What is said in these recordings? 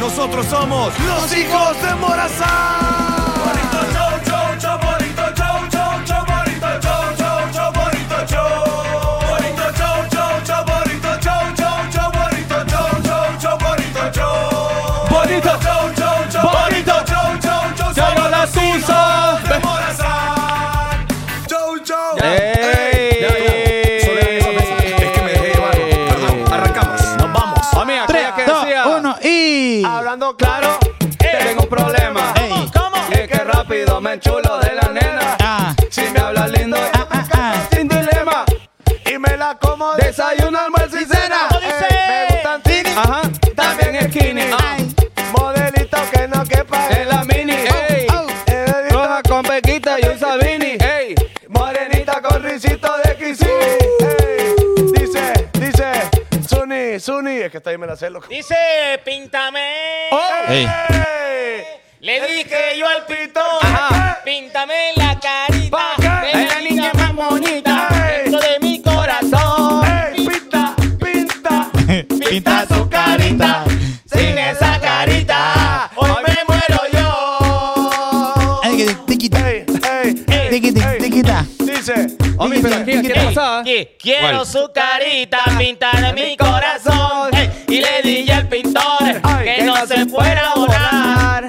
Nosotros somos los hijos de Morazán. Bonito, bonito, llama la Susa. Es que me dejé llevar. Perdón, arrancamos. Nos vamos. Amiga, aquella que decía, uno y. Eh. hablando claro, tengo un problema. Ey. Y es que rápido me enchulo de la nena. Ah, Si me hablas lindo, ah, ah, ah. sin dilema. Y me la como de desayuno, almuerzo y Ah, cena. Eh, ¿Cómo dice? me gustan tini, ajá, también skinny. Ay. Modelito que no quepa en la mini. Ey. oh. Eh, Roja con pequita y un sabini. Ey. Morenita con risito de Kisini. Ey. Dice, dice, Suni, Suni. Es que está ahí me la sé, loco. Dice, píntame. Ey. Ey. Le Oh. dije yo al Pito. Ajá. Píntame la carita. Vaca. de Es la niña más bonita. Dentro de mi corazón. Ey, pinta, pinta. Pinta su carita. Sin esa carita. Hoy me muero yo. Ay, que tiquita, Ey, ey, ey, tiquita, ey. tiquita. Dice, Homie, pero aquí, aquí ¿Qué te pasaba. Ey, que Quiero ¿Cuál? su carita pintada en mi corazón. Ey, Y le dije al pintor Ay, que no se fuera a volar.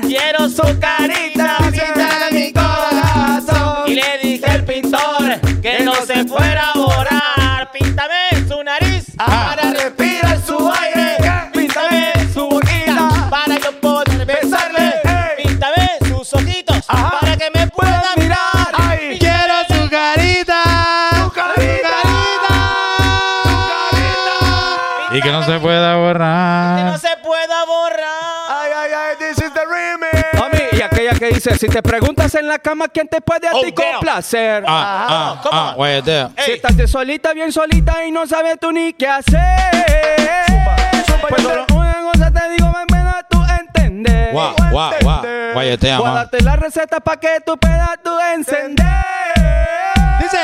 Quiero su carita pintada en mi corazón. Y le dije al pintor que no se fuera a volar. Píntame su nariz para respirar su aire. Píntame su boquita para yo poder besarle. Ey. Píntame sus ojitos Ajá. para que me pueda mirar. Ay. Quiero su carita. Y que no se pueda que no borrar. se pueda borrar. Ay, ay, ay, this is the remix. Homie, y aquella que dice, si te preguntas en la cama quién te puede a Oh, ti complacer. Ah, ah, ah, wait there. Si Ey. estás de solita, bien solita y no sabes tú ni qué hacer. zumba, Pues yo solo te- una cosa te digo, más o menos tú entender. Guau, guau, guau. Wait there, Voy a man. darte la receta pa' que tú puedas tú encender. Dice.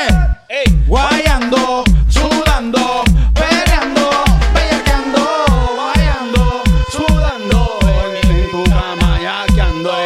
Ey. Guayando, sudando, peleando, bellaqueando, guayando, sudando, en tu cama ya que ando,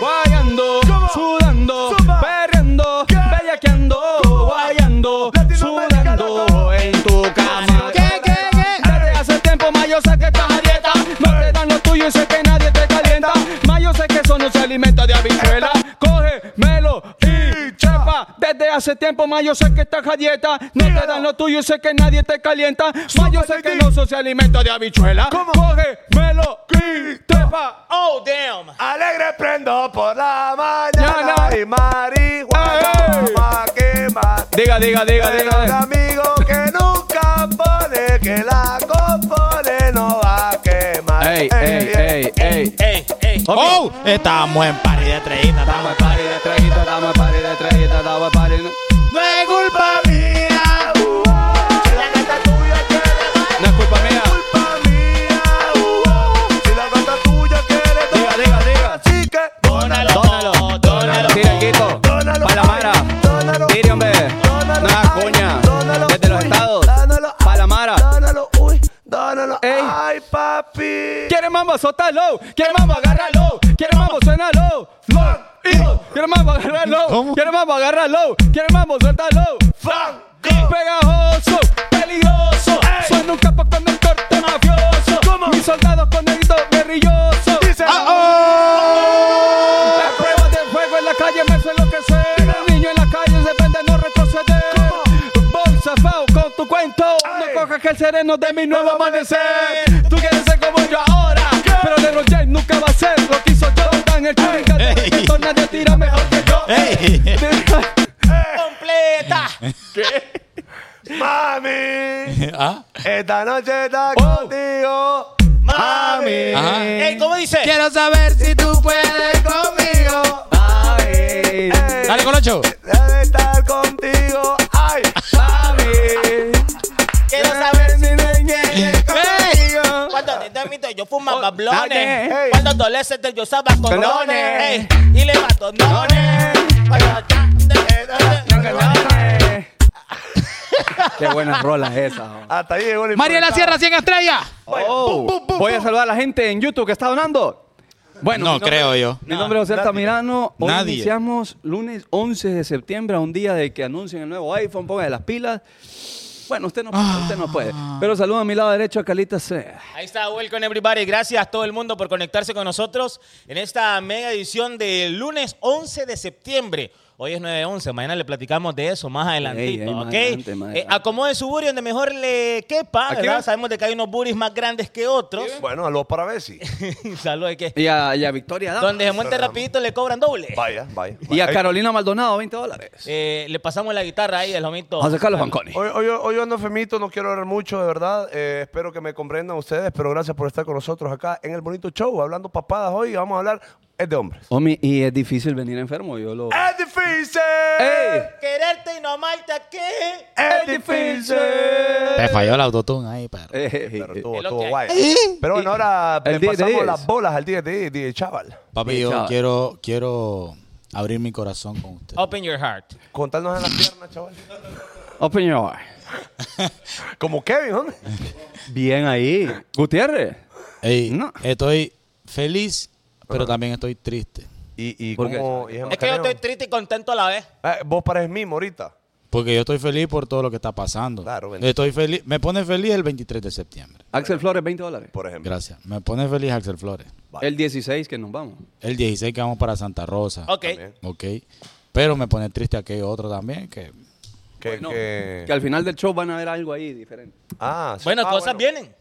guayando, sudando, Perreando, bellaqueando, guayando, Latinoamericana, sudando en tu cama. ¿Qué, qué, qué? Desde hace tiempo, más yo sé que estás a dieta. No te dan lo tuyo y sé que nadie te calienta. Más yo sé que eso no se alimenta de habichuela. Coge, melo y chepa. Desde hace tiempo, más yo sé que estás a dieta. No te dan lo tuyo y sé que nadie te calienta. Más yo sé que no eso se alimenta de habichuela. Coge, melo y chepa. Oh, damn. Alegre prendo por la mañana Ya, ya. y marihuana Ey. va a quemar. Diga, diga, diga, Pero un diga. amigo que nunca pone, que la compone no va a quemar. Ey, ey, ey, ey. Ey, ey. Oh, estamos en party de treíta, estamos en party de treíta. No es culpa mía, uh, si la gata tuya quiere No es culpa mía. culpa mía, uh, si la gata tuya quiere Diga, diga, diga. así que Dónalo, dónalo, dónalo. Tiranguito, Dónalo, Palamara, dónalo, Mire, hombre, dónalo, nada ay, coña, dónalo, desde los uy, estados, dónalo, ay, Palamara. Dónalo, uy, dónalo, Ey. ay papi. Quiere mambo, sótalo, quiere mambo, agárralo, quiere mambo, suénalo. Fuck, hijo. Quiere mambo, agárralo, ¿Cómo? quiere mambo, agárralo, quiere mambo, suéltalo. Fuck, Pegajoso, peligroso, Ey. suena un capo con el corte mafioso. ¿Cómo? Mis soldados con el grito guerrilloso. Ah, oh. dice, Las pruebas de fuego en la calle me suelo que El niño en la calle se vende, no retroceder. Bolsa fao con tu cuento. Ay. No cojas que el sereno de mi nuevo amanecer. Tú quieres ser como yo ahora. Pero LeBron James nunca va a ser lo que hizo Jordan. El Churrican de Ey. reggaetón, nadie tira mejor que yo. Ey. Completa. mami, Ah, esta noche está Oh. contigo, Mami. ajá. Ey, ¿cómo dice? Quiero saber si tú puedes conmigo. mami. Dale, Colocho. Debe estar contigo, ay, mami. Quiero saber si me Ey. contigo. Cuando te admito, yo Oh, fumaba blones. dale. Cuando adolescente yo usaba condones. Condones. Ey, y le batonones. Qué buenas rolas esas. Hasta ahí llegó el Mariela improvisado. Sierra, 100 estrellas. Oh, voy a saludar a la gente en YouTube que está donando. Bueno, No mi nombre- creo yo. Mi nombre es José Altamirano. Hoy Nadie. iniciamos lunes 11 de septiembre, a un día de que anuncien el nuevo iPhone, pónganle las pilas. Bueno, usted no, usted no puede. Pero saludo a mi lado derecho a eh, Calita C. Ahí está, welcome everybody. Gracias a todo el mundo por conectarse con nosotros en esta mega edición del lunes 11 de septiembre. Hoy es 9-11, mañana le platicamos de eso más adelantito, ey, más ¿ok? adelante, más Eh, adelante. acomode su buri donde mejor le quepa, Aquí ¿verdad? ven. Sabemos de que hay unos buris más grandes que otros. Bueno, saludos para Bessie. Saludos, hay que... Y a, y a Victoria Dama. Donde se monte rapidito le cobran doble. Vaya, vaya. Y a Ey, Carolina Maldonado, 20 dólares. Eh, le pasamos la guitarra ahí al homito. José Carlos Fanconi. Hoy, hoy, hoy yo ando enfermito, no quiero hablar mucho, de verdad. Eh, espero que me comprendan ustedes, pero gracias por estar con nosotros acá en el bonito show, hablando papadas hoy. Vamos a hablar, es de hombres. Homie, y es difícil venir enfermo, yo lo... ¡Es difícil! ¡Ey! Quererte y no amarte aquí. Eh, ¡Es difícil! Te falló el autotune ahí, perro. Ey, ey, Pero ey. estuvo, Es lo estuvo que hay. guay. Pero bueno, ahora El le día de pasamos diez. las bolas al día de día, chaval. Papi, Sí, yo chaval. quiero, quiero abrir mi corazón con usted. Open your heart. Contarnos en las piernas, chaval. Open your eye. Como Kevin, hombre. Bien ahí. Gutiérrez. Ey, No. Estoy feliz, pero también estoy triste. Y, y ¿Por qué? como... y Es que yo macaneo. estoy triste y contento a la vez. Eh, vos pareces mismo ahorita. Porque yo estoy feliz por todo lo que está pasando. Claro, bendito. estoy feliz. Me pone feliz el 23 de septiembre. Axel Flores, 20 dólares. por ejemplo. Gracias. Me pone feliz Axel Flores. Vale. El 16 que nos vamos. El 16 que vamos para Santa Rosa. Ok. También. Ok. Pero me pone triste aquello otro también que... Que, Bueno, que- que al final del show van a ver algo ahí diferente. Ah, sí. Bueno, Ah, cosas bueno. vienen.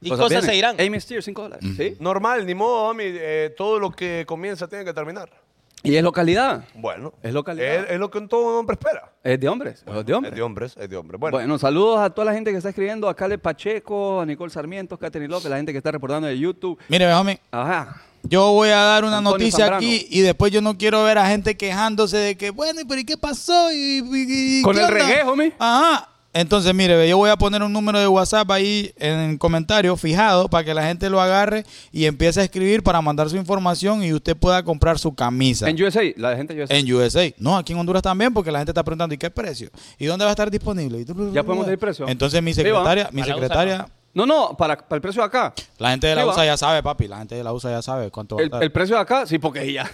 Y cosas, vienen. se irán. Amy Steer, 5 dólares. ¿Sí? Normal, ni modo, homie. eh, todo lo que comienza tiene que terminar. Y es localidad. Bueno. Es localidad. Es, es lo que todo hombre espera. Es de hombres. es de hombres. Es de hombres, es de hombres. Bueno. Bueno, saludos a toda la gente que está escribiendo, a Cale Pacheco, a Nicole Sarmiento, Catherine López, la gente que está reportando de YouTube. Mire, homie, Ajá. yo voy a dar una Antonio noticia Zambrano. aquí y después yo no quiero ver a gente quejándose de que, bueno, pero ¿y qué pasó? ¿Y, y- y Con qué el onda?". reggae, homie. Ajá. Entonces, mire, ve, yo voy a poner un número de WhatsApp ahí en comentario fijado para que la gente lo agarre y empiece a escribir para mandar su información y usted pueda comprar su camisa. En USA, la gente de USA. En USA. No, aquí en Honduras también, porque la gente está preguntando, ¿y qué precio? ¿Y dónde va a estar disponible? Y tú- Ya podemos decir precio. Entonces mi Sí, va. secretaria, mi A la USA, secretaria, No, no, para, para el precio de acá. la gente de Sí, la va. USA ya sabe, papi, la gente de la USA ya sabe cuánto va a El, estar. el precio de acá, sí, porque ya.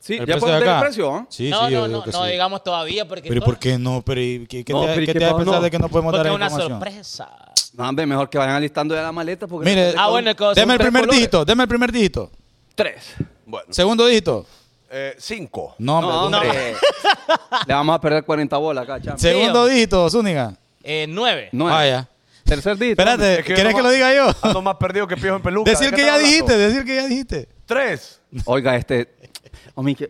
Sí, El ya precio de podemos tener acá. el precio, ¿ah? Sí, no, sí, yo no, digo no, que no sí. digamos todavía porque Pero ¿y todo- por qué no? Pero, ¿y ¿Qué, qué No, te, pero ¿y qué qué te da a pasa? pensar No. de que no podemos porque dar es la una información? sorpresa. No, hombre, mejor que vayan alistando ya la maleta porque... Mire, Ah, bueno, es que son deme el tres primer colores. dígito, deme el primer dígito. Tres. bueno. Segundo dígito. Eh, cinco. No, hombre. No, hombre. hombre. Le vamos a perder 40 bolas acá, chamo. Segundo dígito, Zúñiga. Eh, nueve. Nueve. Vaya. Tercer día. Espérate, Es yo eh, ¿quieres ando que lo más- diga yo? Ando más perdido que piojo en peluca. ¿De Decir qué que ya estás hablando? dijiste, decir que ya dijiste. Tres. Oiga, este... Homie, que...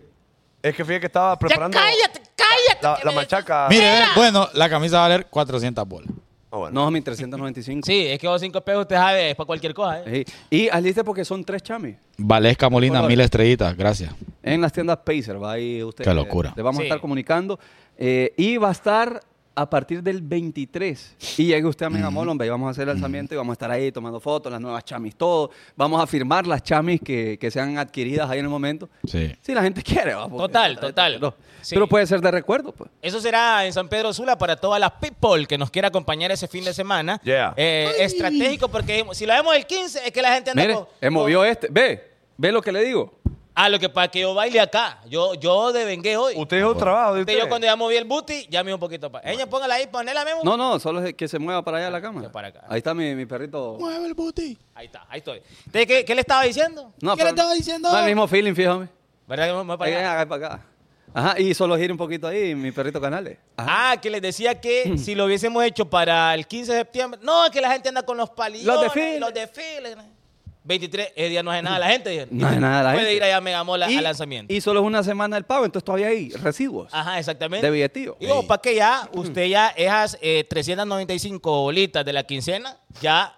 Es que fíjate que estaba Ya preparando... cállate, cállate. La, que la me- Ah. machaca... Mire, ve, bueno, la camisa va a valer 400 bolas. Ah, bueno. No, homie, 395. Sí, es que vos cinco pesos usted sabe, es para cualquier cosa. ¿eh? Sí. Y aliste porque son tres chamis. Valesca Molina, Colores. mil estrellitas, gracias. En las tiendas Pacer, va ahí usted. Qué locura. Le vamos Sí. a estar comunicando. Eh, y va a estar a partir del 23. Y llegue usted a Megamol, hombre, y vamos a hacer el lanzamiento y vamos a estar ahí tomando fotos, las nuevas chamis, todo. Vamos a firmar las chamis que, que sean adquiridas ahí en el momento. Sí. Si la gente quiere, va. porque- Total, total. Pero, Sí. pero puede ser de recuerdo, pues. Eso será en San Pedro Sula para todas las people que nos quiera acompañar ese fin de semana. Yeah. Eh, estratégico porque si lo vemos el 15 es que la gente anda Mire, con- he movió este. Ve, ve lo que le digo. Ah, lo que para que yo baile acá. Yo, yo devengué hoy. Usted es un trabajo de Usted, usted. yo cuando ya moví el booty, ya me dio un poquito para. Ella, póngala ahí, ponela mismo. No, no, solo es que se mueva para allá la cámara. para acá. Ahí está mi, mi perrito. Mueve el booty. Ahí está, ahí estoy. ¿De qué, qué le estaba diciendo? No, ¿Qué le pero- estaba diciendo? No, el mismo feeling, fíjame. ¿Verdad que me voy para Ahí, allá? acá, para acá. Ajá, y solo gira un poquito ahí, mi perrito Canales. Ah, que les decía que si lo hubiésemos hecho para el 15 de septiembre. No, es que la gente anda con los palillos. Los desfiles. Los desfiles. 23, ese día no hace nada la gente. dijeron. No hace nada la Puede gente. ir allá a Megamola al lanzamiento. Y solo es una semana el pago, entonces todavía hay residuos Ajá, exactamente. de billetío. Digo, Ey. para que ya usted ya esas eh, 395 bolitas de la quincena, ya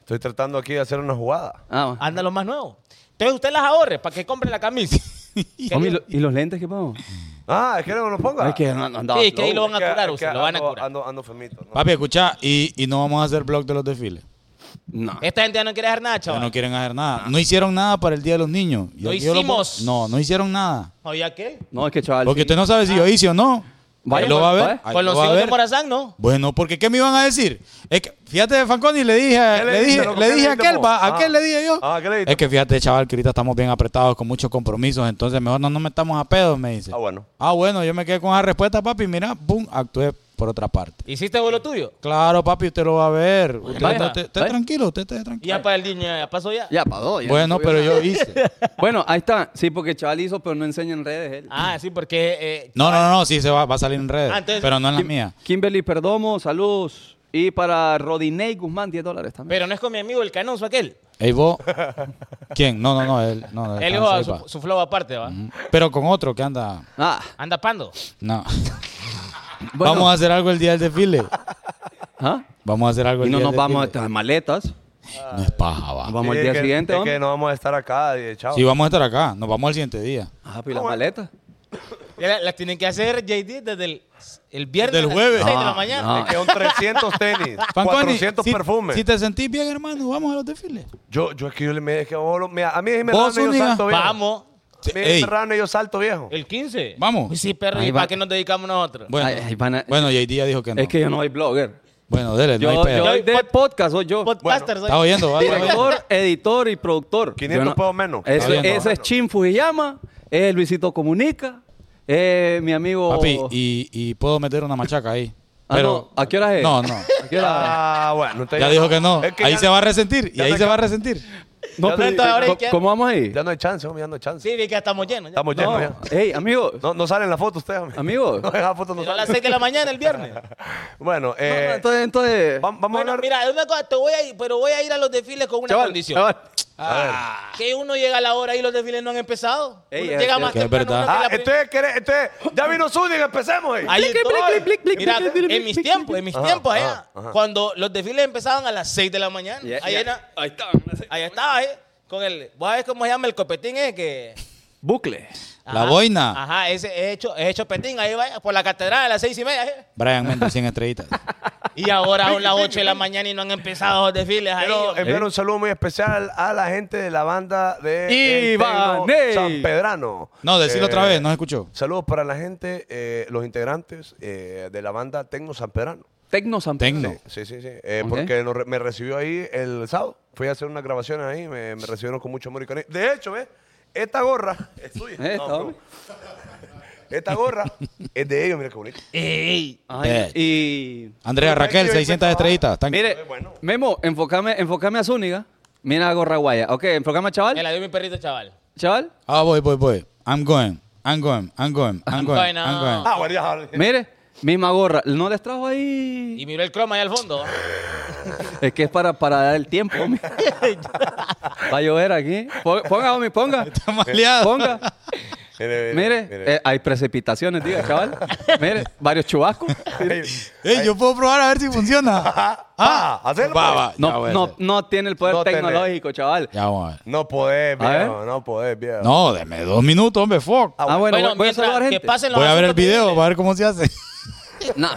Estoy tratando aquí de hacer una jugada. Ah, anda lo más nuevo. Entonces usted las ahorre para que compre la camisa. homie, ¿y lo- ¿y los lentes que pago? Ah, es que no nos ponga. Es que no, no, no, Sí, que ahí no. lo van a Es que- curar, es usted, que lo van a ando- curar. Ando, ando enfermito, ¿no? Papi, escucha, y, y no vamos a hacer blog de los desfiles. No. Esta gente ya no quiere hacer nada, Ya chaval. no quieren hacer nada. No hicieron nada para el Día de los Niños. Lo yo lo pon- hicimos. no, no hicieron nada. ¿Oye qué? No, es que chaval. Porque sí. usted no sabe si yo hice o no. Ahí lo va a ver. ahí pues, Con lo los va a hijos de ver. Morazán, ¿no? Bueno, porque ¿qué me iban a decir? Es que, fíjate, Fanconi, le dije, ¿Qué a- le le dijiste, dije, loco? le ¿Qué dije le a dijiste, aquel, po? va, ¿a Ah. qué le dije yo? Ah, ¿qué le dijiste? Es que fíjate, chaval, que ahorita estamos bien apretados con muchos compromisos, entonces mejor no nos metamos a pedos, me dice. Ah, bueno. Ah, bueno, yo me quedé con esa respuesta, papi, mira, pum, actué por otra parte. ¿Hiciste vos lo tuyo? Claro, papi, usted lo va a ver. Usted, vaya, esté- esté vaya. tranquilo, usted esté tranquilo. Ya para el niño, ya pasó ya. Ya, pa' dos, ya bueno, no subió pero nada. yo hice. Bueno, ahí está. Sí, porque Chaval hizo, pero no enseña en redes él. Ah, sí, porque. eh, No, no, no, sí se va, va a salir en redes, Ah, entonces- pero no en las Kim- mías. Kimberly Perdomo, saludos. Y para Rodinei Guzmán, 10 dólares también. Pero no es con mi amigo el canoso aquel. Ey, vos, ¿quién? No, no, no, él, no, Él descansa, lleva Ah, ahí su, va. su flow aparte, ¿va? Pero con otro que anda, Ah, Anda pando. no. bueno. Vamos a hacer algo el día del desfile. ¿Ah? Vamos a hacer algo. Y el no día nos del vamos a desfile. estas maletas. No es paja, va. Nos vamos Sí, al es día que- siguiente, Es vamos. que no vamos a estar acá, eh, chao. Sí, vamos a estar acá. Nos vamos al siguiente día. Ah, pues, ¿y las maletas. Ya la- Las tienen que hacer JD desde el, el viernes. Del a las jueves. Ah, seis de la No, mañana. Es que son 300 tenis, Fanconi, 400 si- perfumes. Si te sentís bien, hermano, vamos a los desfiles. Yo, yo es que yo le me, es que vamos, lo- mira, a mí me Vos, rano y yo Zúñiga. salto viejo. Vamos. Sí, Me ey, dicen rano y yo salto viejo. El 15. Vamos. Uy, Sí, perro. Ahí ¿Y va. para qué nos dedicamos nosotros? bueno, Ay, ay, van a- bueno, JD ya dijo que no. Es que yo no soy blogger. Bueno, dele, Yo, no hay pedo. yo soy de Pod- podcast, soy yo. Podcaster soy. ¿Estás oyendo? va? ¿Estás oyendo? Director, editor y productor. 500 Yo pesos menos. Está Ese, bien, ese está es bien. Chin Fujiyama, es Luisito Comunica, es mi amigo... Papi, y, y puedo meter una machaca ahí. Ah, Pero, no, ¿A qué hora es? No, no. ¿A qué hora Ah, bueno. entonces Ya dijo que no. Es que ahí ya- se va a resentir. Y ya ahí no se hay- va a resentir. es? No, ¿Dónde pero- está ahora y ¿cómo- qué? ¿Cómo vamos ahí? Ya no hay chance, hombre, ya no hay chance. Sí, vi que ya estamos llenos. Ya. Estamos llenos No, ya. ey, amigos. No, no salen las fotos ustedes, hombre. Amigos. No, esas fotos no Pero a las salen. 6 de la mañana el viernes. Bueno, eh, entonces, entonces... vam- vamos a Bueno, hablar... mira, es una cosa, te voy a ir, pero voy a ir a los desfiles con una chaval, condición. Ah. chaval, a ver. Que uno llega a la hora y los desfiles no han empezado. Ey, Uno es llega cierto. más Que es temprano verdad. uno que Ah, la- entonces, ¿querés- entonces, ya vino Zúñiga, empecemos. eh. Ahí Plic, estoy. plic, plic, plic, Mira, plic, plic, plic, en mis plic, tiempos, en mis Ajá, tiempos allá, ajá, ajá. cuando los desfiles empezaban a las 6 de la mañana, Ya- ahí, ya- era- ahí está. ahí estaba, ¿eh? Con el, ¿vos sabés cómo se llama el copetín eh? que... Bucle. La boina. Ajá, ese es hecho, es hecho petín, ahí va, por la catedral a las 6 y media, ¿eh? Brian Mendes, 100 estrellitas. Y ahora son las 8 de la mañana y no han empezado los desfiles ahí. Quiero hombre. ¿Eh? enviar un saludo muy especial a la gente de la banda de El Tecno Ibanez. San Pedrano. No, decirlo Eh, otra vez, no se escuchó. Saludos para la gente, eh, los integrantes eh, de la banda Tecno San Pedrano. Tecno San Tecno. Sí, sí, sí. Eh, Ok. Porque nos re- me recibió ahí el sábado. Fui a hacer unas grabaciones ahí, me, me recibieron con mucho amor y cariño. De hecho, ¿ves? Esta gorra es tuya. Esta, No, no. hombre. Esta gorra es de ellos, mira qué bonito. Ey, Ay, y... Andrea Raquel, Yo- yo- 600 estrellitas. Tan- Mire, bueno. Memo, enfócame, enfócame a Zúñiga. Mira a Gorra Guaya. Ok, enfócame a me Chaval. la dio mi perrito, chaval. Chaval, Ah, voy, voy, voy. I'm going. I'm going. I'm going. I'm I'm going. going I'm now. going. Ah, bueno, ya. mire, misma gorra. ¿No les trajo ahí...? Y miró el croma ahí al fondo. Es que es para, para dar el tiempo, homie. Va a llover aquí. Po- Ponga, homie, ponga. Está maleado. Ponga. Mire, Mire, eh, hay precipitaciones, diga, chaval. Mire, varios chubascos. Ey, yo puedo probar a ver si funciona. Ah, hacerlo. Va, va. ya No, voy a no, pues. hacer. no tiene el poder No tiene. tecnológico, chaval. Ya vamos a ver. No podés, A viejo. ver. No podés, viejo. No, deme dos minutos, hombre, fuck. Ah, bueno, voy- voy Bueno, a mientras saludar que gente. pasen los Voy a ver el asuntos video, civiles. voy a ver cómo se hace. No,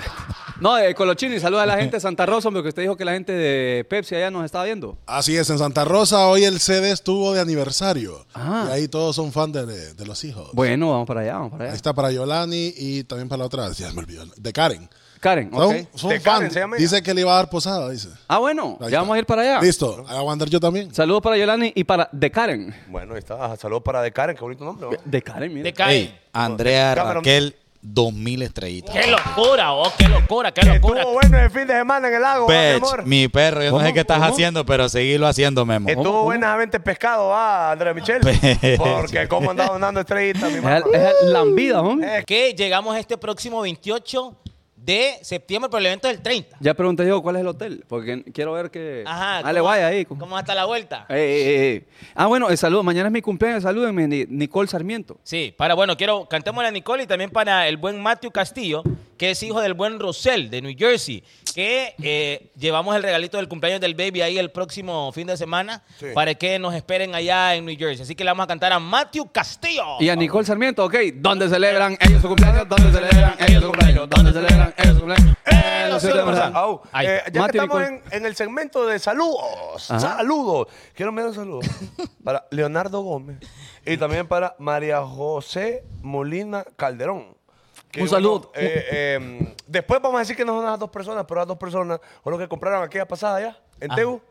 no eh, Colochini, saluda a la gente de Santa Rosa, hombre, que usted dijo que la gente de Pepsi allá nos estaba viendo. Así es, en Santa Rosa hoy el CD estuvo de aniversario. Ah. Y ahí todos son fans de, de los hijos. Bueno, vamos para allá, vamos para Ahí allá. está para Yolani y también para la otra, ya me olvidó, de Karen. Karen, Son, ok. son De Karen fans. se llama ella. dice que le iba a dar posada, dice. Ah, bueno, Ahí ya está. vamos a ir para allá. Listo, a Wander yo también. Saludos para Yolani y para De Karen. Bueno, ahí está. Ah, Saludos para De Karen, qué bonito nombre. ¿no? De Karen, mira. De Ey, cae. Andrea Cameron. Raquel, 2000 estrellitas. Qué locura, oh, qué locura, qué locura. Estuvo bueno el fin de semana en el lago, ¿va, mi Pech, amor. Eh, mi perro, yo no sé ¿Cómo? qué estás ¿Cómo? haciendo, pero seguilo haciendo, Memo. Estuvo buena venta pescado, ah, Andrea Michel. Pech. Porque cómo andaba dando estrellitas, mi Es, mamá. es lambida, Eh. hombre. Que llegamos este próximo 28 de septiembre, pero el evento es el 30. Ya pregunté yo cuál es el hotel, porque quiero ver que. Ajá. Dale ¿cómo- guay ahí. Eh, ¿Cómo hasta la vuelta? Ey, ey, ey, ey. Ah, bueno, el saludo. Mañana es mi cumpleaños. Salúdenme, Ni- Nicole Sarmiento. Sí, para, bueno, quiero, cantémosle a Nicole y también para el buen Matthew Castillo, que es hijo del buen Rosell de New Jersey, que eh, llevamos el regalito del cumpleaños del baby ahí el próximo fin de semana para que nos esperen allá en New Jersey. Así que le vamos a cantar a Matthew Castillo. Oh, Y a Nicole Sarmiento, ok. ¿Dónde celebran ellos su cumpleaños? ¿Dónde celebran ellos su cumpleaños? ¿Dónde celebran ellos su cumpleaños? Eh, Eh, En la ciudad de Morazán. Au, Ay, eh, ya que Matthew estamos en, Nicole. en el segmento de saludos, Ajá. saludos. Quiero enviar un saludo para Leonardo Gómez y también para María José Molina Calderón. que Un uno, saludo. eh, eh, después vamos a decir que no son las dos personas, pero las dos personas fueron que compraron aquella pasada allá, en Tegu.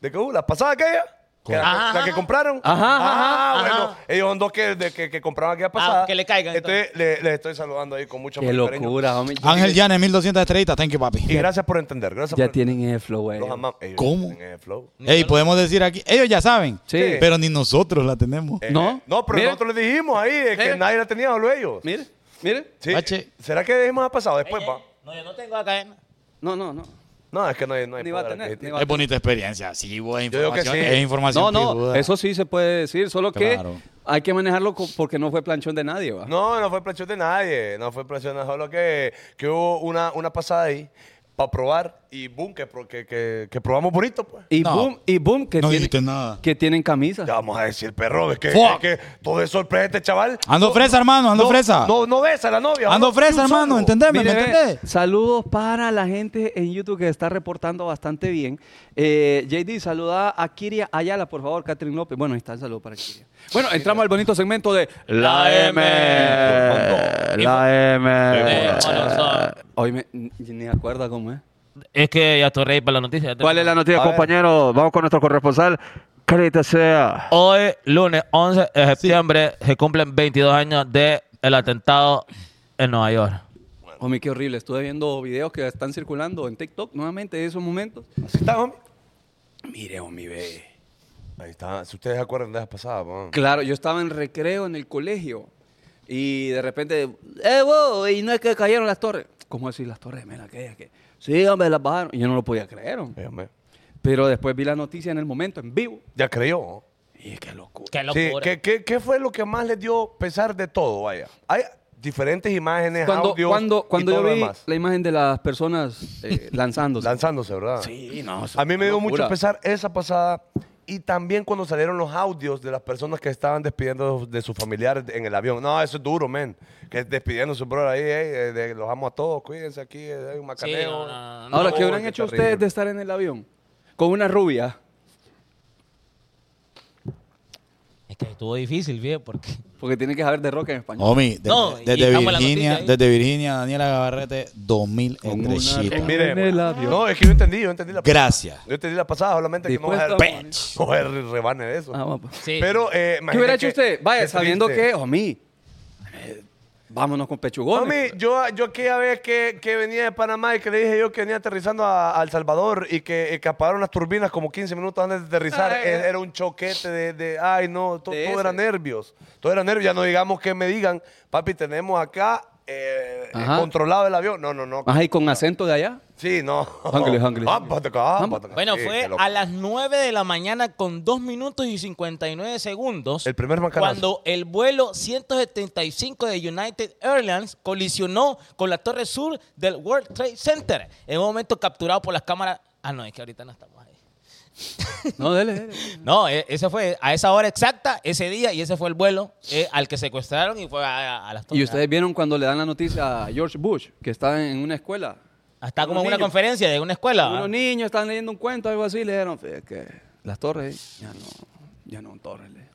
¿De qué hubo? ¿La pasada aquella? Que la, Ajá, la ajá. que compraron. Ah. Ajá, ajá, Ah, Ah, ajá. bueno. Ellos son dos que, de- que, que compraron aquella pasada. que le caigan, Entonces, le- les estoy saludando ahí con mucho Qué amor y cariño. locura, homie. eh, Ángel Llanes, 1230. Thank you, Y papi. gracias por entender. Gracias Ya por tienen ese flow, güey. Los amamos. Ellos ¿Cómo? tienen el flow. Ey, podemos decir aquí. Ellos ya saben. Sí. Pero ni nosotros la tenemos. Eh, ¿No? No, pero Mira. nosotros les dijimos ahí eh, que Mira. nadie la tenía, solo ellos. Mire, mire. Sí. Bache. ¿Será que dejemos a pasado después, pa? No, yo no tengo ¿eh? acá. No, no, no. No, es que no hay, no hay Ni va a poder tener, adquisitivo. ni va a Es bonita experiencia. Sí, vos, es Yo digo que información. sí. Es información. No, no, pijuda. eso sí se puede decir, solo que Claro. hay que manejarlo co- porque no fue planchón de nadie, ¿va? No, no fue presión de nadie. No fue presión, solo que, que hubo una, una pasada ahí para probar y boom, que, pro- que, que, que probamos bonito, pues. Y No. boom, y boom, que, No tienen- dijiste nada. que tienen camisa. Ya vamos a decir, perro, es que, Fuck. es que todo es sorpresa este chaval. Ando No- fresa, hermano, ando no- fresa. No, no besa a la novia. Ando ¿no? fresa, Ni un hermano, solo. ¿entendés? ¿Me Mire, ve, entendés? Saludos para la gente en YouTube que está reportando bastante bien. Eh, JD, saluda a Kiria Ayala, por favor, Catherine López. Bueno, ahí está el saludo para Kiria. Bueno, entramos al bonito segmento de La M. La Eh, M. Hoy me, ni ni acuerda cómo es. Es que ya estoy ready para la noticia. ya ¿Cuál tengo. es la noticia, compañeros? Vamos con nuestro corresponsal, Carita Sea. Hoy, lunes 11 de septiembre, se cumplen 22 años de el atentado en Nueva York. Homie, qué horrible. Estuve viendo videos que están circulando en TikTok nuevamente de esos momentos. Así está, homie. Mire, homie, ve. Ahí está. Si ustedes se acuerdan de las pasadas, man. Claro, yo estaba en recreo en el colegio y de repente, ¡eh, wow! Y no es que cayeron las torres. ¿Cómo así las torres? Mira, aquellas que. Sí, hombre, las bajaron. Y yo no lo podía creer. hombre. Eh, hombre, Pero después vi la noticia en el momento, en vivo. Ya creyó. ¿no? Y qué locura. Qué Sí, locura. ¿qué, qué, qué fue lo que más les dio pesar de todo? Vaya, hay diferentes imágenes, Cuando, audios cuando, y cuando yo todo lo vi demás. la imagen de las personas eh, lanzándose. lanzándose, ¿verdad? sí, no. eso A mí me dio locura. mucho pesar esa pasada y también cuando salieron los audios de las personas que estaban despidiendo de sus familiares en el avión. No, eso es duro, men. Que despidiendo a su brother ahí, eh, eh, de- los amo a todos, cuídense aquí, eh, hay un macaneo. no, no, Ahora, ¿qué No, habrán hecho terrible. ustedes de estar en el avión? Con una rubia. Es que estuvo difícil, bien, porque... Porque tiene que saber de rock en español. Homie, de- No, y desde estamos en la Virginia, noticia ahí. desde Virginia, Daniela Gabarrete, 2000 Con una estrellita. Eh, ropa. mire, En el avión. no, es que yo entendí, yo entendí la Gracias. Yo entendí la pasada, solamente que no Dispuesta, voy a- Juanito. no voy a rebane de eso. Ah, va, pues. Sí. Pero, eh, ¿Qué hubiera imagínate hecho que- usted? Vaya, qué sabiendo triste. que, homie, eh, vámonos con pechugones. Mami, yo, yo aquella vez que, que venía de Panamá y que le dije yo que venía aterrizando a, a El Salvador y que, y que apagaron las turbinas como 15 minutos antes de aterrizar, Ay, e- ay. era un choquete de, de- ay no, to- Ah, eh. De todo era ese. nervios, todo era nervios, ya no digamos que me digan, papi, tenemos acá eh, Ajá. controlado el avión, no, no, no, Ajá, y con acento de allá. sí, no. Ángeles, ángeles. Ah, pata acá, Vamos. pata acá. Bueno, Sí, fue qué loco. a las 9 de la mañana con 2 minutos y 59 segundos. El primer macanazo. Cuando el vuelo 175 de United Airlines colisionó con la torre sur del World Trade Center. En un momento capturado por las cámaras. Ah, no, es que ahorita no estamos ahí. No, dele, dele. No, e- ese fue a esa hora exacta, ese día, y ese fue el vuelo eh, al que secuestraron y fue a, a- a las torres. Y ustedes vieron cuando le dan la noticia a George Bush, que está en una escuela. Hasta como unos una niños. conferencia de una escuela. ¿va? Unos niños estaban leyendo un cuento, algo así, le dijeron, "Fíjate que las torres, eh, ya no, ya no, torres. le-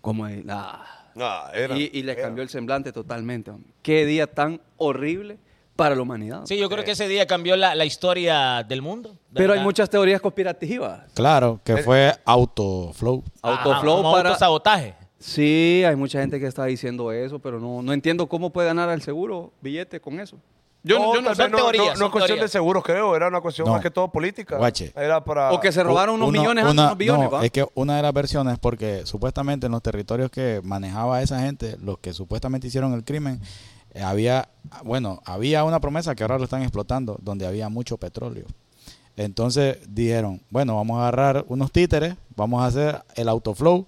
¿Cómo es? Nah. Ah, era, y, y le era. cambió el semblante totalmente. hombre. Qué día tan horrible para la humanidad. Sí, yo creo que ese día cambió la, la historia del mundo. de Pero hay verdad. muchas teorías conspirativas. Claro, Eh, que fue autoflow. Ajá, Autoflow como para... autosabotaje. Sí, hay mucha gente que está diciendo eso, pero no, no entiendo cómo puede ganar el seguro billete con eso. Yo no- No, yo no- tal son vez no, teorías, no- no son es cuestión de teorías. seguros, creo. Era una cuestión No. más que todo política. Guache. Era para... O que se robaron unos Una- millones, Ah, una- unos billones, no, ¿va? es que una de las versiones, porque supuestamente en los territorios que manejaba esa gente, los que supuestamente hicieron el crimen, eh, había, bueno, había una promesa que ahora lo están explotando, donde había mucho petróleo. Entonces dijeron, bueno, vamos a agarrar unos títeres, vamos a hacer el autoflow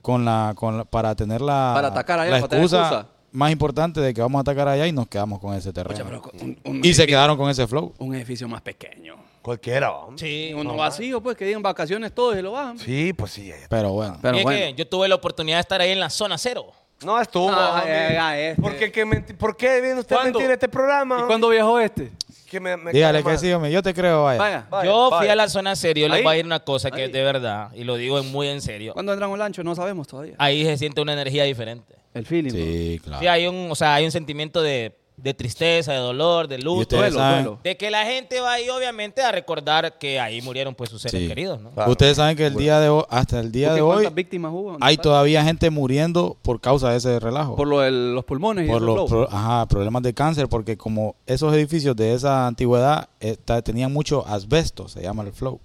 con la, con la- para tener la, Para atacar allá, la para tener excusa, excusa. más importante de que vamos a atacar allá y nos quedamos con ese terreno. pero con un, un- y se quedaron con ese flow. un edificio más pequeño. Cualquiera, ¿va? Sí, Uno vacío, pues, que digan vacaciones todos y lo bajan. Sí, pues sí. ahí está. Pero bueno. Pero Y es bueno. que yo tuve la oportunidad de estar ahí en la zona cero. No estuvo. Ah, homie. ya, ya, este. ¿Por qué, que menti- ¿Por qué viene usted ¿Cuándo? a mentir este programa? ¿Y homie? cuándo viajó este? Que me- me Dígale cae que mal. sí, hombre, yo te creo, vaya. Vaya. Vaya, yo fui vaya. a la zona cero, yo les Ahí. voy a decir una cosa que Ahí. es de verdad, y lo digo en- muy en serio. ¿Cuándo entramos el ancho? No sabemos todavía. Ahí se siente una energía diferente. El feeling. Sí, claro. Sí, hay un, o sea, hay un sentimiento de de tristeza, de dolor, de Y luto. ustedes, duelo, saben, duelo. De que la gente va ahí, obviamente, a recordar que ahí murieron pues sus seres Sí. queridos, ¿no? Claro. ustedes saben que el día de hoy, hasta el día Porque de hoy, ¿Cuántas víctimas hubo? hay todavía gente muriendo por causa de ese relajo. Por lo de los pulmones y por esos los globos. pro- ajá, problemas de cáncer, porque como esos edificios de esa antigüedad está- tenían mucho asbesto, se llama el flow,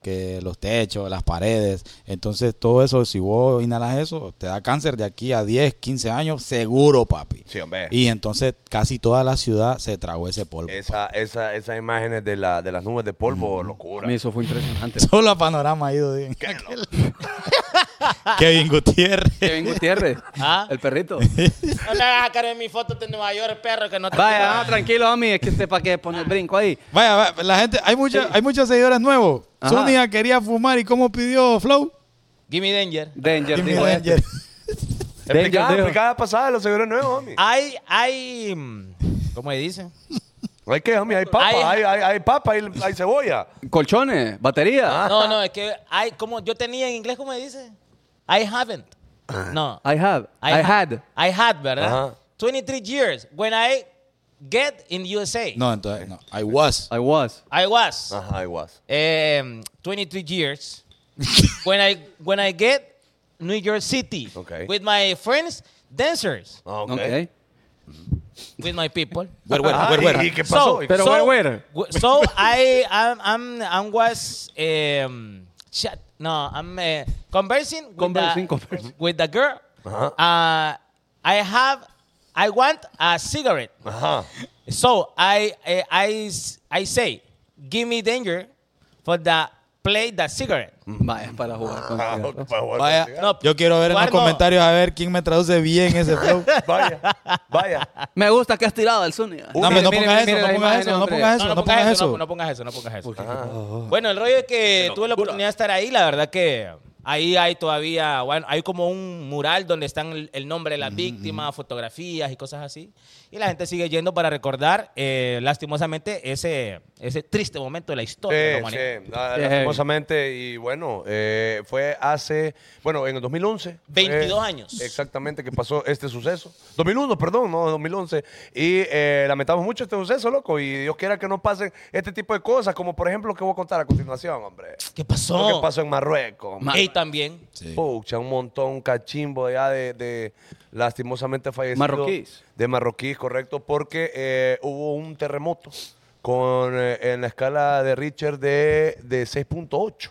que los techos, las paredes, entonces todo eso, si vos inhalas eso, te da cáncer de aquí a 10, 15 años, seguro, papi. Sí, hombre. Y entonces casi toda la ciudad se tragó ese polvo. Esa, esa, esas imágenes de, la, de las nubes de Mm. polvo, locura. A mí eso fue impresionante. Solo a Panorama ha ido bien. Kevin Gutiérrez. Kevin Gutiérrez, Ah. el perrito. No le hagas sacar en mi foto de Nueva York, perro, que no te Vaya, ah, tranquilo, mami, es que usted para qué pone el brinco ahí. Vaya, va- la gente, hay, mucha, hay muchos seguidores nuevos. Ajá. Sonia quería fumar y cómo pidió Flow. Gimme Danger. Danger, Jimmy dijo este. Danger. Explicada, Danger, dijo. explicada pasada de los seguidores nuevos, homie. Hay, hay. mm, ¿Cómo se dice? Hay que, homie, hay papa, Ay. hay, hay, hay papa, hay, hay cebolla. Colchones, Ah. batería. No, no, es que hay como. Yo tenía en inglés, ¿cómo se dice? I haven't. No. I have. I, ha- had. I had, ¿verdad? Ah. Ajá. 23 years when I get in USA. No, entonces, no. I was. I was. I was Ajá, ahí was. em, 23 years when I when I get New York City Okay. with my friends dancers Ah, Ok. ok. with my people. Bueno, bueno, Ah, bueno, ¿y- bueno. ¿Y, qué pasó? So, Pero so, where, where? w- so I I'm I'm, I'm was um, chat, no I'm uh, conversing with Conversing, the, conversing. Uh-huh. with the girl. Ajá. Uh, I have I want a cigarette. Ajá. So I I I, s- I say give me danger for the play the cigarette. Vaya, para jugar con Mm. Ah, cigarros. ok, para jugar Vaya, con No, yo quiero ver en los Eduardo. comentarios a ver quién me traduce bien ese flow. cigarros. Vaya, vaya. Me gusta que has tirado el Zúñiga. No, hombre, no pongas eso, no pongas eso, no pongas eso, No, no pongas eso. No, no pongas eso, no pongas eso. Ah. Bueno, el rollo es que tuve la oportunidad de estar ahí, la verdad que ahí hay todavía, bueno, hay como un mural donde están el, el nombre de las víctimas, fotografías y cosas así. Y la gente sigue yendo para recordar, eh, lastimosamente, ese, ese triste momento de la historia. de la Sí, humanidad. sí, ah, lastimosamente, y bueno, eh, fue hace, bueno, en el 2011. fue 22 años. Exactamente, que pasó este suceso. 2001, perdón, no, 2011. Y eh, lamentamos mucho este suceso, loco, y Dios quiera que no pasen este tipo de cosas, como por ejemplo lo que voy a contar a continuación, hombre. ¿Qué Lo pasó? que pasó en Marruecos. hombre. Y también. Sí. Pucha, un montón, un cachimbo ya de, de lastimosamente fallecidos. Marroquíes. De marroquíes, correcto, porque eh, hubo un terremoto con, eh, en la escala de Richard de, de 6.8,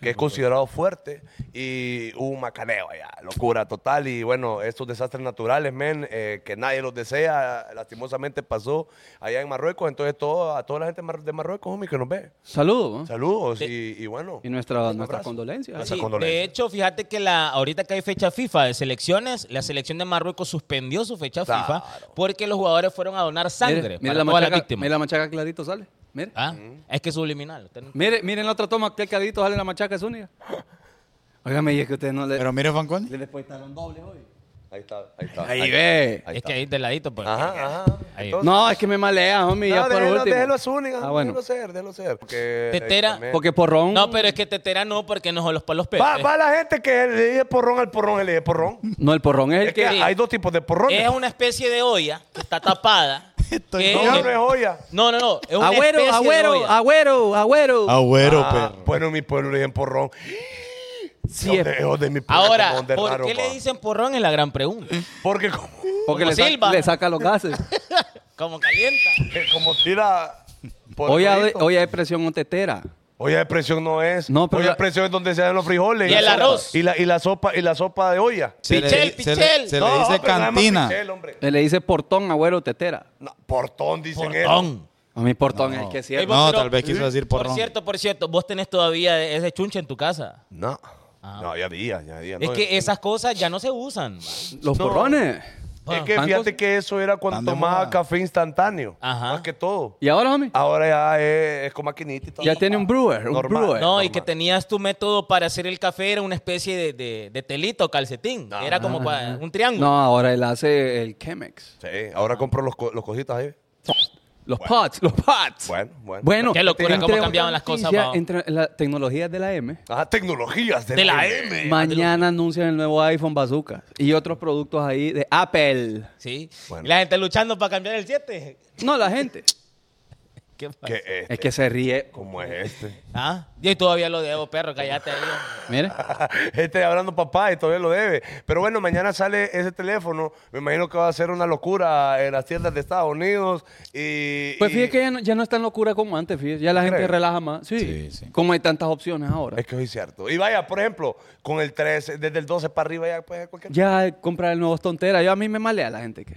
que es considerado fuerte, y hubo un macaneo allá, locura total. Y bueno, estos desastres naturales, men, eh, que nadie los desea, lastimosamente pasó allá en Marruecos. Entonces, todo, a toda la gente de Mar- de Marruecos, homie, que nos ve. Saludos. ¿no? Saludos y, y bueno. Ah. Eh, Y nuestra, un nuestra abrazo. condolencia. Nuestra Sí, de condolencia. hecho, fíjate que la, ahorita que hay fecha FIFA de selecciones, la selección de Marruecos suspendió su fecha Claro. FIFA porque los jugadores fueron a donar sangre Mire, mire la para todas las machaca, víctimas. mire la machaca clarito sale. Mire. Ah, Es que es subliminal. usted no- Mire, miren la otra toma, que clarito sale la machaca de Zúñiga. Óigame, y es que usted no le... Pero mire, Fanconi. le despojaron doble hoy. Ahí está, ahí está. Ahí ve. ahí es está. que ahí de ladito. Pues, Ajá, ajá. Ahí. Entonces- No, es que me malea, homie, No, ya por déjelo, último. déjelo a Zúñiga, Ah, bueno. déjelo ser, déjelo ser. Porque, Tetera, también- Porque porrón... No, pero es que tetera no, porque no son los palos peces. va, va la gente que le dice porrón al porrón, le dice porrón. No, el porrón es el Es que que... hay dos tipos de porrón. Es una especie de olla que está tapada. que- No, no es olla. no, no, no, Es una especie Agüero, de agüero, olla. agüero, agüero. Agüero, Ah, perro. Bueno, en mi pueblo le dicen porrón. Sí, Hijo de- hijo de mi pueblo, Ahora, como de ¿por raro, qué le pa. dicen porrón? Es la gran pregunta. Porque como, porque como le, sa- Silva. le saca los gases. Como calienta. que como tira... porrón. Hoy hay, hoy hay presión o tetera. Olla de presión no es. No, pero olla de la- presión es donde se hacen los frijoles. Y la el sopa. arroz. Y la, y la sopa, y la sopa de olla. Se le- Pichel, se le- pichel. Se le No, dice hombre, nada más cantina. pichel, hombre. Se Eh, le dice portón, agüero, tetera. No, portón dicen eso. Porrón. A mí portón es el que Ey, cierra. vos, No, pero- tal vez quiso decir Por porrón. cierto, por cierto, vos tenés todavía ese chunche en tu casa. No. No, ya había, ya había. Ah. Es no, que ya- esas cosas ya no se usan. man. Los porrones. Es que Pan fíjate cosa- que eso era cuando Pan de tomaba moda. café instantáneo. Ajá. Más que todo. ¿Y ahora, Ah, homie? Ahora ya es, es con maquinita y todo. Ya tiene un brewer, un Normal. brewer. No, normal. y que tenías tu método para hacer el café, era una especie de, de- de telito, calcetín. Era como cua- un triángulo. No, ahora él hace el Chemex. Sí, ahora compro los, co- los cositas ahí. Los pots, los pots. Bueno, bueno. Bueno, Qué locura, entre cómo otra cambiaban las cosas, noticia, mao. Entre las tecnologías de la M. Ajá, tecnologías de, De la M. Mañana anuncian el nuevo iPhone Bazooka y otros productos ahí de Apple. Sí. Bueno. Y la gente luchando para cambiar el 7. No, la gente. ¿Qué pasa? ¿Qué es este? Es que se ríe. ¿Cómo es este? ¿Ah? Yo todavía lo debo, perro, cállate ahí. hombre. Mira. este hablando papá y todavía lo debe. Pero bueno, mañana sale ese teléfono. Me imagino que va a ser una locura en las tiendas de Estados Unidos. Y, Pues y- fíjate que ya no, ya no es tan locura como antes, fíjate. Ya la gente ¿Crees? relaja más. Sí, Sí, sí. Como hay tantas opciones ahora. Es que hoy es cierto. Y vaya, por ejemplo, con el 13, desde el 12 para arriba ya puede cualquier... Ya comprar el nuevo es tontera. Yo a mí me malea la gente que.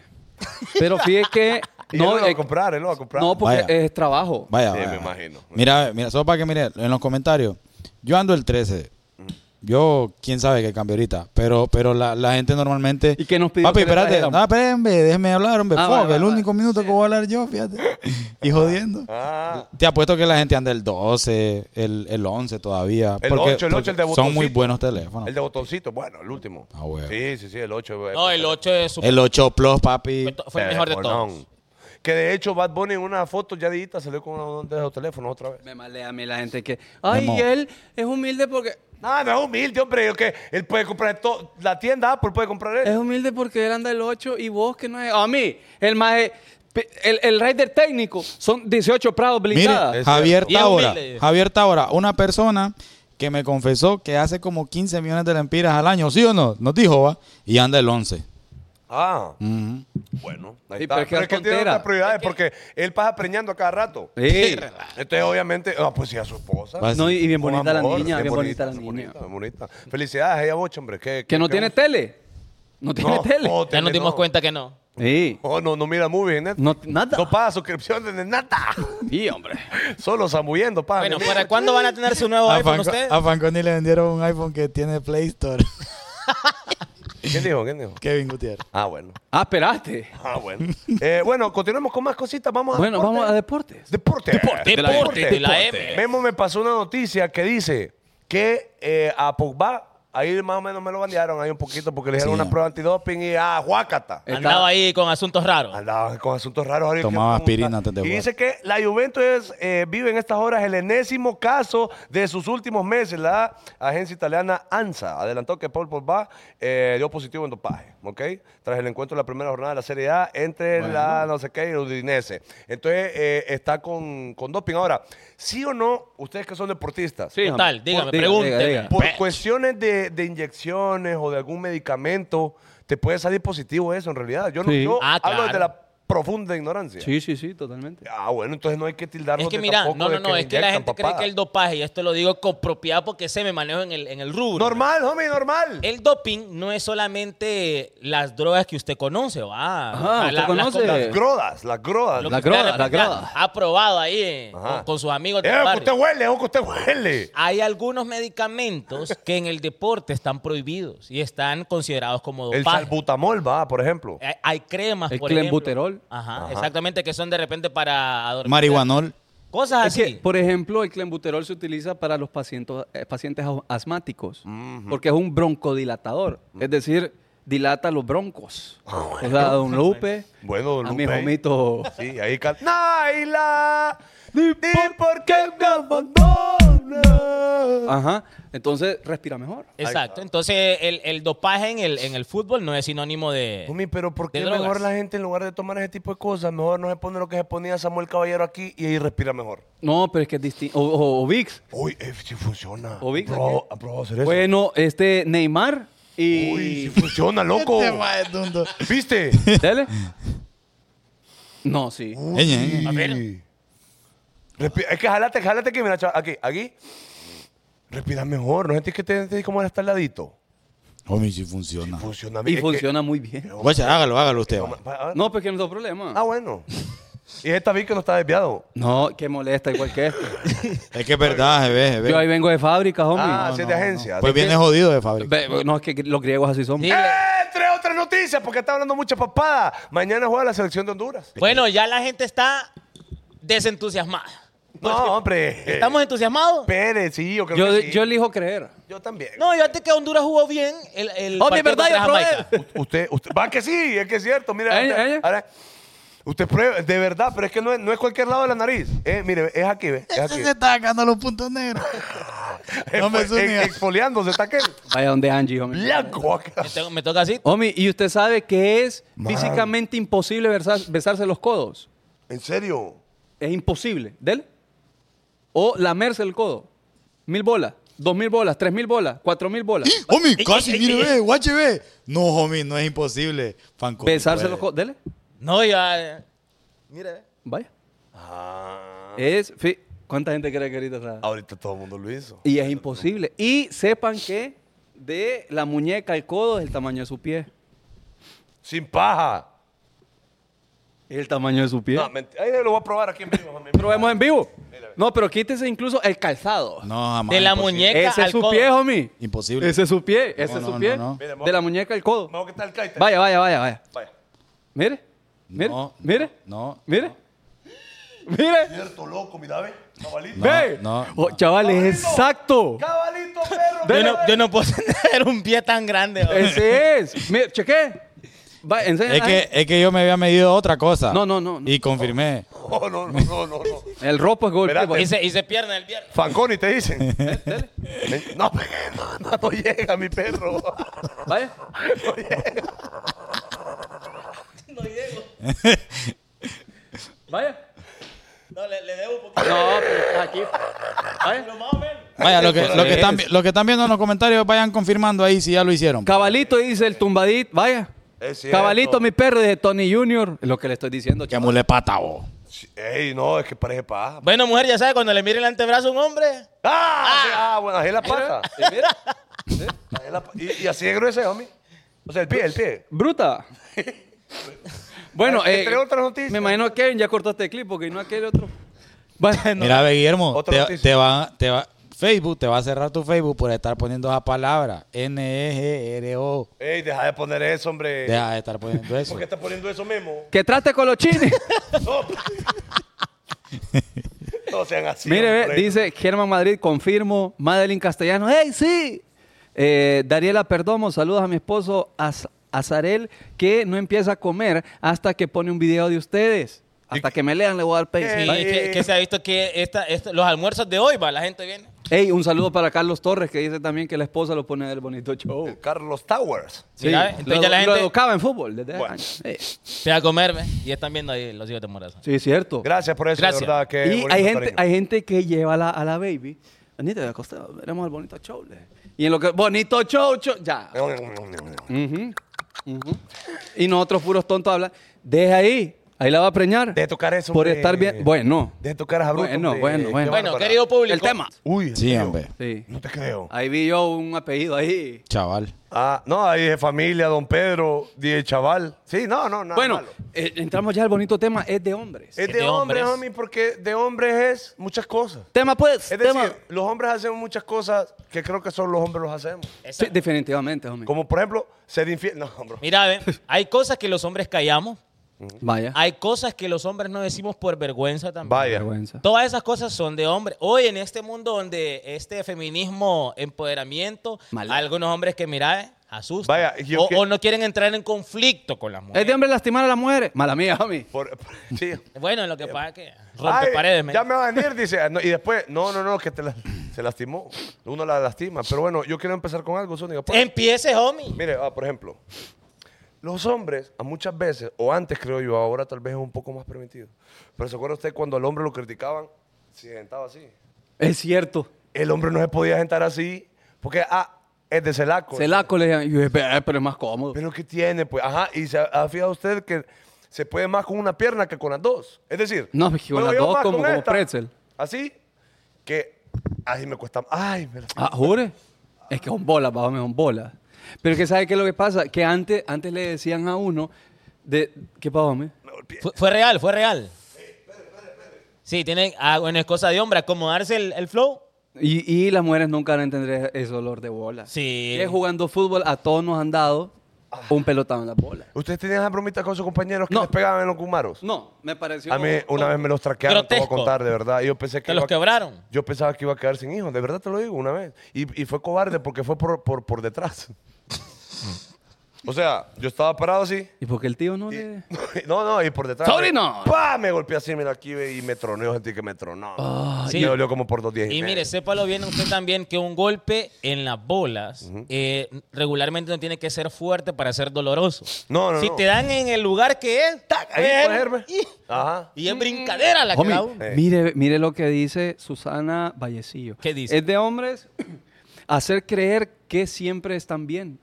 Pero fíjate que. Y él lo va eh, a comprar, él lo va a comprar. no, porque Vaya. es trabajo. Vaya, Sí, vaya, me vaya. imagino. Mira, mira, solo para que mire en los comentarios. Yo ando el 13. Mm. Yo, quién sabe qué cambio ahorita. Pero, pero la, la gente normalmente. ¿Y qué nos pidió Papi, que le espérate. trajéramos? No, espérate, hombre, déjeme hablar, hombre. Ah, fuck, vaya, vaya, el vaya. único minuto que voy a hablar yo, fíjate. Y jodiendo. Ah, Te apuesto que la gente anda el 12, el, el 11 todavía. El porque, 8, el 8, el de porque Son muy botoncito. buenos teléfonos. el de botoncito. Bueno, el último. Ah, bueno. Sí, sí, sí, el eh, 8. No, el 8 es su... El 8 Plus, papi. fue- fue el mejor de todos. Que de hecho, Bad Bunny en una foto ya dita salió con uno de esos teléfonos otra vez. Me malea a mí la gente que. Ay, Memo. él es humilde porque. Ah, no es humilde, hombre. es que él puede comprar todo. La tienda Apple puede comprar él. Es humilde porque él anda el 8 y vos que no es. A mí, el más. El, el rider técnico son 18 prados Mire, blindadas. Es Javier cierto. Y es Tábora. humilde. Javier Tábora, una persona que me confesó que hace como 15 millones de lempiras al año, ¿sí o no? Nos dijo, va. Y anda el 11. Ah. Bueno, ahí Sí, está. pero es que Pero es es que tiene tontera. otras prioridades porque él pasa preñando a cada rato. Sí. Entonces, obviamente, ah, pues sí, a su esposa. Vas- No, y, y bien Con bonita la Oh, amor, niña, bien bonita, la bien niña. bonita, bonita. Felicidades a ella, bocha, hombre. Que, Que no tiene tele. No tiene tele. Ya nos dimos cuenta que no. Sí. Oh, no, no mira movies, net. No, nada. No paga suscripciones de nada. Sí, hombre. Solo zambullendo, paga. Bueno, ¿para cuándo van a tener su nuevo A, iPhone Fanco- ustedes? a Fanconi le vendieron un iPhone que tiene Play Store. ¿Quién dijo? ¿Quién dijo? Kevin Gutiérrez. Ah, bueno. Ah, esperaste. Ah, bueno. Eh, bueno, continuemos con más cositas. Vamos a Bueno, deporte. vamos a deportes. Deporte. Deporte, deporte, de la M. Memo me pasó una noticia que dice que eh, a Pogba, ahí más o menos me lo bandearon ahí un poquito porque le hicieron Sí. una prueba antidoping y a Huacata. Está- Andaba ahí con asuntos raros. Andaba con asuntos raros. ahora Tomaba yo quiero aspirina antes de Y jugar. dice que la Juventus es, eh, vive en estas horas el enésimo caso de sus últimos meses. La agencia italiana ANSA adelantó que Paul Pogba eh, dio positivo en dopaje, ¿ok? Tras el encuentro de la primera jornada de la Serie A entre la no sé qué y el Udinese. Entonces, eh, está con, con doping. Ahora, ¿sí o no, ustedes que son deportistas? Sí, ¿Qué tal? Dígame, Diga, pregúnteme. diga, diga. Por Pe- cuestiones de, de inyecciones o de algún medicamento, te puede salir positivo eso en realidad. Yo no Sí. yo Ah, hablo claro. desde la profunda ignorancia. Sí, sí, sí, totalmente. Ah, bueno, entonces no hay que tildarnos Es que de mira, tampoco no, de no, no, es que la inyectan gente cree papadas. que el dopaje, y esto lo digo con propiedad porque se me manejo en el, en el rubro. Normal, homie, normal. El doping no es solamente las drogas que usted conoce, va. Ajá, Ah, usted la- las conoce. cosas- Las grodas, las grodas. lo La que usted de groda, la repente groda. Ha probado ahí eh, Ajá. con, con sus amigos Eh, del que barrio. usted huele, ojo, que usted huele. Hay algunos medicamentos que en el deporte están prohibidos y están considerados como El dopaje. salbutamol, va, por ejemplo. Hay, hay cremas, El por ejemplo. clenbuterol. Ajá, exactamente, que son de repente para adormecer. Marihuanol. Cosas Es así. que, por ejemplo, el clenbuterol se utiliza para los pacientes, eh, pacientes au- asmáticos, porque es un broncodilatador, es decir, dilata los broncos. O sea, don Lupe, Bueno, don a mi Lupe. jomito. Sí, ahí canta. Naila, ni por qué me abandonas. Ajá, entonces respira mejor. Exacto. Entonces, el, el dopaje en el, en el fútbol no es sinónimo de. Homie, pero ¿por Eh, de qué drogas. mejor la gente en lugar de tomar ese tipo de cosas, mejor no se pone lo que se ponía Samuel Caballero aquí y ahí respira mejor? No, pero es que es distinto. O, o- o Vicks. Uy, eh, sí funciona. ¿O Vicks Ha probado- ha probado hacer eso. Bueno, este Neymar y... Uy, sí funciona, loco. Este mae, dundo. ¿Viste? ¿Dele? No, sí. Ñe, Ñe, Ñe. A ver. Respi- es que jálate, jálate aquí, mira, chaval. Aquí, aquí. Respira mejor, no sentís que te sentís como estar al ladito. Homie, sí funciona. Funciona Y es que- funciona muy bien. Guacha, Pues, hágalo, hágalo usted. va. Ah, No, porque no tengo problema. Ah, bueno. Y esta vi que no está desviado. No, que molesta igual que esto. Es que es verdad, jefe, jefe. Yo ahí vengo de fábrica, homie. ah, sí, es de agencia. Pues viene jodido de fábrica. Ve- No, es que los griegos así son. Sí, ¡Eh! le- Entre otras noticias, porque está hablando mucha papada. Mañana juega la selección de Honduras. Bueno, ya la gente está desentusiasmada. No, hombre. ¿Estamos entusiasmados? Pérez, sí, yo creo Yo, que sí. yo elijo creer. Yo también. No, yo antes que Honduras jugó bien el, el Oh, de partido verdad, yo contra probé. Jamaica. U- Usted, usted, va que sí, es que es cierto. Mira, Ella, ahora- ella. ahora- Usted prueba, de verdad, pero es que no es, no es cualquier lado de la nariz. Eh, mire, es aquí, ve. Es aquí. Se está sacando los puntos negros. No me Expo- suena. ex- Exfoliándose, está aquel Vaya donde Angie, homie. blanco acá. Me, to- me toca así. Homie, ¿y usted sabe que es Man. físicamente imposible besar- besarse los codos? ¿En serio? Es imposible. ¿Del? O lamerse el codo. Mil bolas, dos mil bolas, tres mil bolas, cuatro mil bolas. Homie, casi, mire, ve, guache, ve. No, homie, no es imposible. Fanco. Besarse puede. los codos. ¿Dele? No, ya. Mira. Vaya. Ah, Es. fi- ¿Cuánta gente cree que ahorita está? ahorita todo el mundo lo hizo. Y es imposible. Y sepan que de la muñeca al codo es el tamaño de su pie. Sin paja. Es el tamaño de su pie. No, mentira. Ahí lo voy a probar aquí en vivo. homie. Probemos en vivo. No, pero quítese incluso el calzado. No, jamás. De la imposible. muñeca Ese al es su codo. pie, homie. Imposible. Ese es su pie, ese No, es no, su no, pie. no. Mira, vos- De la muñeca al codo. Me voy a quitar el caite. Vaya, vaya, vaya, vaya. Vaya. Mire, mire, No, mire, no, mire, mire. Cierto, loco, mira, ve. Cabalito. Ve. no, no. Oh, chavales, exacto. Cabalito, perro. Yo mira, no, ve. yo no puedo tener un pie tan grande. hombre. Ese es. Mire, cheque. Va, enseña. Es que, es que yo me había medido otra cosa. No, no, no, no. Y confirmé. Oh, no, no, no, no, no. El ropo es golpe. Espérate. pues. Y se, y se pierde el viernes. Fanconi te dicen. no, no, no, no llega mi perro. Vaya. No llega. Vaya. No, le, le debo un poquito. No, pero aquí. Vaya. Más o menos. Vaya, lo que, lo, que están, vi- lo que están viendo en los comentarios, vayan confirmando ahí si ya lo hicieron. Cabalito dice el tumbadito. Vaya. Es cierto. Cabalito, mi perro, de Tony Junior. Lo que le estoy diciendo, Que chaval. mule pata, vos. Sí, Ey, no, es que parece paja. Bueno, mujer, ya sabe, cuando le mire el antebrazo a un hombre. ¡Ah! sí, ah, bueno, así es la pata. Eh, mira. Así es la pa- y, y así es grueso, homie. O sea, el pie, el pie. Bruta. Bueno, eh, Entre otras noticias. me imagino que Kevin ya cortó este clip porque no aquel otro. Bueno, Mira, ve, Guillermo, Otra te, noticia. te va, te va, Facebook te va a cerrar tu Facebook por estar poniendo esa palabra. E N-E-G-R-O. Ey, deja de poner eso, hombre. Deja de estar poniendo eso. ¿Por qué estás poniendo eso mismo? que trate con los chines. No. no sean así. Mire, ve, hombre. dice Germán Madrid, confirmo. Madeline Castellano, ¡hey, sí! Eh, Dariela Perdomo, saludos a mi esposo Az- Azarel, que no empieza a comer hasta que pone un video de ustedes. Hasta que me lean, le voy a dar pay. ¿Qué? Y Vaya. que, que se ha visto que esta, esto- los almuerzos de hoy, va, la gente viene. Ey, un saludo para Carlos Torres, que dice también que la esposa lo pone a ver bonito show. Carlos Towers. Sí, Eh, Mira, entonces lo, ya la lo gente- educaba en fútbol desde hace Bueno. años. Ey. Se va a comer, ve, y están viendo ahí los hijos de Moraza. Sí, es cierto. Gracias por eso, Gracias. de verdad. Que y hay gente, hay gente que lleva a la, a la baby. Anita, de Acosta, veremos el bonito show. le. Y en lo que. Bonito show, show. Ya. Ujú, ujú. Y nosotros, puros tontos, hablan. Deja ahí. Ahí la va a preñar. De tocar eso. Por hombre. estar bien. Bueno. De tocar a Bruto. Bueno, hombre. bueno, Qué bueno. bárbara. Bueno, querido público. El tema. Uy, Sí, tío, hombre. Sí. No te creo. Ahí vi yo un apellido ahí. Chaval. Ah, no, ahí es familia, don Pedro, DJ Chaval. Sí, no, no, no. bueno, eh, entramos ya al bonito tema. Es de hombres. Es Es de, de hombres, hombres. homie, porque de hombres es muchas cosas. tema, pues. Es decir, tema. los hombres hacemos muchas cosas que creo que solo los hombres los hacemos. Sí, definitivamente, hombre. Como por ejemplo, ser infiel. No, bro. Mira, ve, hay cosas que los hombres callamos, Vaya. hay cosas que los hombres no decimos por vergüenza también. Vaya. Vergüenza. Todas esas cosas son de hombres. Hoy en este mundo donde este feminismo, empoderamiento, Mal. algunos hombres que mira, eh, asustan. Vaya, yo o, que- o no quieren entrar en conflicto con las Es mujeres. de hombres lastimar a la mujer. Mala mía, homie. Por- por- sí. Bueno, lo que pasa es que rompe Eh, Ay, paredes. men. ya me va a venir, dice. Ah, no, y después, no, no, no, que te la- se lastimó. Uno la lastima. Pero bueno, yo quiero empezar con algo, Pues, Zúñiga. Por- Empiece, homie. Mire, ah, por ejemplo, los hombres, a muchas veces, o antes creo yo, ahora tal vez es un poco más permitido. Pero ¿se acuerda usted cuando al hombre lo criticaban? Se sentaba así. Es cierto. El hombre no se podía sentar así porque, ah, es de celaco. Celaco le llaman. Y yo, "Ve, Pero es más cómodo. Pero ¿qué tiene? Pues, ajá, y se ha- ha fijado usted que se puede más con una pierna que con las dos. Es decir, No, es que con puedo las yo dos más como- con como esta, pretzel. Así que, ay, me cuesta. Ay, me lastima. Ah, ¿jure? Es que son bolas, bajo son bolas. Pero que sabe qué es lo que pasa, que antes, antes le decían a uno de ¿qué pasó, me? Fue, fue real, fue real. Eh, Sí, tiene, ah, bueno, es cosa de hombre, acomodarse el, el flow. Y, y las mujeres nunca van a entender ese dolor de bola. Sí. Que jugando fútbol a todos nos han dado un pelotado en las bolas. ¿Ustedes tenían esa bromita con sus compañeros que No. les pegaban en los gumaros? No, me pareció. A mí una vez me los traquearon, te voy a Grotesco. contar, de verdad. y Yo pensé que Te los iba a- quebraron. Yo pensaba que iba a quedar sin hijos, de verdad te lo digo, una vez. Y, y fue cobarde porque fue por, por, por detrás. O sea, yo estaba parado así. ¿Y por qué el tío no y- le.? no, no, y por detrás. ¡Sobrino! ¡Pah! Me golpeé así, mira aquí ve, y me tronó, sentí que me tronó. Sí. Me dolió como por dos días. Y medio. mire, sépalo bien usted también que un golpe en las bolas eh, regularmente no tiene que ser fuerte para ser doloroso. No, no, Si no. te dan en el lugar que es, tac, Ahí pues. ven, cogerme. y, Ajá. y Mm. es brincadera la que Homie, da uno. Eh. mire, mire lo que dice Susana Vallecillo. ¿Qué dice? Es de hombres hacer creer que siempre están bien.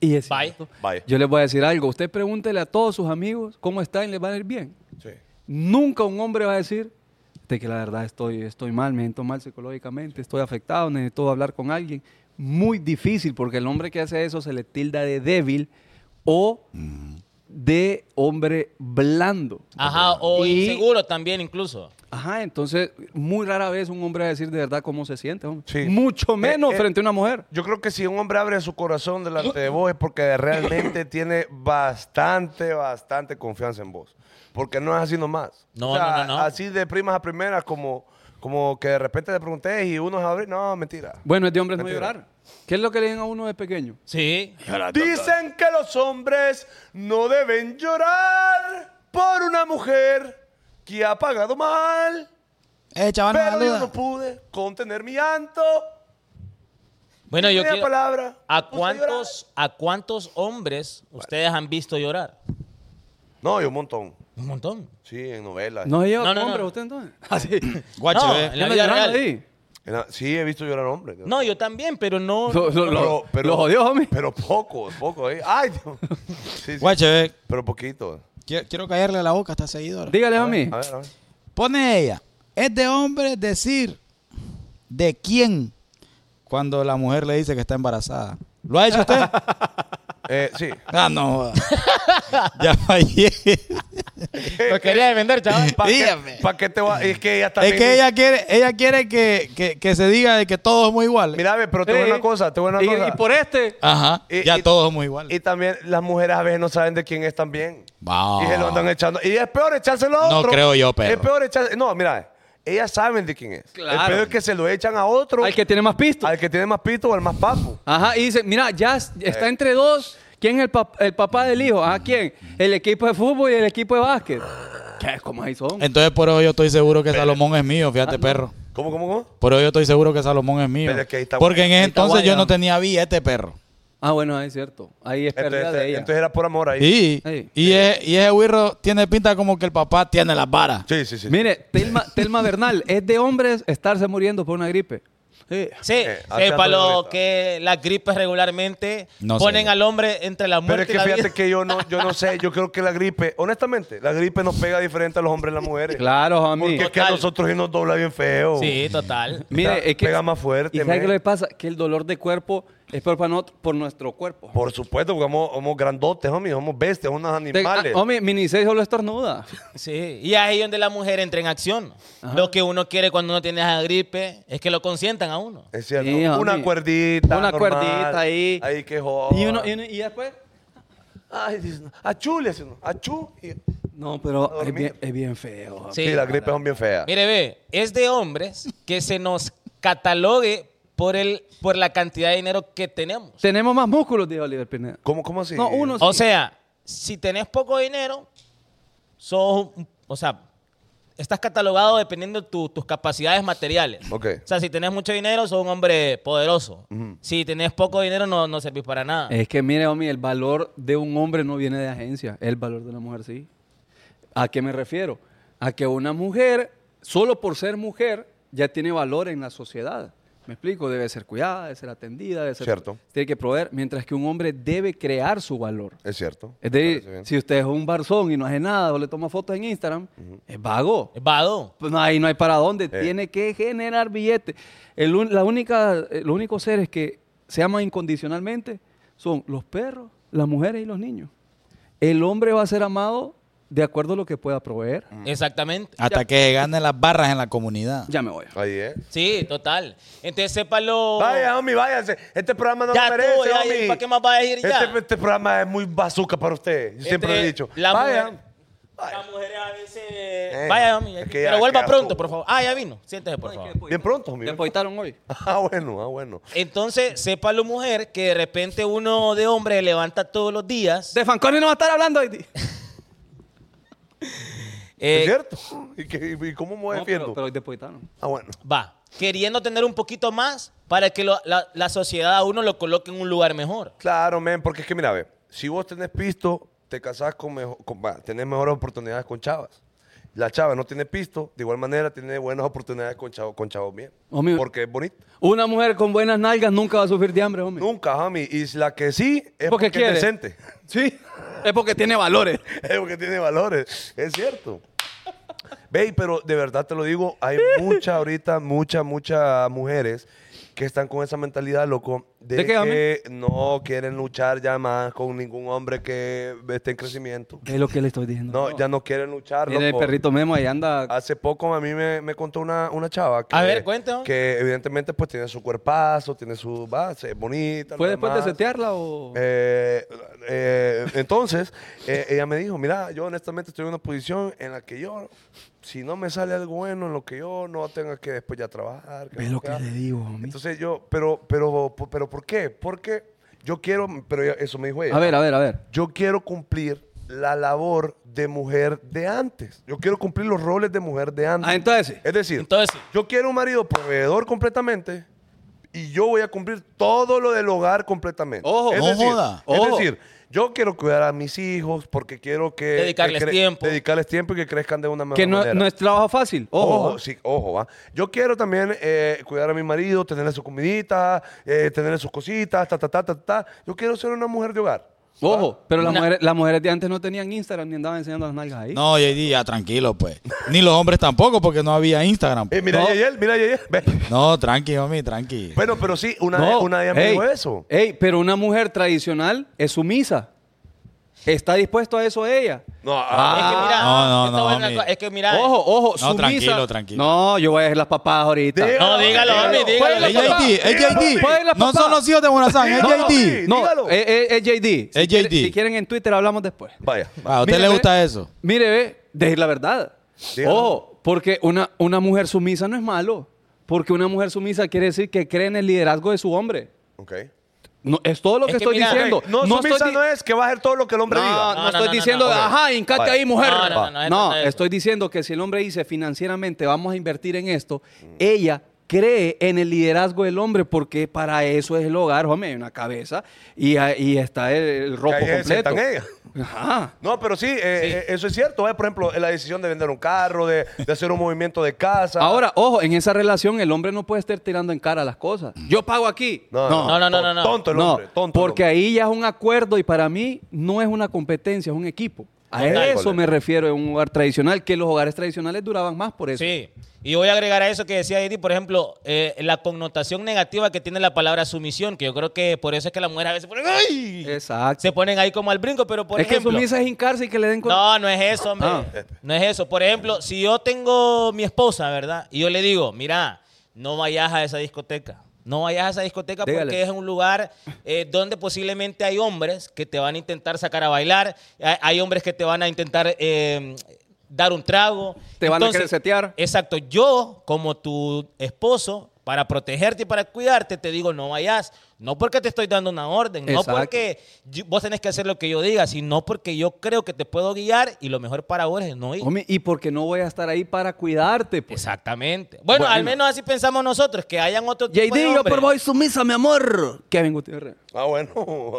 Y es Bye. cierto. Bye. Yo les voy a decir algo. Usted pregúntele a todos sus amigos cómo están y les va a ir bien. Sí. Nunca un hombre va a decir de que la verdad estoy, estoy mal, me siento mal psicológicamente, estoy afectado, necesito hablar con alguien. Muy difícil porque el hombre que hace eso se le tilda de débil o de hombre blando. Ajá, o Y- inseguro también incluso. Ajá, entonces muy rara vez un hombre va a decir de verdad cómo se siente. hombre. Sí. Mucho menos eh. frente a una mujer. Yo creo que si un hombre abre su corazón delante de vos es porque realmente tiene bastante, bastante confianza en vos. Porque no es así nomás. No, no, no, no. Así de primas a primeras, como, como que de repente le pregunté y uno es abrir. No, mentira. Bueno, es de hombres no Mentira. llorar. ¿Qué es lo que le dicen a uno de pequeño? Sí. Dicen que los hombres no deben llorar por una mujer que ha pagado mal. Eh, Ah, chaval, no pero yo saluda. no pude contener mi llanto. Bueno, yo Media quiero... palabra. Me ¿A puse llorar. cuántos, ¿A cuántos hombres ustedes han visto llorar? No, y un montón. Un montón. Sí, en novelas. No se lleva No, con no, hombres no. usted entonces. Así. Guacho, No, eh, ya en la me vida lloraron real. ahí. En la- sí, he visto llorar hombres. No, yo también, pero no. Lo, lo- lo- lo jodió, homie. Pero poco, poco. ¿eh? Ay, Dios. Sí, sí, Guache, ve, pero poquito. Quiero, eh, quiero callarle la boca a esta seguidora. Dígale a mí. A ver, a ver. Pone ella. Es de hombre decir de quién cuando la mujer le dice que está embarazada. ¿Lo ha hecho usted? Eh, sí. ah, no. joda. ya fallé. Lo quería defender, chaval. ¿Para Dígame. qué, pa' qué te va? Es que ella es también... que ella quiere, ella quiere que, que- que se diga de que todos somos iguales. Mira, ve, pero te voy a Sí. una cosa, te voy a una Y, cosa. y por este. Ajá. Y- ya y- todos somos iguales. Y también las mujeres a veces no saben de quién es también. Va. Y se lo andan echando. Y es peor echárselo a No otro. creo yo, perro. Es peor echarse... No, mira. Ellas saben de quién es. Claro. El peor es que se lo echan a otro. Al que tiene más pisto. al que tiene más pito o al más papo. Ajá, y dice, mira, ya es- está entre dos. ¿Quién es el, pap- el papá del hijo? ¿Ah, quién? El equipo de fútbol y el equipo de básquet. ¿Qué? ¿Cómo ahí son? Entonces por hoy yo estoy seguro que Salomón es mío, fíjate, Ah, perro. ¿Cómo, cómo, cómo? Por hoy yo estoy seguro que Salomón es mío. Pero es que ahí está Porque guay, en ese ahí está entonces guay, yo no ¿no? tenía billete, perro. Ah, bueno, ahí es cierto. Ahí es Entonces, pérdida de ella. entonces era por amor ahí. Y, Sí. y, e- y ese Wirro tiene pinta como que el papá tiene las varas. Sí, sí, sí. Mire, Telma, Telma Bernal, es de hombres estarse muriendo por una gripe. Sí, Eh, sí, hace para algo de lo esto. que las gripes regularmente No ponen sé. al hombre entre la Pero muerte es que y la fíjate vida. que yo no, yo no sé, yo creo que la gripe, honestamente, la gripe nos pega diferente a los hombres y las mujeres. Claro, a mí. Porque es que a Total. nosotros sí nos dobla bien feo. Sí, total. Mire, Pega- es que. pega más fuerte, ¿Y sabes men. qué le pasa? Que el dolor de cuerpo es por, para nosotros- por nuestro cuerpo. Por supuesto, porque somos, somos grandotes, homie, somos bestias, unos Te- ah, animales. hombre, miniseis solo estornuda. Sí, y ahí es donde la mujer entra en acción. Lo que uno quiere cuando uno tiene esa gripe es que lo consientan a uno. es cierto. Sí, homie. una cuerdita. Una normal, cuerdita ahí. Ahí que joda. Y, uno, y, uno- y después. Ay, Dios, no. achú, le hace uno. Achú. Y- Sí, No, pero es dormir. bien, es bien feo. hombre. Sí. las gripes son bien feas. Mire, ve, es de hombres que se nos catalogue por, el, por la cantidad de dinero que tenemos. Tenemos más músculos, dijo Oliver Pineda. ¿Cómo, ¿Cómo así? No, uno- O sí. sea, si tenés poco dinero, sos, un- o sea, estás catalogado dependiendo de tu- tus capacidades materiales. Ok. O sea, si tenés mucho dinero, sos un hombre poderoso. Si tenés poco dinero, no, no servís para nada. Es que mire, homie, el valor de un hombre no viene de agencia, el valor de una mujer sí. ¿A qué me refiero? A que una mujer, solo por ser mujer, ya tiene valor en la sociedad. ¿Me explico? Debe ser cuidada, debe ser atendida, debe ser... Cierto. Tiene que proveer, mientras que un hombre debe crear su valor. Es cierto. Es Me decir, parece bien. si usted es un barzón y no hace nada o le toma fotos en Instagram, es vago. Vado. Pues no, ahí no hay para dónde. Eh. Tiene que generar billetes. El, un- la única, eh, los únicos seres que se aman incondicionalmente son los perros, las mujeres y los niños. El hombre va a ser amado de acuerdo a lo que pueda proveer. Mm. Exactamente. Hasta que se ganen las barras en la comunidad. Ya me voy. Ahí ¿eh? es. Sí, total. Entonces, sépalo. Vaya, homie, váyase. Este programa no lo Ya tú, merece, ya, homie. ya, ¿para qué más vas a ir ya? Este, este programa es muy bazooka para usted. Yo siempre Este, lo he dicho. la Vaya. mujer- Ay, Las mujeres a veces. Vaya, mami. es que ya Pero vuelva queda pronto, tú. por favor. Ah, ya vino. Siéntese, por favor. Bien pronto, mi Te empoitaron hoy. Ah, bueno, ah, bueno. Entonces, sépalo, mujer, que de repente uno de hombre levanta todos los días. De Fanconi no va a estar hablando hoy. eh, ¿Es cierto? ¿Y, qué- y cómo me No, defiendo? pero, pero hoy te empoitaron. Ah, bueno. va, queriendo tener un poquito más para que lo- la, la sociedad a uno lo coloque en un lugar mejor. Claro, men, porque es que mira, ve, si vos tenés pisto, te casás con mejor, con- va, tenés mejores oportunidades con chavas. La chava no tiene pisto, de igual manera tiene buenas oportunidades con chavos con chavos bien. Homie. Porque es bonito. Una mujer con buenas nalgas nunca va a sufrir de hambre, hombre. Nunca, homie. Y la que sí es Porque porque, quiere. es decente. Sí. Es porque tiene valores. Es porque tiene valores. Es cierto. Ve, pero de verdad te lo digo, hay muchas ahorita, muchas, muchas mujeres que están con esa mentalidad, loco, de, ¿De qué, que no quieren luchar ya más con ningún hombre que esté en crecimiento. Es lo que le estoy diciendo. No, ya no quieren luchar, Mira, el loco. perrito Memo ahí anda. Hace poco a mí me, me contó una, una chava que, A ver, cuéntame. que evidentemente pues tiene su cuerpazo, tiene su base, es bonita. ¿Fue lo después de demás. setearla o...? Eh, eh, entonces, eh, ella me dijo, mira, yo honestamente estoy en una posición en la que yo, si no me sale algo bueno, en lo que yo no tenga que después ya trabajar. Ve no lo que sea". le digo, homie. Entonces yo, pero, pero, pero, ¿por qué? Porque yo quiero, pero ella- eso me dijo ella. A ver, a ver, a ver. Yo quiero cumplir la labor de mujer de antes. Yo quiero cumplir los roles de mujer de antes. Ah, entonces. Es decir, Entonces, sí. yo quiero un marido proveedor completamente y yo voy a cumplir todo lo del hogar completamente. Ojo, es no decir, joda. Es Ojo. decir, yo quiero cuidar a mis hijos porque quiero que... Dedicarles que cre- tiempo. Dedicarles tiempo y que crezcan de una mejor Que no, manera. no es trabajo fácil. Ojo. Ojo, sí, ojo, va. Yo quiero también eh, cuidar a mi marido, tenerle su comidita, eh, tenerle sus cositas, ta, ta, ta, ta, ta. Yo quiero ser una mujer de hogar. Ojo, pero las Una- mujeres, las mujeres de antes no tenían Instagram ni andaban enseñando las nalgas ahí. No, JD, ya tranquilo, pues. Ni los hombres tampoco, porque no había Instagram. Eh, mira, No. Yayel, mira, Yayel. Ve. No, tranqui, homie, tranqui. Bueno, pero sí, una, No, de- una de ellas me ey, dijo eso. Ey, pero una mujer tradicional es sumisa. ¿Está dispuesto a eso ella? No, ah. es Ah. Ah, que mira, no, no, esta no, buena homie. cosa- es que mira, Ojo, ojo, No, sumisa. tranquilo, tranquilo. No, yo voy a hacer las papadas ahorita. Dígalo, No, dígalo, homie, dígalo. Es Dígalo, papá. JD, es Dígalo, papá. JD. No son los hijos de Morazán, es No, JD. homie. No, dígalo. es es JD. Si Es quiere- JD. Si quieren en Twitter hablamos después. Vaya. Ah, ¿A usted Mire, le ve, gusta eso? Mire, ve, decir la verdad. Dígalo. Ojo, porque una, una mujer sumisa no es malo. Porque una mujer sumisa quiere decir que cree en el liderazgo de su hombre. Ok. No, es todo lo Es que, que estoy mira, diciendo. No, estoy sumisa di- no es que va a hacer todo lo que el hombre no, diga. no No, no, estoy no, diciendo, no, no. ajá, hincate Vale. ahí, mujer. No, no, no, no, esto no es eso. estoy diciendo que si el hombre dice financieramente vamos a invertir en esto, ella cree en el liderazgo del hombre porque para eso es el hogar, hombre, hay una cabeza y, ahí está el, el ropo ahí se completo. sientan ellas. Ajá. No, pero sí, eh, eh, eso es cierto. ¿eh? Por ejemplo, eh, la decisión de vender un carro, de, de hacer un movimiento de casa. Ahora, ojo, en esa relación el hombre no puede estar tirando en cara las cosas. Yo pago aquí. No, No, no, no, no, no. Tonto el No, hombre. Tonto el porque hombre. ahí ya es un acuerdo y para mí no es una competencia, es un equipo. A Total. eso me refiero en un hogar tradicional, que los hogares tradicionales duraban más por eso. Sí, y voy a agregar a eso que decía Didi, por ejemplo, eh, la connotación negativa que tiene la palabra sumisión, que yo creo que por eso es que las mujeres a veces ponen, ¡ay! Exacto. se ponen ahí como al brinco, pero por es ejemplo... que sumisa es hincarse y que le den con- No, no es eso, hombre. Ah. No es eso. Por ejemplo, si yo tengo mi esposa, ¿verdad? Y yo le digo, mira, no vayas a esa discoteca. No vayas a esa discoteca Dígale. porque es un lugar eh, donde posiblemente hay hombres que te van a intentar sacar a bailar, hay, hay hombres que te van a intentar eh, dar un trago. Te van a querer setear. Exacto. Yo, como tu esposo, para protegerte y para cuidarte, te digo, no vayas. No porque te estoy dando una orden, Exacto. no porque yo- vos tenés que hacer lo que yo diga, sino porque yo creo que te puedo guiar y lo mejor para vos es no ir. Homie, y porque no voy a estar ahí para cuidarte. Pues. Exactamente. Bueno, al menos así pensamos nosotros, que hayan otro tipo de JD, yo hombres, por voy sumisa, mi amor. Kevin Gutiérrez. Ah, bueno.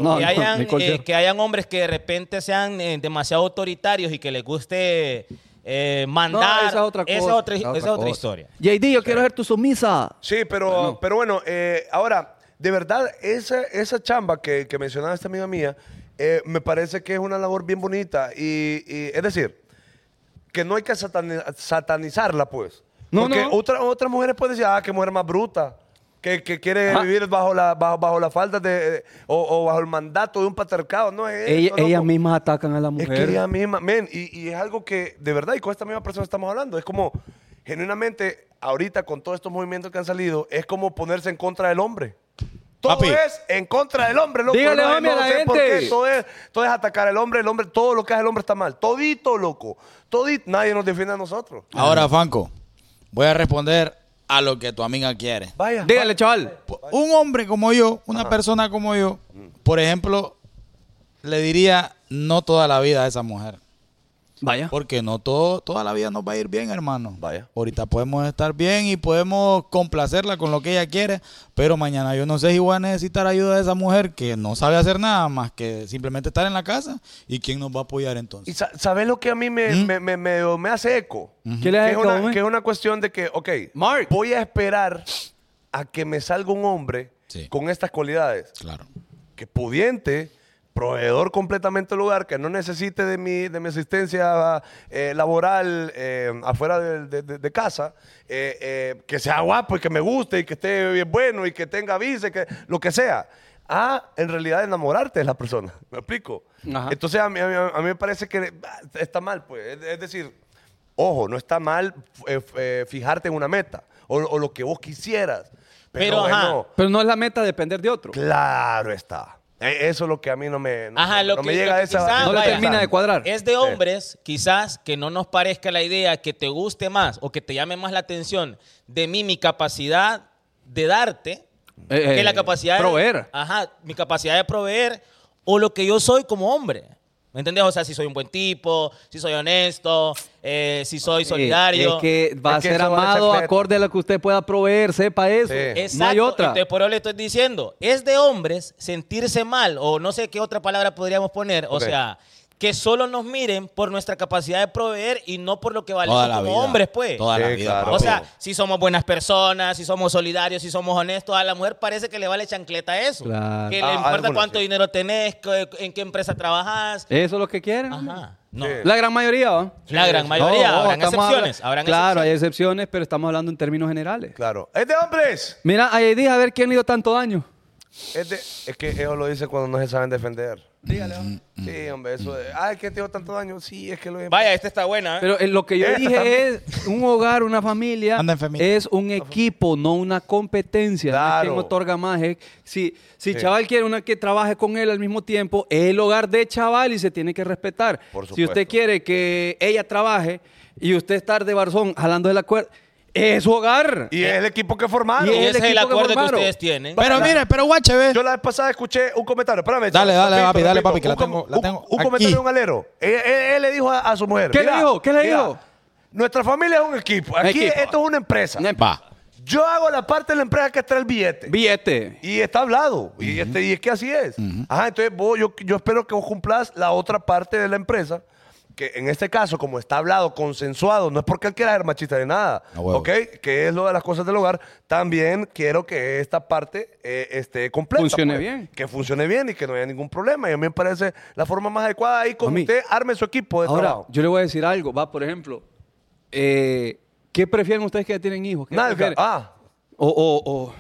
No, que, hayan, Nicole eh, Scherz. que hayan hombres que de repente sean eh, demasiado autoritarios y que les guste eh, mandar. No, esa es otra cosa. Esa es otra, esa esa es otra historia. JD, yo quiero ser tu sumisa. Sí, pero bueno, pero bueno eh, ahora, de verdad, esa, esa chamba que, que mencionaba esta amiga mía, eh, me parece que es una labor bien bonita. Y, y- es decir, que no hay que satani- satanizarla, pues. No, Porque no. otra- otras mujeres pueden decir, ah, qué mujer más bruta. Que, que quiere Ajá. vivir bajo la, bajo, bajo la falda de, eh, o, o bajo el mandato de un patriarcado. No, es Ella- eso, loco. ellas mismas atacan a la mujer. Es que ella misma, men, y, y es algo que de verdad, y con esta misma persona estamos hablando, es como, genuinamente, ahorita con todos estos movimientos que han salido, es como ponerse en contra del hombre. Todo Papi. es en contra del hombre, loco. Dígale, no, hombre, a no la sé por gente. qué. Todo es, todo es atacar al hombre, el hombre, todo lo que hace el hombre está mal. Todito, loco. Todito, nadie nos defiende a nosotros. Ahora, Fanco, voy a responder a lo que tu amiga quiere. Vaya. Dígale, chaval. Un hombre como yo, una persona como yo, Mm. por ejemplo, le diría no toda la vida a esa mujer. Vaya. Porque no todo, toda la vida nos va a ir bien, hermano. Vaya. Ahorita podemos estar bien y podemos complacerla con lo que ella quiere, pero mañana yo no sé si voy a necesitar ayuda de esa mujer que no sabe hacer nada más que simplemente estar en la casa y quién nos va a apoyar ¿Y entonces. ¿Mm? sa- sabes lo que a mí me, me, me, me- me hace eco? ¿Qué le que, hace es eco, una, hombre? que es una cuestión de que, ok, Mark. voy a esperar a que me salga un hombre Sí. con estas cualidades. Claro. que pudiente, proveedor completamente del hogar, que no necesite de mi, de mi asistencia eh, laboral eh, afuera de, de- de- de casa, eh, eh, que sea guapo y que me guste y que esté bien bueno y que tenga visa, y que lo que sea. Ah, en realidad enamorarte de la persona, ¿me explico? Ajá. Entonces a mí, a mí- a mí me parece que bah, está mal, pues. Es, es decir, ojo, no está mal eh, f- eh, fijarte en una meta o, o lo que vos quisieras. Pero, Pero, ajá. bueno, Pero no es la meta depender de otro. Claro está. E- Eso es lo que a mí no me, no, Ajá, no- lo no que- me lo llega que a esa. quizás esa- No le vaya. termina de cuadrar. Es de hombres, quizás, que no nos parezca la idea que te guste más o que te llame más la atención de mí mi capacidad de darte Eh, que eh, la capacidad de- proveer. ajá, mi capacidad de proveer o lo que yo soy como hombre. ¿Me entendés? O sea, si soy un buen tipo, si soy honesto, eh, si soy solidario. Eh, Es que va Es a que ser eso vale amado secreto. acorde a lo que usted pueda proveer, sepa eso. Sí. Exacto. No hay otra. Entonces, por eso le estoy diciendo, es de hombres sentirse mal, o no sé qué otra palabra podríamos poner, o Ok. sea, que solo nos miren por nuestra capacidad de proveer y no por lo que valemos Toda la como vida. hombres, pues. Toda la Sí, vida. claro. papi. o sea, si somos buenas personas, si somos solidarios, si somos honestos, a la mujer parece que le vale chancleta eso. Claro. Que Ah, le importa algunos, cuánto sí. dinero tenés, que- en qué empresa trabajas. Eso es lo que quieren. hombre. Ajá. No. Sí. La gran mayoría, ¿va? La gran mayoría. No, no, habrán estamos excepciones. habla- habrán claro, hay excepciones. excepciones, pero estamos hablando en términos generales. Claro. Es de hombres. Mira, ahí dije a ver quién le dio tanto daño. Es, de- es que ellos lo dicen cuando no se saben defender. Dígale. Mm, hombre. Sí, hombre, eso de, Ay, que te dio tanto daño. Sí, es que lo Vaya, esta está buena. ¿eh? Pero eh, lo que yo Esta dije es un hogar, una familia, Anda enfermita. es un equipo, no una competencia. No es Claro. quien otorga más. es- si si Chaval quiere una que trabaje con él al mismo tiempo, es el hogar de Chaval y se tiene que respetar. Por si usted supuesto. quiere que ella trabaje y usted estar de barzón jalando de la cuerda, es su hogar. Y es el equipo que formaron. Y Y ese es el equipo que acuerdo que formaron. ustedes tienen. Pero la- mire, pero guache, ve. Yo la vez pasada escuché un comentario. Espérame. Dale, dale, rapidito, papi, dale, rapidito. papi, que la Un com- tengo- la un- tengo Un, comentario aquí. de un alero. Él, él- él le dijo a, a su mujer. ¿Qué le dijo? ¿Qué le mira, dijo? Nuestra familia es un equipo. Aquí Equipo. esto es una empresa. Va. Yo hago la parte de la empresa que trae el billete. Billete. Y está hablado. y, este, y es que así es. Ajá, entonces vos- yo, yo espero que vos cumplas la otra parte de la empresa, que en este caso, como está hablado, consensuado, no es porque él quiera ser machista de nada, A huevo. ¿ok? Que es lo de las cosas del hogar. También quiero que esta parte eh, esté completa. pues. Funcione bien. Que funcione bien y que no haya ningún problema. Y a mí me parece la forma más adecuada ahí como Mami. usted arme su equipo de Ahora, trabajo. yo le voy a decir algo. Va, por ejemplo, eh, ¿qué prefieren ustedes que ya tienen hijos? ¿Qué Nalga. prefieren? Ah, O, o- o-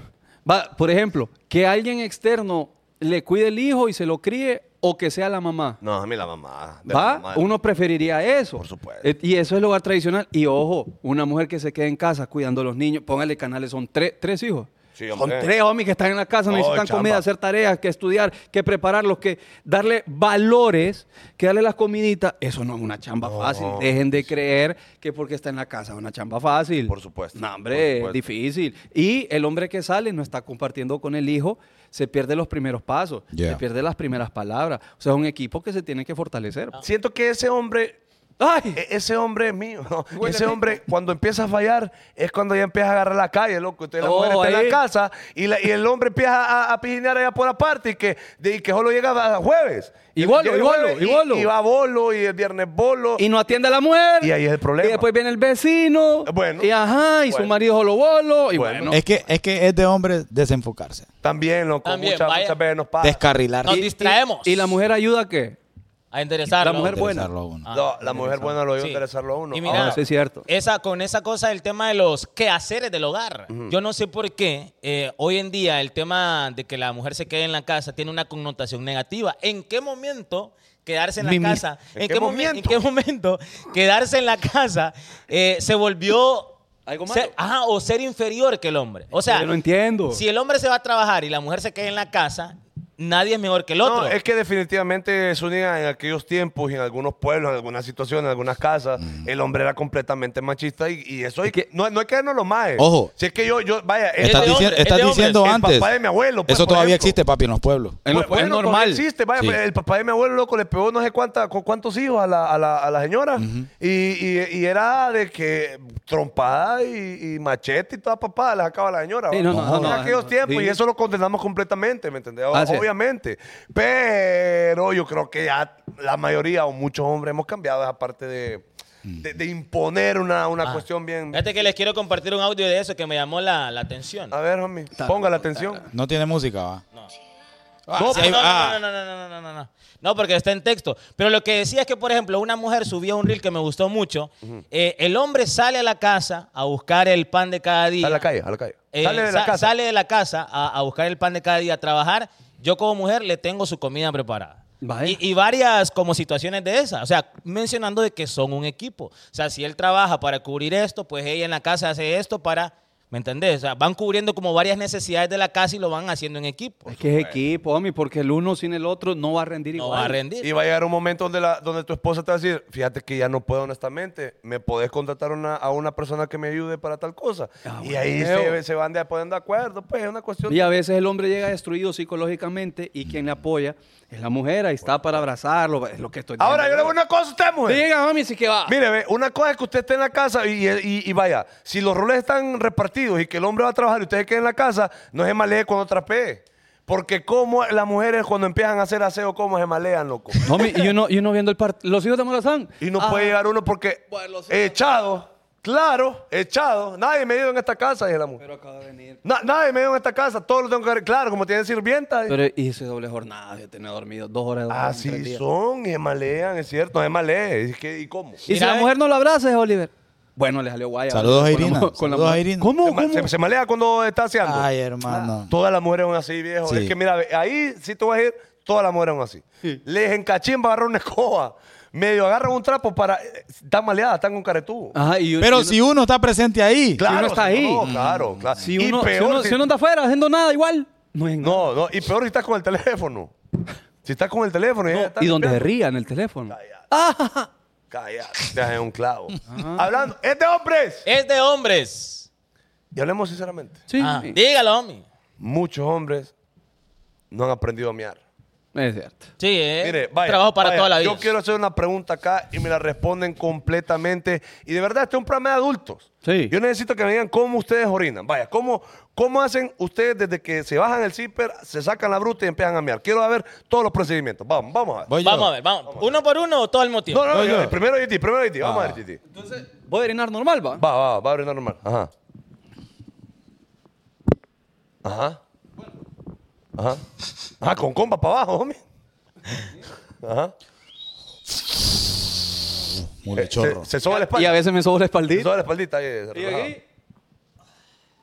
va, por ejemplo, que alguien externo le cuide el hijo y se lo críe o que sea la mamá. no, a mí la mamá. de la mamá ¿Va? de- Uno preferiría eso. Por supuesto. Eh, Y eso es el hogar tradicional. Y ojo, una mujer que se quede en casa cuidando a los niños, póngale canales, son tres, tres hijos. Sí, son hombre. tres homies que están en la casa, No, necesitan chamba. comida, hacer tareas, que estudiar, que prepararlos, que darle valores, que darle las comiditas. Eso no es una chamba fácil. Dejen de creer que porque está en la casa es una chamba fácil. Por supuesto, No, por hombre, supuesto. es difícil. Y el hombre que sale no está compartiendo con el hijo, se pierde los primeros pasos, Yeah. se pierde las primeras palabras. O sea, es un equipo que se tiene que fortalecer. Ah. Siento que ese hombre ¡Ay! E- Ese hombre es mío. ¿no? Y Huele Ese rico. hombre, cuando empieza a fallar, es cuando ya empieza a agarrar la calle, loco. Entonces la Oh, mujer está en ahí. la casa y, la- y el hombre empieza a, a pijinear allá por aparte y que, de- y que solo llega a jueves. Y bolo, Llega y bolo, jueves y bolo. Y, va a bolo, y el viernes bolo. Y no atiende a la mujer. oh. Y ahí es el problema. Y después viene el vecino. Bueno. Y ajá, y su Bueno. marido solo bolo. Y Bueno. bueno. Es que, es que es de hombre desenfocarse, También, loco, También, muchas, vaya. muchas veces nos pasa. descarrilarse. Nos distraemos. ¿Y la mujer ayuda a qué? A enderezarlo. La mujer buena. Interesarlo a uno. Ah, No, la mujer buena lo iba a Sí. interesarlo a uno. Ah, Y Ahora, mira, eso Ah, es cierto. Esa, con esa cosa del tema de los quehaceres del hogar. Yo no sé por qué eh, hoy en día el tema de que la mujer se quede en la casa tiene una connotación negativa. ¿En qué momento quedarse en la Mimi. casa? ¿En ¿En, qué qué momen- momento? ¿En qué momento quedarse en la casa eh, se volvió Algo malo. Ser- ajá, o ser inferior que el hombre. O sea, Yo no entiendo. si el hombre se va a trabajar y la mujer se queda en la casa, nadie es mejor que el otro. No, es que definitivamente Zúñiga en aquellos tiempos y en algunos pueblos, en algunas situaciones, en algunas casas, el hombre era completamente machista y, y eso hay, que, no, no hay que darnos lo más. Ojo. Si es que yo, yo vaya, el- Estás de diciendo, hombre, estás es de diciendo hombres. El antes. papá de mi abuelo, pues, eso por todavía ejemplo. existe, papi, en los pueblos. En los- Bueno, es todavía normal. existe, vaya, Sí. pues, el papá de mi abuelo, loco, le pegó no sé cuánta, cu- cuántos hijos a la, a la- a la señora. y, y- y era de que trompada y, y machete y toda papada les acaba la señora. Sí, ¿va? no, no, no, en no, aquellos no, tiempos, sí. y eso lo condenamos completamente, ¿me entendés? O- Así es. Obviamente. Pero yo creo que ya la mayoría o muchos hombres hemos cambiado esa parte de, de- de imponer una, Ah. una cuestión bien. Eh. Fíjate que les quiero compartir un audio de eso que me llamó la, la atención. A ver, homie, ponga la atención. No tiene música, va. Ah, sí, no, no, no, no, no, no, no, no, no. No, porque está en texto. Pero lo que decía es que, por ejemplo, una mujer subió un reel que me gustó mucho. Eh, el hombre sale a la casa a buscar el pan de cada día. A la calle, a la calle. Eh, sale de la sa- casa. sale de la casa a, a buscar el pan de cada día, a trabajar. Yo como mujer le tengo su comida preparada. Vaya. Y, y varias como situaciones de esas. O sea, mencionando de que son un equipo. O sea, si él trabaja para cubrir esto, pues ella en la casa hace esto para... ¿Me entendés? O sea, van cubriendo como varias necesidades de la casa y lo van haciendo en equipo. Es que es equipo, homie, porque el uno sin el otro no va a rendir No igual. va a rendir. Y va a llegar un momento donde, la, donde tu esposa te va a decir, fíjate que ya no puedo honestamente, me podés contratar una- a una persona que me ayude para tal cosa. Ah, y bueno. ahí se, se van de, poniendo de acuerdo, pues es una cuestión... Y a veces el hombre llega destruido psicológicamente y quien le apoya es la mujer, ahí está para abrazarlo, es lo que estoy Ahora yo le diciendo. hago una cosa a usted, mujer. Diga, mami, si que va. Mire, ve, una cosa es que usted esté en la casa y, y- y vaya, si los roles están repartidos y que el hombre va a trabajar y usted se queda en la casa, no se malee cuando trapee. Porque como las mujeres cuando empiezan a hacer aseo, cómo se malean, loco. Homie, y uno, y uno viendo el partido. Los hijos de Morazán. Y no Ah, puede llegar uno porque Bueno, sí. echado, claro, echado. Nadie me dio en esta casa, dije la mujer. Pero acaba de venir. Na- nadie me dio en esta casa, todo lo tengo que ver. Claro, como tienen sirvienta. eh. Pero hice doble jornada, yo tenía dormido dos horas de dormir, tres Así días. son, y se malean, es cierto, es maleé. Es que, ¿Y cómo? Y si Mira, la eh. mujer no lo abraza, es Oliver. Bueno, le salió guaya. Saludos a Oliver, Irina. con la mu- con la Saludos a mu- Irina. ¿Cómo? Se, ma- ¿Cómo? se- se malea cuando está haciendo. Ah, Ay, hermano. Todas las mujeres son así, viejo. Sí. Es que mira, ve, ahí si tú vas a ir, todas las mujeres son así. Les encachimba agarrar una escoba. Medio agarran un trapo para. eh, Están maleadas, están con caretudo. Ajá, y, Pero y uno- si uno está presente ahí, Claro, Ah, uno está ahí. no, claro, claro. si Y uno, si peor, uno- si- si uno anda afuera haciendo nada, igual. No es nada. No, no, y peor si estás con el teléfono. Si estás con el teléfono y, ella está Y donde se limpiando. ría en el teléfono. Calla, te dejé un clavo. Hablando, es de hombres. Es de hombres. Y hablemos sinceramente. Sí. Ah, sí. dígalo, homie. Muchos hombres no han aprendido a miar. Es cierto. Sí, eh. Mire, vaya. Trabajo para vaya, toda la vida. Yo quiero hacer una pregunta acá y me la responden completamente. Y de verdad, este es un programa de adultos. Sí. Yo necesito que me digan cómo ustedes orinan. Vaya, cómo, cómo hacen ustedes desde que se bajan el zipper, se sacan la bruta y empiezan a miar. Quiero ver todos los procedimientos. Vamos, vamos a ver. voy yo. Vamos a ver, vamos. ¿Uno por uno o todo el No, motivo? no, voy yo- yo. el primero JT, primero JT. Vamos a ver JT. Entonces, voy a orinar normal, va. Va, va, va a orinar normal. Ajá. Ajá. Ajá. Ajá, con comba para abajo, homie. Ajá. Eh, Mulechorro. se, se soba Y a la espalda. veces me sobra la Se espaldita. soba la espaldita. ahí, eh, Y relajado. aquí,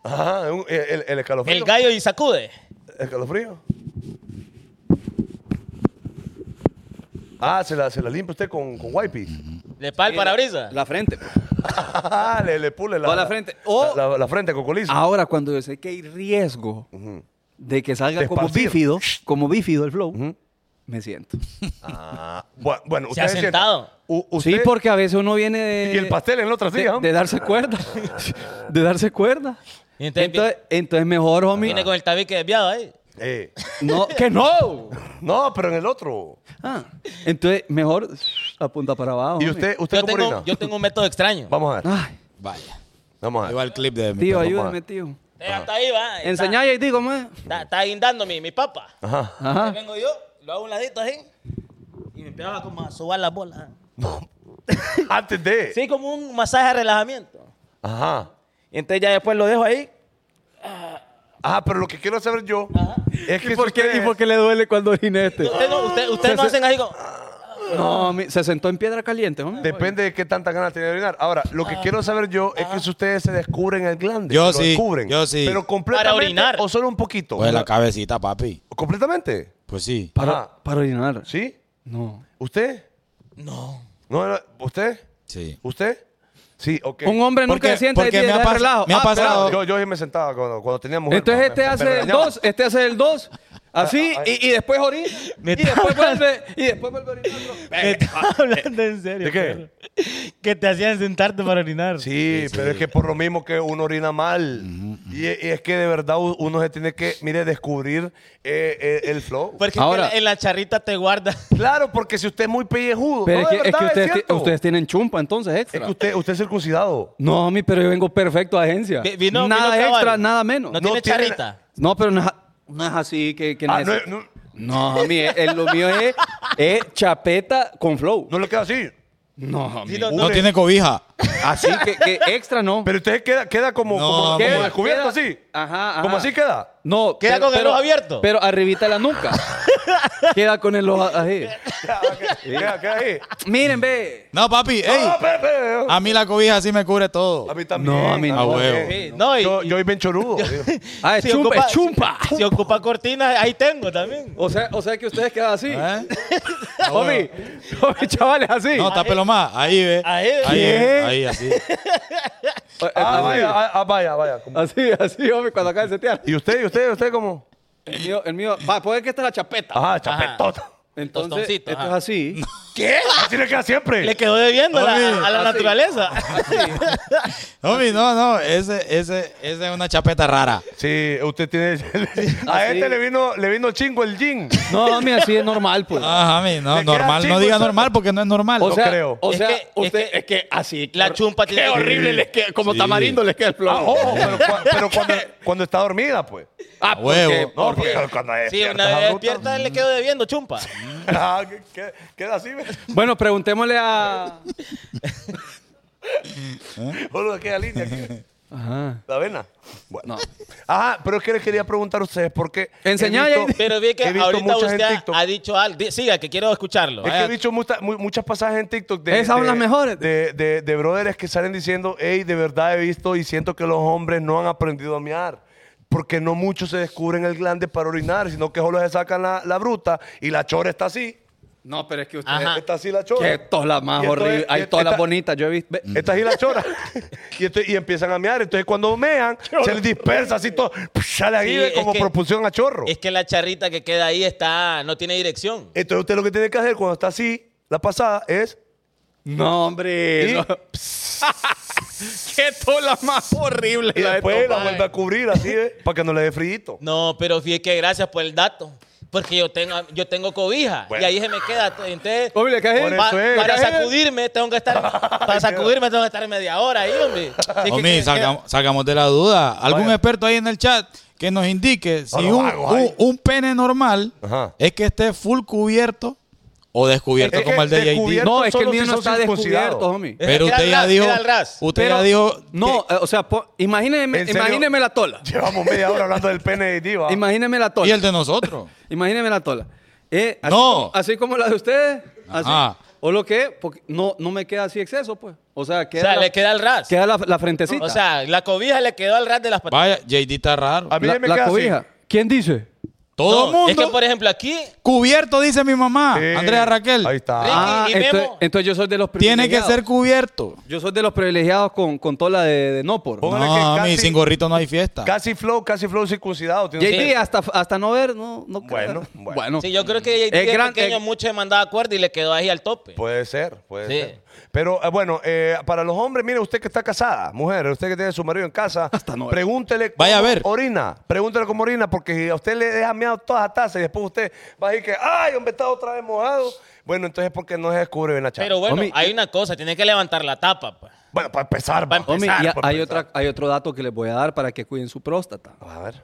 Ajá, un- el, el- el escalofrío. El gallo y sacude. Escalofrío. Ah, se la, se la limpia usted con, con wipey. Le para el la- parabrisas. La frente. pues. Ajá, le, le pule la, O la frente. O- la, la- la frente con coliza. Ahora, cuando yo sé que hay riesgo de que salga De como esparcir. bífido, como bífido el flow, me siento. Ah, bueno, bueno, Se ha ustedes sentado. sienten- u- Sí, usted- porque a veces uno viene de. Y el pastel en la otra silla, de, homie. de darse cuerda. de darse cuerda. Y entonces- Entonces, entonces mejor, homie. Viene con el tabique desviado ahí. Eh, No, que no. No, pero en el otro. Ah, entonces, mejor apunta para abajo. ¿Y homie. usted, usted Yo cómo tengo, orina? yo tengo un método extraño. Vamos a ver. Ay, Vaya. Vamos a ver. Igual clip de mi tío, perro. ayúdame, tío. Eh, hasta ahí va. Está- Enseñá y digo, más. Está, está guindando mi, mi papa. Ajá. Ahí Ajá. Vengo yo, lo hago a un ladito así. Y me empezaba como a sobar las bolas. Antes de. Sí, como un masaje de relajamiento. Ajá. Y entonces ya después lo dejo Eh. ahí. Ajá, Ah, pero lo que quiero saber yo es que. ¿Y por, si qué, ustedes- ¿Y por qué le duele cuando orine este? Ustedes no, usted, usted no hacen así como... No, mi- se sentó en piedra caliente, homie. Depende de qué tantas ganas tiene de orinar. Ahora, lo que quiero saber yo es que si ustedes se descubren el glande. Yo lo sí, descubren. yo sí. Pero completamente. orinar. O solo un poquito. Pues la cabecita, papi. completamente. Pues sí. Ajá. Para, para orinar. ¿Sí? No. ¿Usted? No. ¿No? era- ¿Usted? Sí. ¿Usted? Sí, ok. Un hombre nunca Porque- se sienta y porque tiene me ha que pas- relajo. me ha Ah, pasado- Yo, yo sí me sentaba cuando, cuando tenía mujer. Entonces pero este me- hace pero el me dañaba. 2, este hace el 2, así, Ah, ah, y, y después orina, y después vuelve, y después vuelve a orinar. Me estás hablando en serio. ¿De qué? Pedro. Que te hacían sentarte para orinar. Sí, pero es que por lo mismo que uno orina mal. y, y es que de verdad u- uno se tiene que, mire, descubrir eh, eh, el flow. Porque Ahora- es que en la charrita te guarda. claro, porque si usted es muy pellejudo. Pero no, es Oh, de que, es que verdad, es ustedes, ti- cierto. ustedes tienen chumpa entonces Es extra. que usted, usted es circuncidado. No, mi, pero yo vengo perfecto a agencia. Vi- vino- nada vino cabal. extra, nada menos. No, No, tiene tiene- charrita. pero no es, a- no es así que... que Ah, neces- no, es- no- No, mi, eh, eh, lo mío es, es chapeta con flow. no le queda así. No, mi. no, No no. tiene cobija. Así que, que extra no. Pero usted queda, queda como, No, como, ¿Qué? como descubierto Queda- así. Ajá, ajá. Como así queda. No. Queda pero- con el pero- ojo abierto. Pero arribita la nuca. queda con el ojo así. queda, queda ahí. Ah, Miren, ve. No, papi, ey. No, pero- pero- A mí la cobija sí me cubre todo. A mí también. Ah. No, a mí no. A huevo. también. Sí, no, y- yo, yo soy bien chorudo. Ah, es Si chumpa, ocupa- es chumpa. Si ocupa cortina, ahí tengo también. O sea, o sea que ustedes quedan así. ¿Eh? Homie, homie, chavales, así. No, tápelo más. Ahí ve. Ahí ve. Ahí, ve. ahí así. Eh, ah, así. vaya, ah, ah, vaya, vaya. como- Así, así, homie, cuando acaba de setear. ¿Y usted, y usted, y usted cómo? Ah, El mío, el mío. Va, poder que esta es la chapeta. Ajá, chapetota. Entonces, Tostoncito, esto ajá. es así. ¿Qué? Así le queda siempre. Le quedó debiendo a Ah, la- Oye, a la así. naturaleza. Homie, no, no. Ese, ese, ese es una chapeta rara. Sí, usted tiene. a Así. este le vino, le vino chingo el jean. No, homie, así es normal, pues. Ah, homie, no, Le queda pues. normal. chico No diga esa- normal porque no es normal. o sea, creo. O Es sea, que- es usted, es que- que, así. La chumpa Qué tiene que- horrible les queda, como tamarindo les queda el flow. Ah, ojo, pero, cua- pero cuando, cuando está dormida, pues. Ah, Huevo. porque- No, porque cuando Sí, despierta, una vez bruta. despierta le quedó debiendo, chumpa. Ah, que- que- queda así, ve. Bueno, preguntémosle a. Solo queda línea aquí. Ajá. La vena. Bueno. Ajá, pero es que les quería preguntar a ustedes porque. he Enseñá, visto- Jay. Pero vi he que visto ahorita mucha usted gente en ha, TikTok. ha dicho algo. Di- Siga, que quiero escucharlo. Ah, Es que Vaya. he visto mucha- mu- muchas pasajes en TikTok de, Esas son de- las mejores. De, de, de brothers que salen diciendo, hey, de verdad he visto y siento que los hombres no han aprendido a mear. Porque no muchos se descubren el glande para orinar, sino que solo se sacan la, la bruta y la chora está así. No, pero es que usted. Ajá. Está así la chora. Ah. Que todas las más Y entonces- horribles. Hay y- todas las esta- bonitas. Yo he visto. ve- Está así la chora. y, entonces- y empiezan a mear. Entonces cuando mean, se les dispersa así todo. Sale ahí Sí, ve, es como que- propulsión a chorro. Es que la charrita que queda ahí está, no tiene dirección. Entonces usted lo que tiene que hacer cuando está así, la pasada, es... No, hombre. Y- no. que todas las más horribles. Y las he después la tomado. vuelve a cubrir así, ve, para que no le dé frito. No, pero fíjate que gracias por el dato. Porque yo tengo, yo tengo cobija Bueno. y ahí se me queda. Entonces, Hombre, le cae Por el- eso pa- es. para Cae el- sacudirme tengo que estar, para sacudirme tengo que estar media hora ahí, hombre. Así que- Homie, que- salgam- salgamos de la duda. ¿Algún Vaya. experto ahí en el chat que nos indique si lo un, hago, ay. un- un pene normal Ajá. es que esté full cubierto o descubierto Es que como el de JD? descubierto- No, es que el Solo mío si no son está circuncidados. descubierto, homie. Queda Pero usted al ya ras, dijo, queda al ras. usted ya dijo, No, eh, o sea, po- imagíneme, ¿En serio? imagíneme la tola. Llevamos media hora hablando del pene de Diva. Imagíneme la tola. ¿y el de nosotros? Imagíneme la tola. Eh, así, No. como, así como la de ustedes. así. Ajá. O lo que es, porque no, no me queda así exceso, pues. O sea, O queda, sea, la, le queda al ras. queda la, la frentecita. O sea, la cobija le quedó al ras de las patas. Vaya, JD está raro. A mí la, me la queda así. cobija. ¿Quién dice? Todo el No, mundo Es que, por ejemplo, aquí cubierto, dice mi mamá, Sí. Andrea Raquel. Ahí está. Ricky. Ah, y entonces, Memo. entonces yo soy de los privilegiados. Tiene que ser cubierto. Yo soy de los privilegiados con, con tola de, de no por. Póngale No, que a mí casi- sin gorrito no hay fiesta. Casi flow, casi flow circuncidado. tiene JD, usted. hasta, hasta no ver, no, no creo. Bueno, bueno. Sí, yo creo que JT Es es gran- pequeño, es- mucho demandaba cuerda y le quedó ahí al tope. Puede ser, puede Sí. ser. Pero eh, bueno, eh, para los hombres, mire, usted que está casada, mujer, usted que tiene su marido en casa, no. pregúntele Vaya cómo a ver. orina, pregúntele cómo orina, porque si a usted le deja meado todas las tazas y después usted va a decir que, ay, hombre, está otra vez mojado. Bueno, entonces porque no se descubre bien la chava. Pero bueno, Homie, hay una cosa, tiene que levantar la tapa. pues. bueno, para empezar, Para va. Homie, y por hay, pensar. otra, hay otro dato que les voy a dar para que cuiden su próstata. A ver.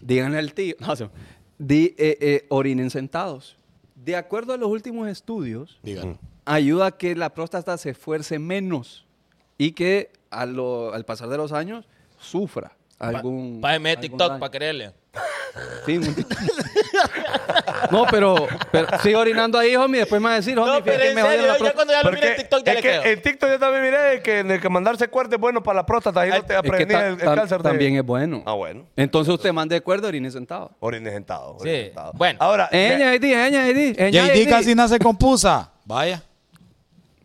Díganle al tío. No, se- di- eh, eh, orinen sentados. De acuerdo a los últimos estudios, Dígalo. ayuda a que la próstata se esfuerce menos y que a lo- al pasar de los años sufra algún. Para meter Mm, algún TikTok, daño. para creerle. Sí, un TikTok. no, pero, pero sigue orinando ahí, homie. Después me va a decir, homie, No, fíjate pero que en me jodieron serio, la yo próstata. cuando ya lo miré Porque en TikTok ya es le que quedó. en TikTok yo también miré que, en el que mandarse cuerda es bueno para la próstata, ahí no te va Es a que prevenir ta- el, el tam- cáncer de- también es bueno. Ah, bueno. Entonces usted mande de acuerdo, orine sentado. Orine sentado. orine Sí, sentado. bueno. Ahora, Eh, JD, eh, JD, eh, JD JD. casi nace con pusa. Vaya.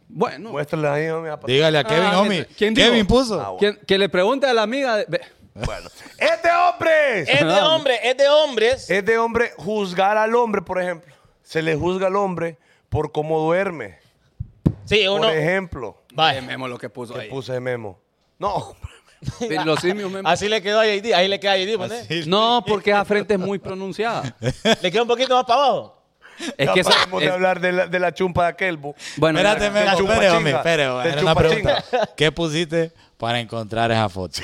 Bueno. Muéstrale ahí, homie. a- Dígale a Kevin, Ah, homie. ¿quién dijo? Kevin puso. Ah, bueno. ¿Quién- que le pregunte a la amiga. de- ve, Bueno. ¡Es de hombres! Es de hombres, es de hombres. Es de hombre juzgar al hombre, por ejemplo. Se le juzga al hombre por cómo duerme. Sí, uno. Por ejemplo, Vaya. Ay, Memo lo que puso que ahí. puse de memo. No, Sí, Los simios, Memo. Así le quedó a JD, ahí le queda a JD, ¿poné? No, porque esa frente es muy pronunciada. Le queda un poquito más para abajo. Es que ya esa, paremos de es- hablar de la, de la chumpa de aquel. bu. bueno, Espérate, mira, Memo, chupa espere, chinga. homie, espere, Del era chupa una pregunta. ¿Qué pusiste para encontrar esa foto?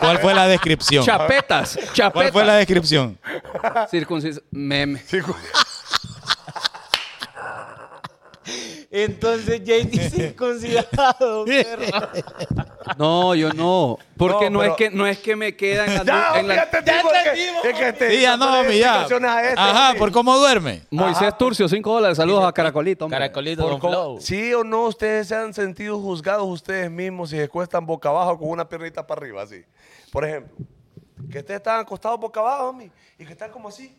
¿Cuál fue la descripción? chapetas, chapetas. ¿Cuál fue la descripción? Circuncis- meme. Entonces JD circuncidado, perro. No, yo no, porque no, No, es que pero- no es que me queda en la, Ya, en la- ya te digo, es que- entendimos, es que este te- Sí, ya no, homie, ya. explicaciones a este, Ajá, homie. ¿por cómo duerme? Moisés Turcio, 5 dólares. Saludos a Caracolito. hombre. Caracolito Por Don cómo- Flow. Pues, Sí o no, ustedes se han sentido juzgados ustedes mismos si se cuestan boca abajo con una piernita para arriba, así. Por ejemplo, que ustedes están acostados boca abajo, homie, y que están como así.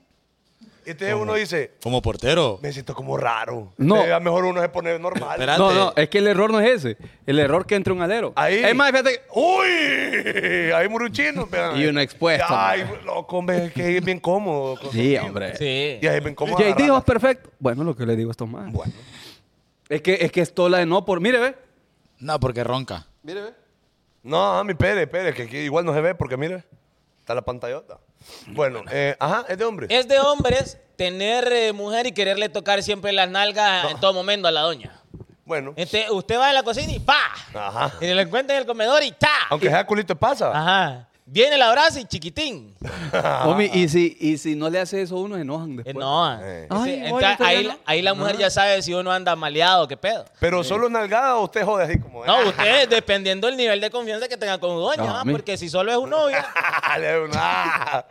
Y entonces uno dice, Como portero. me siento como raro. No. Eh, a lo mejor uno se pone normal. Espérate. No, no, es que el error no es ese. El error que entre un alero. Ahí. Es más, fíjate que- ¡Uy! Ahí murió un chino. espérame. Y uno expuesto, Ay, loco, hombre, es que es bien cómodo. Sí, hombre. Sí. Y ahí es bien cómodo. JD agarrarla. vos perfecto. Bueno, lo que le digo a estos más. Bueno. Es que es que es tola de no por. Mire, ve. No, porque ronca. No, mi pere, pere, que aquí igual no se ve porque mire, está la pantallota. Bueno, eh, ajá, es de hombre. Es de hombres tener eh, mujer y quererle tocar siempre las nalgas en todo momento a la doña. Bueno, Este, usted va a la cocina y ¡pa! Ajá. Y lo encuentra en el comedor y ¡ta! aunque sea culito ah, pasa. Ajá. Viene la brasa y chiquitín. Ah. Homie, y si, y si no le hace eso a uno, se enojan Eh, después. no. Eh. Ah. Ese- Ay, entonces, oye, todavía ahí, no. ahí la mujer ya sabe si uno anda maleado, qué pedo. Pero solo nalgada o usted jode así como. No, ustedes, dependiendo del nivel de confianza que tengan con su doña, No, ¿ah? a mí. porque si solo es un novio, Le doy un, ah.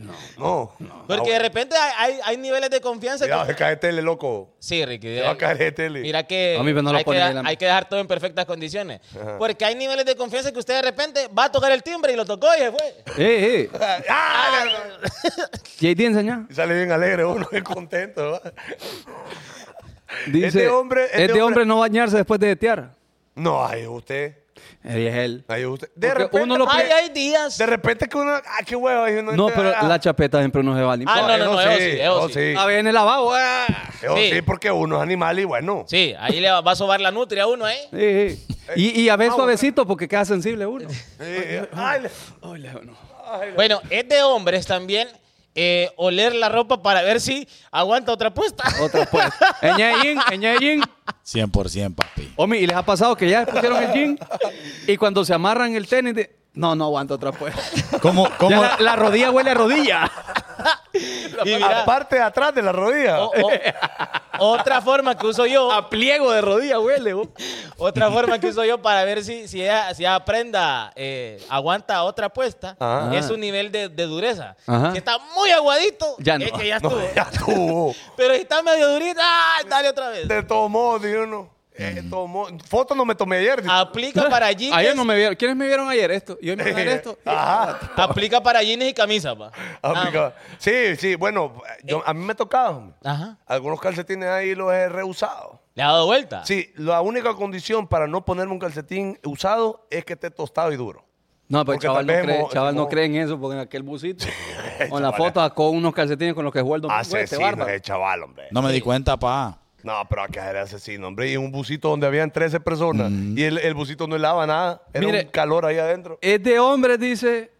No, no. Ah, porque de repente hay, hay- hay niveles de confianza. Cuidado, que- se cae tele, loco. Sí, Ricky. Se va a caer de tele. Mira que, A mí, pero no lo hay, que ponen da- ahí la- hay que dejar todo en perfectas condiciones. Porque hay niveles de confianza que usted de repente va a tocar el timbre y lo tocó y se fue. Eh, eh. Ah, le- JD enseña. y sale bien alegre uno, bien contento. ¿va? Dice, Es de Este hombre- es es de de hombre- hombre no bañarse después de jetear. No, ahí usted. Ahí es él. Ahí usted. De Porque repente, uno lo- Ay, hay días. de repente que uno. Ah, qué huevo. y uno No, dice, pero ah, la chapeta siempre uno se va a Ah, limpiar. no, no, no, eso eso sí, sí, eso eso sí. sí. A ver, en el lavabo. ah. Eso Sí. sí, porque uno es animal y bueno. Sí, ahí le va, va a sobar la nutria a uno, ¿eh? Sí, sí. Y, y a ver suavecito porque queda sensible uno. Eh, ay, le- Bueno, es de hombres también eh, oler la ropa para ver si aguanta otra puesta. Otra pues. En Yeyin, en Yeyin. 100%, papi. Homie, ¿y les ha pasado que ya pusieron el jean? Y cuando se amarran el tenis, de- no, no aguanta otra pues. ¿Cómo, Ya cómo, la, la rodilla huele a rodilla. Y mira, Aparte de atrás de la rodilla. o- o- otra forma que uso yo, A pliego de rodilla huele. vos. otra forma que uso yo para ver si, si, ella, si ella prenda eh, aguanta otra puesta, Ajá. es su nivel de, de dureza. Ah. Ajá. Si está muy aguadito, Ya no. es que ya No, estuvo. ya estuvo. Pero si está medio durita, ¡ay, dale otra vez. Te tomó, dijo uno. Eh, tomó. Foto no me tomé Ah, ayer. dice. Aplica para jeans, Ayer no me vieron. ¿Quiénes me vieron ayer esto? ¿Y hoy me vieron esto? Ah, Ajá. aplica para jeans y camisa, pa. Aplicaba. Sí, sí, bueno, yo- a mí me tocaba. hombre. Ajá. Algunos calcetines ahí los he reusado. ¿Le ha dado vuelta? Sí, la única condición para no ponerme un calcetín usado es que esté tostado y duro. No, pues Porque chaval, tal no vez cree, hemos- chaval no hemos- cree en eso, porque en aquel busito, con la chaval. Ah, foto, con unos calcetines con los que Waldo este Asesino bárbaro. es chaval, hombre. No me di cuenta, pa. No, pero acá era asesino, hombre. Y un busito donde habían 13 personas y el, el busito no helaba nada. Era Mire. un calor ahí adentro. Es de hombres, dice,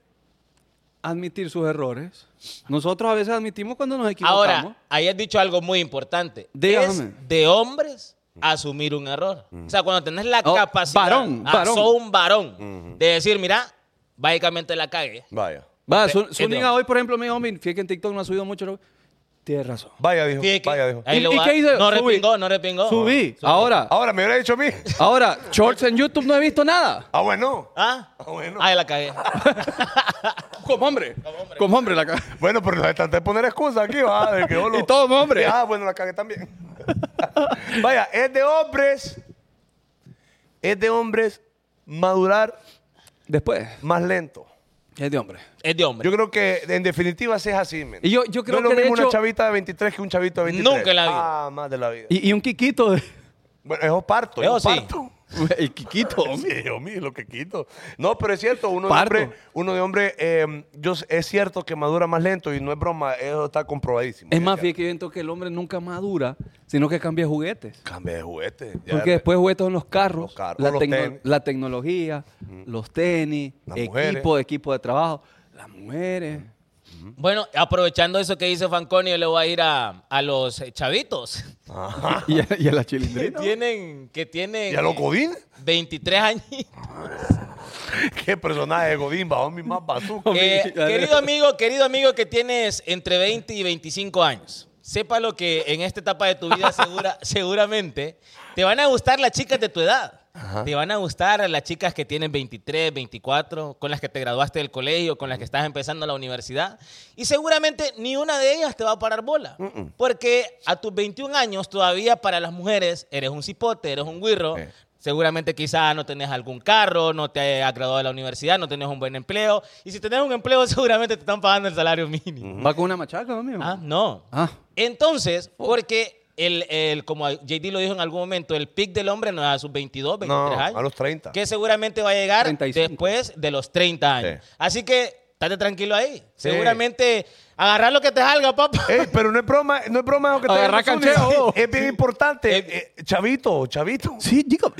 admitir sus errores. Nosotros a veces admitimos cuando nos equivocamos. Ahora, ahí has dicho algo muy importante. Dígame. Es de hombres asumir un error. O sea, cuando tenés la Oh, capacidad, varón, ah, varón. sos un varón, de decir, mira, básicamente la cagué. Vaya. Va, Te- Sun- te digo. Zúñiga hoy, por ejemplo, me dijo, "Min, fíjate que en TikTok no ha subido mucho. lo- Tienes razón. Vaya, dijo. Fíjate que- Vaya, dijo. ahí ¿Y- lo y va- qué hice? No Subí. repingó, no repingó. Subí. Ahora, Ahora me hubiera dicho a mí. ahora, shorts en YouTube no he visto nada. Ah, bueno. ¿Ah? Ah, bueno. Ahí la cagué. Como hombre. Como hombre la ca- Bueno, pero no traté de poner excusa aquí, va. De que vos lo- Y todo hombre. Ah, bueno, la cagué también. Vaya, es de hombres. Es de hombres madurar Después, más lento. es de hombre. Es de hombre. Yo creo que en definitiva sí es así, men. Y yo- yo creo no es lo que, de mismo una hecho- chavita de 23 que un chavito de 23. Nunca en la vida. Ah, más de la vida. Y, y un quiquito de, Bueno, eso parto. Eso yo sí. parto. El Quiquito. hombre. Sí, yo mío, lo que quito. No, pero es cierto, uno Parto. de hombre, uno de hombre eh, yo, s- es cierto que madura más lento y no es broma, eso está comprobadísimo. Es más, cierto. fíjate que yo siento que el hombre nunca madura, sino que cambia juguetes. Cambia de juguete. ya. Porque después juguetes son los carros, Los carros, la, los tecno- tenis. Mm. la tecnología, los tenis, Las mujeres. equipo, equipo de trabajo, las mujeres. Bueno, aprovechando eso que dice Fanconi, yo le voy a ir a, a los eh, chavitos Ajá. Y, a, y a la que chilindrina. tienen, que tienen ¿Y a los Godín? 23 años. ¿Qué personaje de Godín? Bajó mi más bazooka. Eh, querido amigo, querido amigo que tienes entre 20 y 25 años, sepa lo que en esta etapa de tu vida segura, seguramente te van a gustar las chicas de tu edad. Te van a gustar las chicas que tienen 23, 24, con las que te graduaste del colegio, con las que estás empezando la universidad. Y seguramente ni una de ellas te va a parar bola. Porque a tus 21 años todavía para las mujeres eres un cipote, eres un guirro, Eh. Seguramente quizás no tenés algún carro, no te has graduado de la universidad, no tenés un buen empleo. Y si tenés un empleo, seguramente te están pagando el salario mínimo. Va con una machaca, amigo. Ah, no. Ah. Entonces, porque el, el- como JD lo dijo en algún momento, el pic del hombre no es a sus 22, 23 No, años. a los 30. Que seguramente va a llegar 35. después de los 30 años. Sí. Así que, estate tranquilo ahí. Sí. Eh, Seguramente, agarrar lo que te salga, papá. Ey, pero no es broma, no es broma lo que te Agarra digo, Zúñiga. cancheo. Es bien importante. Eh, eh, chavito, chavito. Sí, dígame.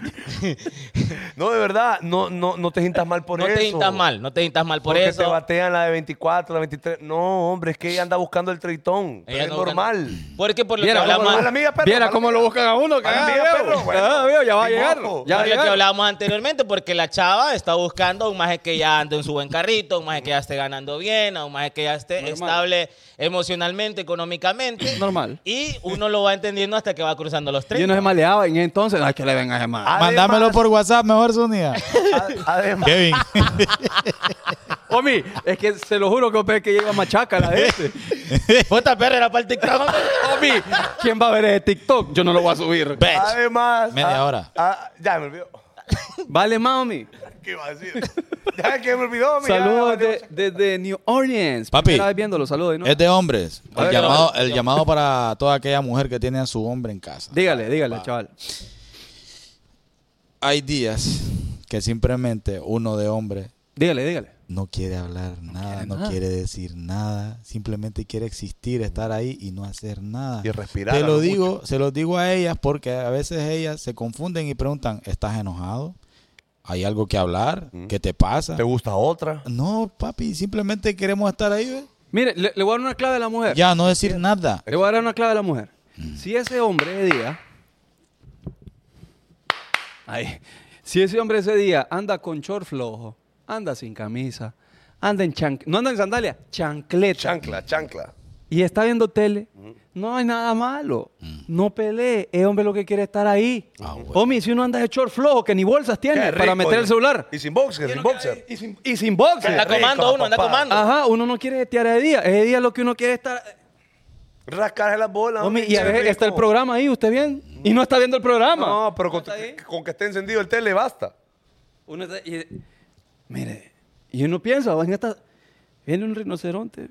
No, de verdad, no, no, no te sientas mal por no eso. te hintas mal, no te hintas mal por Porque eso. te batean la de 24, la de 23. No, hombre, es que ella anda buscando el tritón. Ella es no- normal. Porque por lo que Viera cómo hablamos... Mala amiga, perro, Viera mala cómo amiga. lo buscan a uno, Mala cagada, amiga, veo. perro, bueno. Cagada, veo, ya va a Ni llegar. modo. Ya va a Por lo que llegar. hablábamos anteriormente, porque la chava está buscando a un maje que ya ande en su buen carrito, a un maje que ya esté ganando bien, a un maje que ya esté Normal. estable emocionalmente, económicamente. Normal. Y uno lo va entendiendo hasta que va cruzando los Yo no 30. se maleaba en entonces. Ay, que le venga a llamar. Además- Mandámelo por WhatsApp mejor, Zúñiga. Ad- Además, Kevin. Omi, es que se lo juro que vos ves que llega machaca la gente. Puta perra, era para el TikTok. Omi, ¿quién va a ver ese TikTok? Yo no lo voy a subir. además. Media ah, hora. ah, ya me olvidó. Vale, mami. ¿Qué iba a decir? ya que me olvidó, mira. Saludos valió. de- desde New Orleans. Papi, Este- Primera vez viéndolo, saludos. ¿no? Es de hombres. A ver, El, llamado, hombre. el llamado para toda aquella mujer que tiene a su hombre en casa. Dígale, dígale, chaval. Hay días que simplemente uno de hombre Dígale, dígale. no quiere hablar nada, quiere no nada. quiere decir nada, simplemente quiere existir, estar ahí y no hacer nada. Y respirar Te a lo lo digo, se lo digo a ellas porque a veces ellas se confunden y preguntan, ¿estás enojado? ¿Hay algo que hablar? ¿Qué te pasa? Mm. ¿Te gusta otra? No, papi, simplemente queremos estar ahí. ¿ve? Mire, le, le voy a dar una clave a la Eh. mujer. Ya, no decir nada. Le voy a dar una clave a la mujer. Si ese hombre de día. Ay, si ese hombre ese día anda con short flojo, anda sin camisa, anda en chan, no anda en sandalia, chancleta Chancla, chancla. y está viendo tele, no hay nada malo. Mm. No pelee, es hombre lo que quiere es estar ahí. Homie, si uno anda de short flojo, que ni bolsas tiene Ah, Qué para rico, meter ya. el celular. Y sin boxer, sin boxer. Y sin, y sin boxer. Anda rico, comando uno, anda papá. comando. Ajá, uno no quiere estear de día. Ese día lo que uno quiere es estar. Rascarse las bolas. Homie, hombre, y a Ah, qué veces rico. está el programa ahí, ¿usted bien? Y no está viendo el programa. No, pero con, con que esté encendido el tele basta. Uno está- y- mire, y uno piensa, en esta, viene un rinoceronte,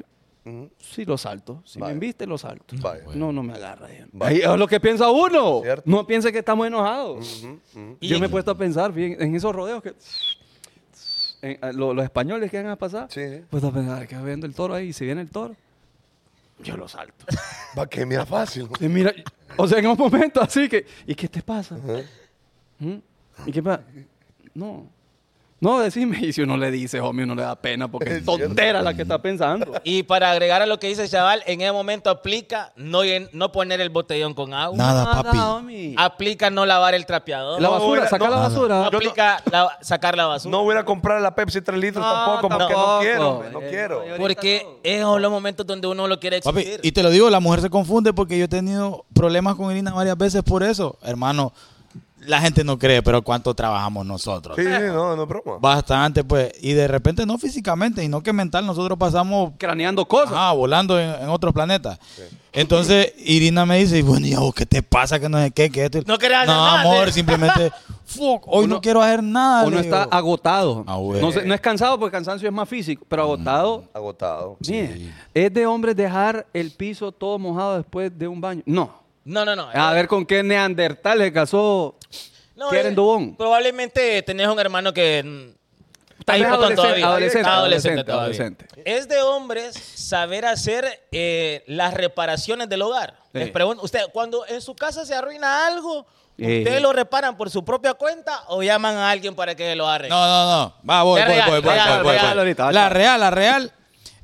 sí lo salto, si Vaya. me inviste lo salto. Vaya. No, no me agarra. yo. Vaya. Ahí es lo que piensa uno. Cierto. No piensa que estamos enojados. Yo Y- me he puesto a pensar fíjense, en esos rodeos que... en- a- lo- los españoles que van a pasar, Sí, sí. pues a pensar que va viendo el toro ahí, y si viene el toro, yo lo salto. Va que mira fácil. Y mira, o sea, en un momento así que, ¿y qué te pasa? ¿Mm? ¿Y qué pasa? No. No, decime. Y si uno le dice, homie, uno le da pena porque es tontera la que está pensando. Y para agregar a lo que dice el chaval, en ese momento aplica no, llen- no poner el botellón con agua. Nada, Nada, papi. homie. Aplica no lavar el trapeador. Ah, La basura, no, saca no, la basura. Aplica la- sacar la basura. No voy a ir a comprar la Pepsi 3 litros No, tampoco, porque tampoco. no quiero, hombre, no Eh, quiero. no, yo- porque es los momentos donde uno lo quiere Papi, exigir. y te lo digo, la mujer se confunde porque yo he tenido problemas con Irina varias veces por eso. Hermano, la gente no cree, pero cuánto trabajamos nosotros. Sí, sí, no, no es broma. Bastante, pues. Y de repente, no físicamente, sino que mental, nosotros pasamos Craneando cosas. ajá, volando en, en otros planetas. Entonces, Irina me dice, y bueno, ¿y a vos qué te pasa? Que no sé qué, que esto. y- No querés hacer No, nada, amor, ¿sí? simplemente, fuck, hoy Uno- no quiero hacer nada. Uno le está Ah, digo. agotado. Ah, Mm, güey. no, sé- no es cansado porque cansancio es más físico, pero agotado. Agotado. mire, Es de hombres dejar el piso todo mojado después de un baño. No. No, no, no. A ver con qué neandertal se casó No, Keren eh, Dubón. Probablemente tenés un hermano que mm, está Tal vez hipotón adolescente, todavía. adolescente, Está adolescente, todavía. adolescente. Es de hombres saber hacer eh, las reparaciones del hogar. Sí. Les pregunto, usted, cuando en su casa se arruina algo, Sí. ¿ustedes lo reparan por su propia cuenta o llaman a alguien para que lo arregle? No, no, no. Va, voy, Ya voy, regalo, voy, voy, regalo, voy, voy, regalo voy. ahorita, La ahorita. real, la real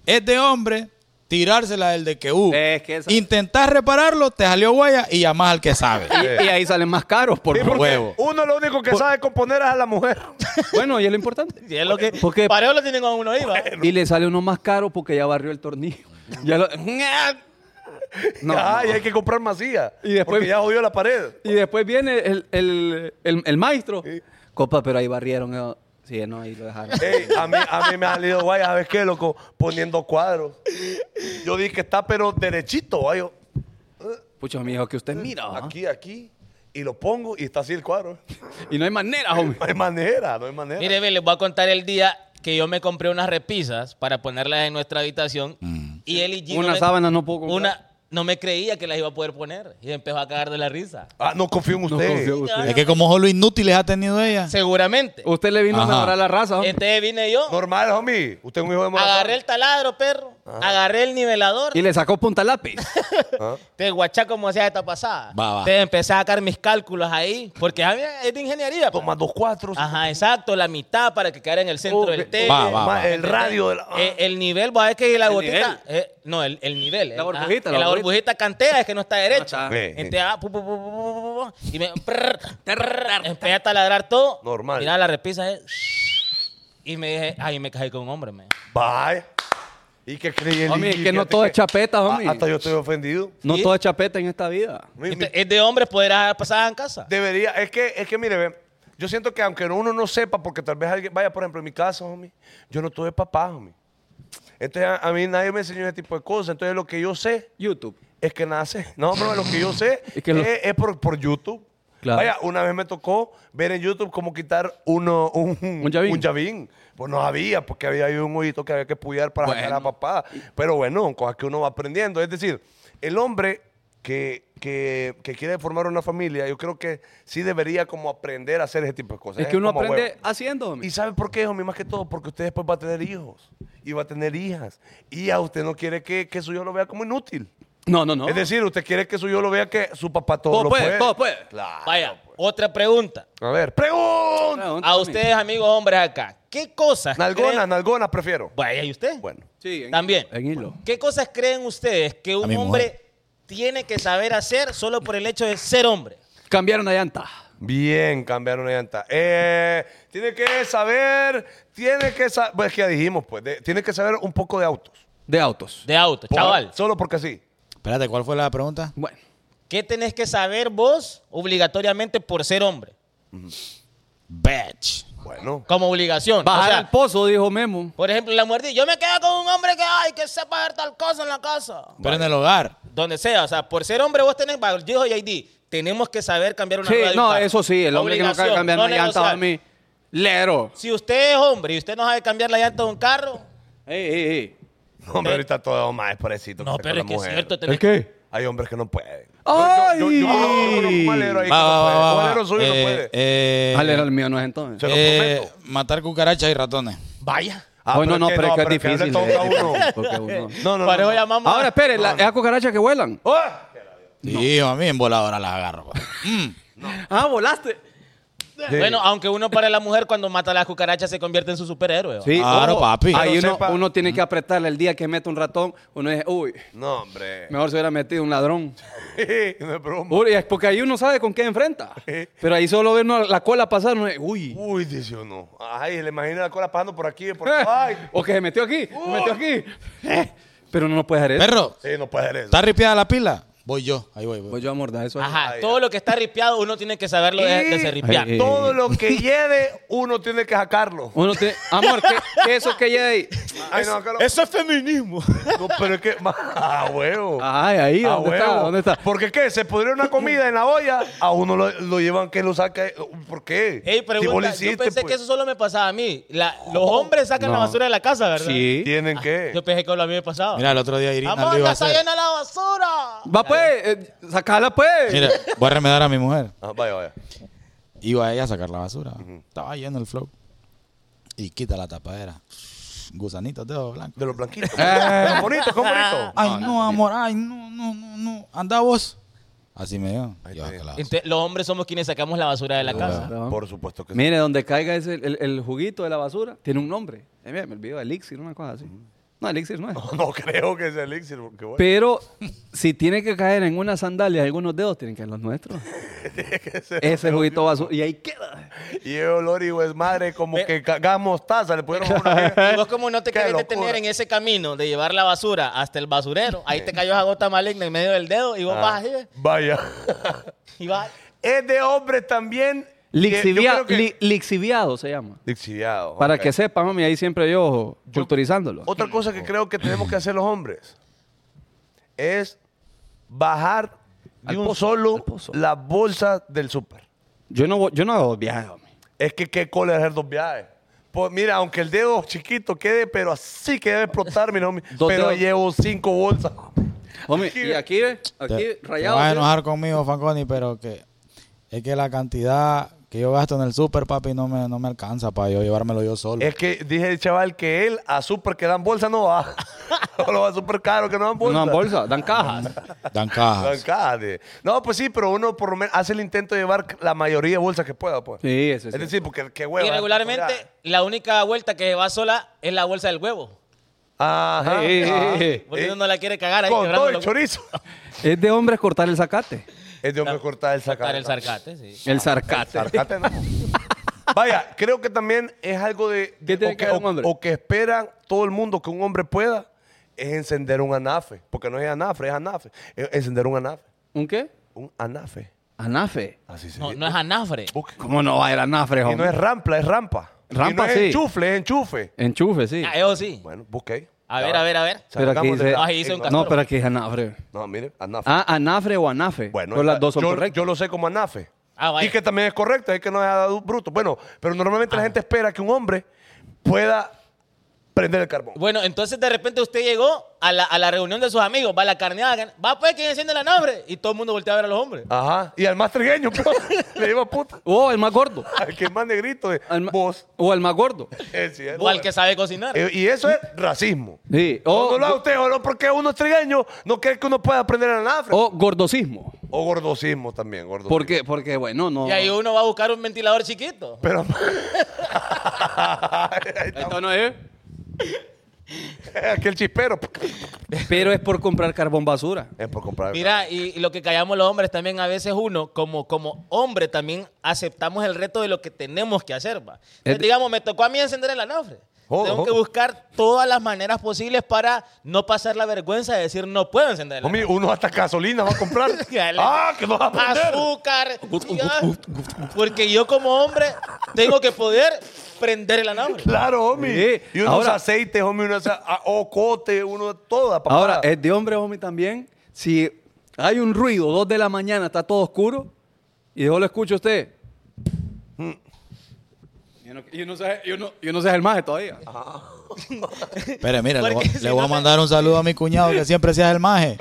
es de hombre tirársela del de que hubo. Es que esa- Intentás repararlo, te salió guaya y llamás al que sabe. Y, y ahí salen más caros por Sí, porque huevo. Uno lo único que sabe componer es a la mujer. Bueno, y es lo importante. Y es lo que, Porque- Pareo lo tienen con uno ahí, ¿va? Y le sale uno más caro porque ya barrió el tornillo. Ya lo- No, Ah, y no. hay que comprar masía. Y después- Porque ya jodió la pared. Y después viene el, el, el- el maestro. Copa, pero ahí barrieron. eh. Sí, no, ahí lo dejaron. Ey, a, mí, a mí me ha salido guay, ¿sabes qué, loco? Poniendo cuadros. Yo dije que está, pero derechito, guay. Yo, Pucho, mi hijo, que usted mira. ah. ¿va? Aquí, aquí. Y lo pongo y está así el cuadro. Y no hay manera, hombre. No hay manera, no hay manera. Mire, ve, les voy a contar el día que yo me compré unas repisas para ponerlas en nuestra habitación Mm. y él y Gino Una me- sábana no puedo comprar. una no me creía que las iba a poder poner y empezó a cagar de la risa. Ah, no confío en usted. confío en usted. Es que como solo inútiles ha tenido ella. Seguramente. Ah. Usted le vino Ajá. a mejorar la raza. hombre. Entonces vine yo, Normal, homie. Usted es un hijo de morazán. agarré el taladro, perro, agarré el nivelador, Ah. Y le sacó punta lápiz. te guachá como hacía esta pasada. Va, va. Entonces empecé a sacar mis cálculos ahí, porque a mí es de ingeniería. pues. Toma dos cuatros. Ajá, exacto, la mitad para que quedara en el centro Oh, del que- tele. Va, va, Más va. El radio de la. Eh, el nivel, vos sabés que la nivel? gotita. eh, no, el, el nivel. La eh, burbujita, ah, la La burbujita. burbujita cantea, es que no está Ah, derecha. está. Eh, eh. Entonces, ah, pu, pu, pu, pu, pu, pu, pu, y me. prrr, prrr, empecé a taladrar todo. Normal. Mirá la repisa. eh, y me dije, ay, me caí con un hombre, me. Vaya. ¿Y qué creí el Homie, Iggy? es que no Fíjate todo es chapeta, Ah, homie. Hasta yo estoy ofendido. No ¿Sí? todo es chapeta en esta vida. Mi- mi- Entonces, Este es de hombres poder dejar pasadas en casa. Debería, es que, es que mire, ve, yo siento que aunque uno no sepa, porque tal vez alguien, vaya, por ejemplo, en mi caso, homie, yo no tuve papá, homie. Entonces a, a mí nadie me enseñó ese tipo de cosas. Entonces lo que yo sé YouTube. es que nace. No, pero lo que yo sé Es es, que lo- es por, por YouTube. Claro. Vaya, una vez me tocó ver en YouTube cómo quitar uno, un, Un llavín. Pues no había, porque había ahí un hoyito que había que puyar para sacar a papá. Pero bueno, son cosas que uno va aprendiendo. Es decir, el hombre que, que, que quiere formar una familia, yo creo que sí debería como aprender a hacer ese tipo de cosas. Es que uno como aprende huevo. haciendo, homie. ¿Y sabe por qué, homie? Más que todo, porque usted después va a tener hijos y va a tener hijas. Y a usted no quiere que, que su hijo lo vea como inútil. No, no, no. Es decir, usted quiere que su yo lo vea que su papá todo, Todo lo puede, puede, todo puede. Claro. Vaya, pues. otra pregunta. A ver, pregunta. Pregunta, A homie. ustedes, amigos hombres acá, ¿qué cosas. Nalgona, creen- nalgona prefiero. Vaya, ¿y usted? Bueno. Sí, en- También. En hilo. ¿Qué cosas creen ustedes que A un mi mujer. hombre tiene que saber hacer solo por el hecho de ser hombre? Cambiar una llanta. Bien, cambiar una llanta. Eh, tiene que saber, tiene que saber, pues que ya dijimos, pues, de- tiene que saber un poco de autos. De autos. De auto, Por- chaval. Solo porque sí. Espérate, ¿cuál fue la pregunta? Bueno. ¿Qué tenés que saber vos obligatoriamente por ser hombre? Bitch. Bueno. Como obligación. Bajar O sea, al pozo, dijo Memo. por ejemplo, la mujer dice, yo me quedo con un hombre que, ay, que sepa hacer tal cosa en la casa. Pero en el hogar. Donde sea, o sea, por ser hombre vos tenés, va, dijo JD, tenemos que saber cambiar una Sí, rueda de un no, carro. eso sí, el hombre que no sabe Obligación, cambiar no una llanta, negociable. homie. Lero. Si usted es hombre y usted no sabe cambiar la llanta de un carro, Ey, ey, ey. No, hombre, ahorita todo más pobrecito. no, que pero es con que la es mujer. cierto. tenés- ¿El qué? Hay hombres que no pueden. ¡Ay! Yo, yo, yo, yo, conozco un alero ahí que Va, va, no va, puede. va, Un va. alero suyo no Eh, puede. eh, Ah, Lero, el mío no es entonces. Se lo eh, prometo. matar cucarachas y ratones. Vaya. Ah, Ay, no, no, pero es que es no difícil. le toca eh, a uno. porque uno- No, no, Para no, hoy no. llamamos a- Ahora, espere, la- esas cucarachas que vuelan. ¡Ah! Sí, a mí en voladora las agarro. pues. pa. Ah, volaste. Sí. Bueno, aunque uno para la mujer cuando mata a las cucarachas se convierte en su superhéroe. ¿va? Sí, Claro, ojo, papi. Ah, Ahí Que lo uno, sepa. uno tiene que apretarle el día que mete un ratón. Uno dice, uy, No, hombre. mejor se hubiera metido un ladrón. no es broma. Uy, es porque ahí uno sabe con qué enfrenta. Pero ahí solo ve uno la cola pasar, uno dice, uy. Uy, dice uno. Ay, le imagina la cola pasando por aquí. Por... Ay. o que se metió aquí, se metió aquí. Pero uno no puede hacer eso. Perro, Sí, no puede ser eso. ¿está ripiada la pila? Voy yo, ahí voy. voy. Voy Pues yo a mordar eso. ahí. Ajá, Pues, Ay, todo lo que está ripiado uno tiene que saberlo de, de ser ripiar. Ay, ay. Todo lo que lleve, uno tiene que sacarlo. Uno tiene, amor, ¿qué, qué eso que hay ahí? Ay, no, sacarlo. es feminismo. No, pero es que. Ah, huevo. Ay, ahí, Ah, ¿dónde está? huevo. ¿Dónde está? Porque qué, se pudrió una comida en la olla, a uno lo, lo llevan que lo saque. uh, ¿Por qué? Ey, Si vos pregunta, lo hiciste, yo pensé pues, que eso solo me pasaba a mí. La- los hombres sacan la No. basura de la casa, ¿verdad? Sí. tienen que. Ah, Yo pensé que lo a mí me pasaba. Mira, el otro día Irina ¡Amor, lo iba a ya está hacer. llena la basura! Va pues, pues. eh, sacala, pues. Mira, voy a remedar a mi mujer. Ah, vaya, vaya. Iba ella a sacar la basura. Estaba lleno el flow. Y quita la tapadera. Gusanitos, dedos blancos. De los blanquitos. Con bonito, con bonito. Ay, no, amor. Ay, no, no, no, no. Anda vos. Así me dio. Ahí Yo, ah, está. que la basura. Ente- los hombres somos quienes sacamos la basura de la casa. Perdón. Por supuesto que sí. Mire, donde caiga ese, el, el juguito de la basura, tiene un nombre. Eh, mira, me olvido, elixir, una cosa así. No, elixir no es. No creo que sea elixir, porque bueno. Pero si tiene que caer en unas sandalias, algunos dedos, tienen que ser los nuestros. ese juguito basura. Y ahí queda. Y eh, el olor y es madre como Ve- que cagamos taza, le pudieron poner Y vos como no te Eh, Qué querés locura. detener en ese camino de llevar la basura hasta el basurero, ahí te cayó esa gota maligna en medio del dedo y Ah. vos vas así, ¿ves? Vaya. y vas... es de hombres también. Lixivia- Yo creo que- li- lixiviado se llama. Lixiviado, Para ok. que sepan, mami, ahí siempre yo, culturizándolo. Otra cosa que creo que tenemos que hacer los hombres es bajar de Al un pozo, al solo pozo. las bolsas del súper. Yo no, vo- yo no hago viajes, homie. Es que qué cola hacer dos viajes. Pues mira, aunque el dedo chiquito quede, pero así que debe explotar, mi homie. Dos Pero dedos. llevo cinco bolsas. Homie, y aquí, ve, aquí, Te- te rayado. vas a ¿sí? enojar conmigo, Fanconi, pero que es que la cantidad que yo gasto en el super, papi, no me, no me alcanza para yo llevármelo yo solo. Es que dije el chaval que él a súper que dan bolsa no va. o lo va súper caro que no dan bolsa. No dan bolsa, dan cajas. Dan No, cajas. encade. No, pues sí, pero uno por lo menos hace el intento de llevar la mayoría de bolsas que pueda, pues. Sí, eso es sí. decir, porque qué huevo. Y regularmente la única vuelta que va sola es la bolsa del huevo. Ajá. Sí, ajá. sí, sí. Porque Eh, uno no Ah, la quiere cagar ahí. Con todo quebrando el los- chorizo. Es de hombres cortar el zacate. Es de hombre cortar el sacate. Para el sarcate, sí. El sarcate. Sarcate no. Vaya, creo que también es algo de. ¿Qué tiene o que ver un hombre? o- o que espera todo el mundo que un hombre pueda es encender un anafe. Porque no es anafe, es anafe. Es encender un anafe. ¿Un qué? Un anafe. Anafe. Así se No, dice. no es anafre. Busque. ¿Cómo no va a ir anafre, Y no homie? es rampla, es rampa. Y Rampa, no es sí. enchufle, es enchufe. Enchufe, sí. Ah, eso sí. Bueno, busqué. ahí. A Ya ver, va. a ver, a ver. Pero aquí Sacamos de dice- la- Ah, ahí dice un ignorancia. No, pero aquí es anafre. No, mire, anafe. Ah, anafre o anafe. bueno, Pero las dos son yo, correctas. yo lo sé como anafe. Ah, vaya. Ah. y que también es correcto, es que no es adu- bruto. Bueno, pero normalmente la gente espera que un hombre pueda prender el carbón. Bueno, entonces de repente usted llegó a la, a la reunión de sus amigos, va a la carneada, va pues quien enciende la nombre y todo el mundo voltea a ver a los hombres. Ajá. Y al más trigueño, pero, le lleva puta. O Oh, el más gordo. Al que es más negrito, eh, Al ma- vos. eh, O el más gordo. Es cierto. O al que sabe cocinar. Eh, Y eso es racismo. Sí. No, O, no lo haga usted, o no porque uno es trigueño, no cree que uno pueda aprender el anafre. O, o gordocismo. gordocismo también, gordocismo. Porque, porque bueno, no. Y ahí uno va a buscar un ventilador chiquito. Pero. Esto no es. Aquel chispero. pues, Pero es por comprar carbón basura. Es por comprar. Mira, y, y lo que callamos los hombres también, a veces uno, como, como hombre, también aceptamos el reto de lo que tenemos que hacer. va. Entonces, Et- digamos, me tocó a mí encender el anafre. Oh, Tengo oh. que buscar todas las maneras posibles para no pasar la vergüenza de decir no puedo encender el anafre. Homie, uno hasta gasolina va a comprar. Dale. Oh, ah, que no va a prender. Azúcar. ya. Porque yo como hombre tengo que poder prender el anafre. Claro, homie. Sí. Y unos Ahora- aceites, homie, unos ocote, oh, uno toda. papá. Ahora, es de hombre, homie, también. Si hay un ruido, dos de la mañana, está todo oscuro, y yo lo escucho a usted. Hmm. Y uno, y uno se- y uno- y uno se es el maje todavía. Pero mira, le, voy- Porque si le voy no a te- mandar un saludo a mi cuñado que siempre seas el maje.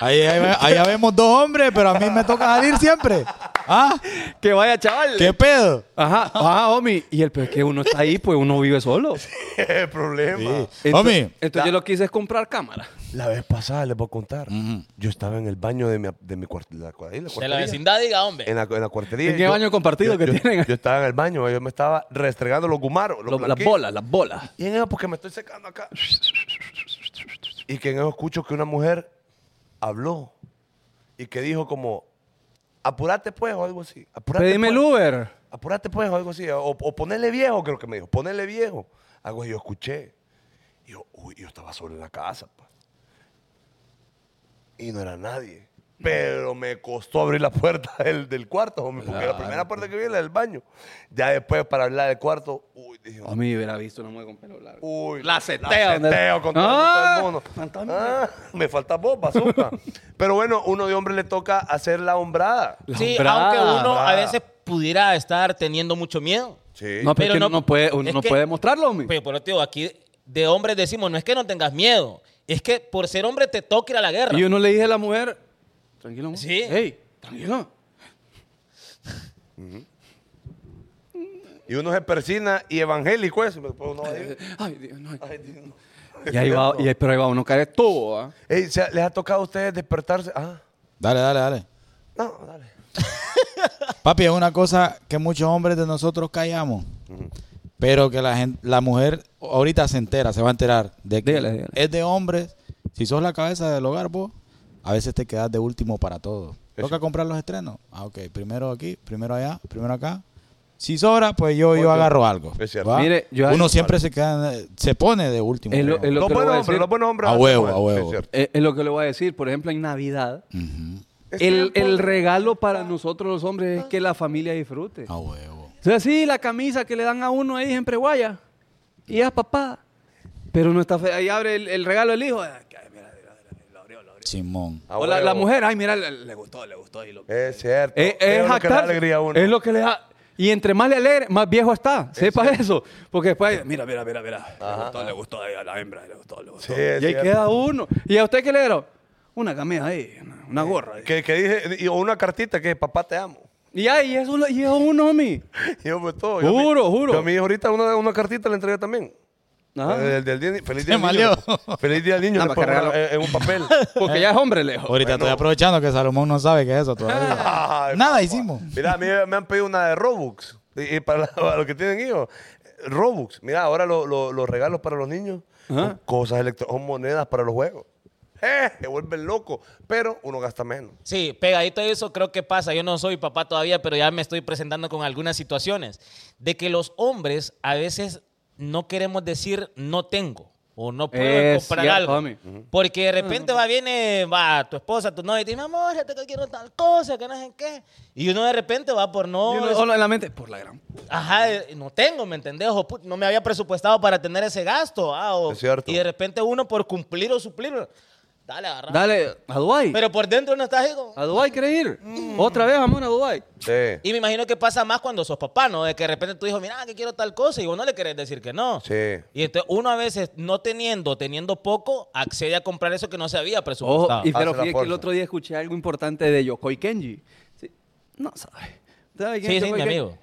Ahí, ahí, ve- allá vemos dos hombres, pero a mí me toca salir siempre. ¿Ah? Que vaya, chaval. ¿Qué pedo? Ajá, ajá, homie. Y el pues que uno está ahí, pues uno vive solo. el problema. Ento- Homie, Entonces yo lo que hice es comprar cámara. La vez pasada, les voy a contar. Yo estaba en el baño de mi, de mi cuart- la, cua- ahí, la De la cuartería. vecindad, diga, hombre. En la, en la cuartería. ¿En qué Yo- baño compartido yo- que yo- tienen? Yo estaba en el baño, yo me estaba restregando los gumaros. Lo- los las blanquitos. bolas, las bolas. Y en eso, porque me estoy secando acá. Y que en eso escucho que una mujer habló y que dijo como, apúrate pues o algo así. Apúrate Pedime pues. el Uber. Apúrate pues o algo así. O, o ponerle viejo, creo que me dijo. Ponerle viejo. Algo que yo escuché. Y yo, uy, yo estaba solo en la casa. pa. Y no era nadie. Pero me costó abrir la puerta del, del cuarto, homie, porque la primera puerta que vi era del baño. Ya después, para hablar del cuarto, uy, dije, Homie, hubiera visto una mujer con pelo largo. Uy, La seteo. seteo con todo, Ah, con todo el mundo. fantasma. Ah, me falta vos, bazooka. Pero bueno, uno de hombre le toca hacer la hombrada. Sí, hombrada, aunque uno a hombrada. veces pudiera estar teniendo mucho miedo. ah. Sí. No, pero, es Pero que no- no, puede, uno es no que- puede mostrarlo, homie. Pero por lo digo, aquí de hombres decimos, no es que no tengas miedo, es que por ser hombre te toca ir a la guerra. Y uno le dije a la mujer, tranquilo. mo. Sí. Ey, tranquilo. Y uno se persina y evangélico es. pero uno va ahí. Ay, Dios, no. Ay, Dios. Y ahí va, y ahí- pero ahí va uno caer todo, ¿ah? Ey, ¿se- ¿Les ha tocado a ustedes despertarse? Ah, Dale, dale, dale. no, dale. Papi, es una cosa que muchos hombres de nosotros callamos. Pero que la, gen- la mujer ahorita se entera, se va a enterar. De que Dígale, dígale. Es de hombres. Si sos la cabeza del hogar, vos, a veces te quedas de último para todo. Toca comprar los estrenos. Ah, ok. Primero aquí, primero allá, primero acá. Si sobra, pues yo, yo agarro algo. Es cierto. ¿va? Mire, yo- Uno siempre se queda, en- eh, se pone de último. Es lo- ¿no? es lo Los que le voy buenos a hombres, decir- los buenos hombres. A hacen huevo, eso, a es huevo. cierto. Eh, Es lo que le voy a decir. Por ejemplo, en Navidad, Ujú. el, el regalo Ah. para nosotros los hombres es que la familia disfrute. A Ah, huevo. O sea, sí, la camisa que le dan a uno ahí en Preguaya. Y a papá. Pero no está fea. Ahí abre el, el regalo del hijo. Ay, mira, mira, mira, lo abrió, lo abrió. Simón. A o la, la huevo. mujer, ay, mira, le, le gustó, le gustó. Y lo, Es cierto. es, Eh, es lo que le da jactarse. alegría a uno. Es lo que le da. Y entre más le alegre, más viejo está. Sepa eso. Porque después, mira, mira, mira, mira. Le gustó, le gustó ahí a la hembra, le gustó, le gustó. Sí, es y ahí cierto. queda uno. ¿Y a usted qué le dieron? Una camisa ahí, una, una gorra. ahí. Que, que dije, y una cartita que papá te amo. Y ahí, es uno, y es uno, mi. Yo, pues, todo. Yo, Juro, mi- juro. Ah. Yo a mi hijo ahorita una, una cartita le entregué también. Ajá. El, del día, feliz día Se del niño. malió. Feliz día del niño. Ah, le para que pongo regalo. en- en un papel. Porque ya es hombre lejos. Ahorita estoy aprovechando que Salomón no sabe que es eso Ah, todavía. Ay, Nada papá. hicimos. Mira, a mí me han pedido una de Robux. Y, y para, la- para los que tienen hijos, Robux. Mira, ahora lo- lo- los regalos para los niños son cosas electrónicas, son monedas para los juegos. ¡Eh! Se vuelven loco, pero uno gasta menos. Sí, pegadito a eso creo que pasa. Yo no soy papá todavía, pero ya me estoy presentando con algunas situaciones. De que los hombres a veces no queremos decir no tengo o no puedo Es comprar cierto, algo. homie. Porque de repente va, viene, va tu esposa, tu novia y te dice, amor, fíjate que quiero tal cosa, que no sé qué. Y uno de repente va por no. Y uno- es- uno en la mente, por la gran. Ajá, eh, no tengo, ¿me entendés? O, put- no me había presupuestado para tener ese gasto. ah, o- Es cierto. Y de repente uno por cumplir o suplir, dale, agarra. Dale, Ah. a Dubái. Pero por dentro uno está así como, ¿A Dubái querés ir? Mm. Otra vez, amor, a Dubái. Sí. Y me imagino que pasa más cuando sos papá, ¿no? De que de repente tú dijo, mira, que quiero tal cosa y vos no le querés decir que no. Sí. Y entonces uno a veces, no teniendo, teniendo poco, accede a comprar eso que no se había Ojo, presupuestado. y pero Hace la fíjate que el fuerza. otro día escuché algo importante de Yokoi Kenji. Sí, No sabe. ¿Sabe quién sí, es sí, Yokoi mi Kenji? amigo.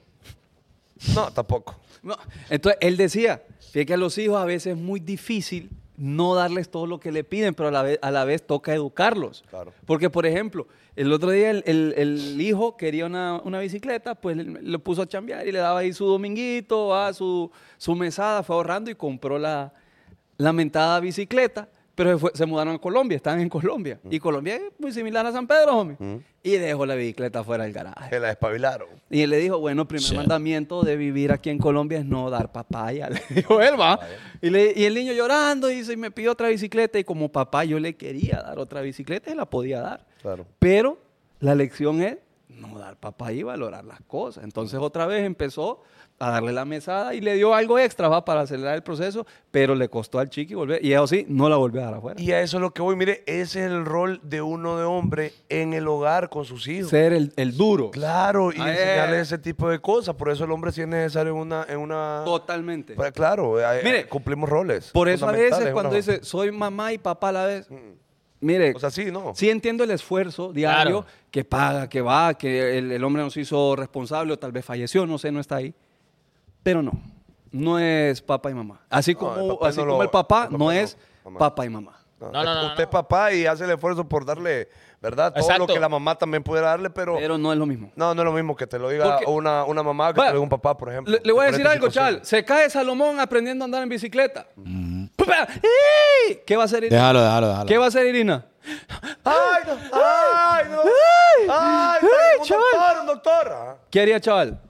No, tampoco. No, Entonces, él decía, fíjate que a los hijos a veces es muy difícil no darles todo lo que le piden, pero a la vez, a la vez toca educarlos. Claro. Porque, por ejemplo, el otro día el, el- el hijo quería una, una bicicleta, pues lo puso a chambear y le daba ahí su dominguito, a su, su mesada, fue ahorrando y compró la lamentada bicicleta. Pero se, fue- se mudaron a Colombia, estaban en Colombia. Y Colombia es muy similar a San Pedro, homie. Y dejó la bicicleta fuera del garaje. Se la despabilaron. Y él le dijo, bueno, primer mandamiento de vivir aquí en Colombia es no dar papaya. Le dijo él, va. Y, le- y el niño llorando dice, y me pidió otra bicicleta. Y como papá yo le quería dar otra bicicleta, se la podía dar. Claro. Pero la lección es no dar papaya y valorar las cosas. Entonces otra vez empezó a darle la mesada y le dio algo extra, va, para acelerar el proceso. Pero le costó al chiqui volver. Y eso sí, no la volvió a dar afuera. Y a eso es lo que voy. Mire, ese es el rol de uno de hombre en el hogar con sus hijos. Ser el, el duro. Claro, y Ah, enseñarle eh. ese tipo de cosas. Por eso el hombre sí es necesario en una... En una... Totalmente. Pues, claro, eh, eh, Mire, cumplimos roles. Por eso a veces fundamentales, cuando una- dice soy mamá y papá a la vez, mire, O sea, sí, ¿no? sí entiendo el esfuerzo diario Claro. que paga, que va, que el, el hombre nos hizo responsable o tal vez falleció, no sé, no está ahí. Pero no, no es papá y mamá. Así No, como el el papá papá, así no como lo- el papá, el no papá no, es mamá. papá y mamá. No, No, no, no, usted es no. papá y hace el esfuerzo por darle, ¿verdad? Todo lo Exacto. que la mamá también pudiera darle, pero, Pero no es lo mismo. no, no es lo mismo que te lo diga Porque- una, una mamá que Va, te lo diga un papá, por ejemplo. Le, le voy a decir Diferentes algo, Chal. situaciones. Se cae Salomón aprendiendo a andar en bicicleta. ¡Papá! ¡Ey! ¿Qué va a hacer Irina? Déjalo, déjalo, déjalo. ¿Qué va a hacer Irina? ¡Ay, no! ¡Ay, no! ¡Ay! ¡Ay, ¡Ay, un chaval! doctor, un doctor! Ah, ¿Qué haría, chaval?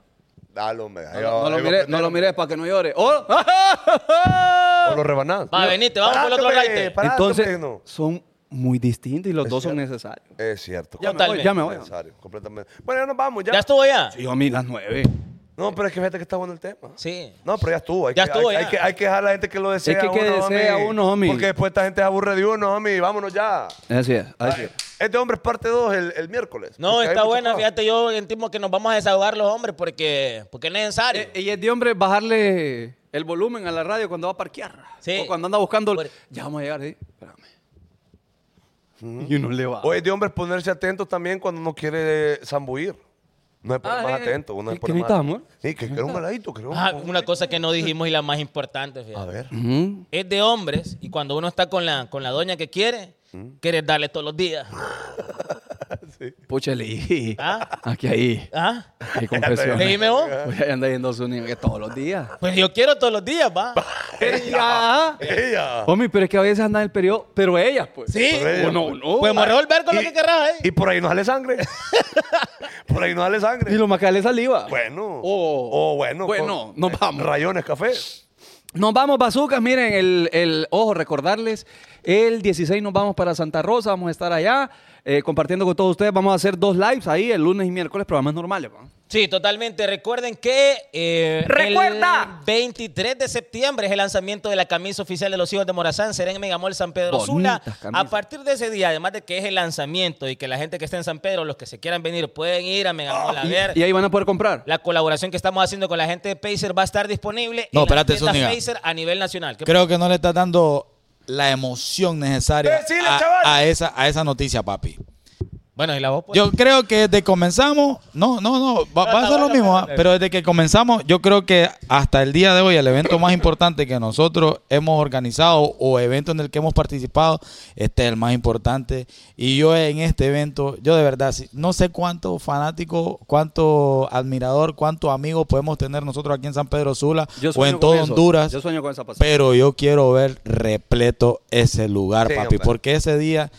Dale, hombre. ahí va, No, no lo ahí va miré, a no lo aprender. miré para que no llore. ¡Oh! O lo rebanás. Va, No. venite, vamos por el otro Parate, raite. parate, Entonces, hombre, no. son muy distintos y los Es dos son cierto. necesarios. Es cierto. Ya Bueno, Totalmente. Ya me voy. necesario, completamente. Bueno, ya nos vamos, ya. ¿Ya estuvo ya? Yo a mí las nueve. No, pero es que fíjate que está bueno el tema. Sí. No, pero ya estuvo. Hay Ya que, estuvo, hay, ya. hay que, hay que dejar a la gente que lo desea. que que uno, desea homie. uno, homie. Porque después esta gente se aburre de uno, homie. Vámonos ya. Así es, así es. Este hombre es parte 2 el, el miércoles. No, porque hay está mucho buena. trabajo. Fíjate, yo entiendo que nos vamos a desahogar los hombres porque, porque es necesario. Eh, Y es de hombre bajarle el volumen a la radio cuando va a parquear. Sí. O cuando anda buscando. Por- Ya vamos a llegar, sí. Espérame. Y uno le va. O es de hombres ponerse atentos también cuando uno quiere zambullir. No es poner Ah, más eh, atento, uno es ¿qué poner más necesitamos? atento. Sí, que quiero un heladito, creo. Ah, una cosa que no dijimos y la más importante, fíjate. A ver. Ujú. Es de hombres y cuando uno está con la, con la doña que quiere, quieres darle todos los días. Pucha, leí. ¿Ah? Aquí ahí. ¿Ah? Hay confesiones. Leíme vos. Pues ahí anda yendo a su niño que todos los días. Pues yo quiero todos los días, va. ¡Ella! Ella. Homie, pero es que a veces anda en el periodo, pero ellas, pues. Sí. Por ella. O no, no. Pues me revolver con lo que querrás, ¿eh? Y por ahí no sale sangre. por ahí no sale sangre. Y lo más que sale saliva. Bueno. Oh. O bueno. Bueno, con- nos vamos. Rayones café. Nos vamos, bazucas. Miren, el, el- ojo, recordarles, el 16 nos vamos para Santa Rosa, vamos a estar allá eh, compartiendo con todos ustedes. Vamos a hacer dos lives ahí, el lunes y miércoles, programas normales. ¿va? Sí, totalmente. Recuerden que eh, ¡Recuerda! el 23 de septiembre es el lanzamiento de la camisa oficial de los hijos de Morazán. Será en Megamall San Pedro Sula. Bonitas A camisas. partir de ese día, además de que es el lanzamiento y que la gente que está en San Pedro, los que se quieran venir, pueden ir a Megamall a ver. Y ahí van a poder comprar. La colaboración que estamos haciendo con la gente de Pacer va a estar disponible No, en las espérate, tiendas Zúñiga. Pacer a nivel nacional. ¿Qué Creo que no le estás dando la emoción necesaria Decile, chaval. a, a esa, a esa noticia, papi. Bueno, y la voz. pues? Yo creo que desde que comenzamos, no, no, no, va, va a ser lo mismo, ah, pero desde que comenzamos, yo creo que hasta el día de hoy el evento más importante que nosotros hemos organizado o evento en el que hemos participado, este es el más importante. Y yo en este evento, yo de verdad, sí, no sé cuánto fanático, cuánto admirador, cuánto amigo podemos tener nosotros aquí en San Pedro Sula Yo o sueño en con todo eso. Honduras. Yo sueño con esa pasión. Pero yo quiero ver repleto ese lugar, Sí, papi, hombre. porque ese día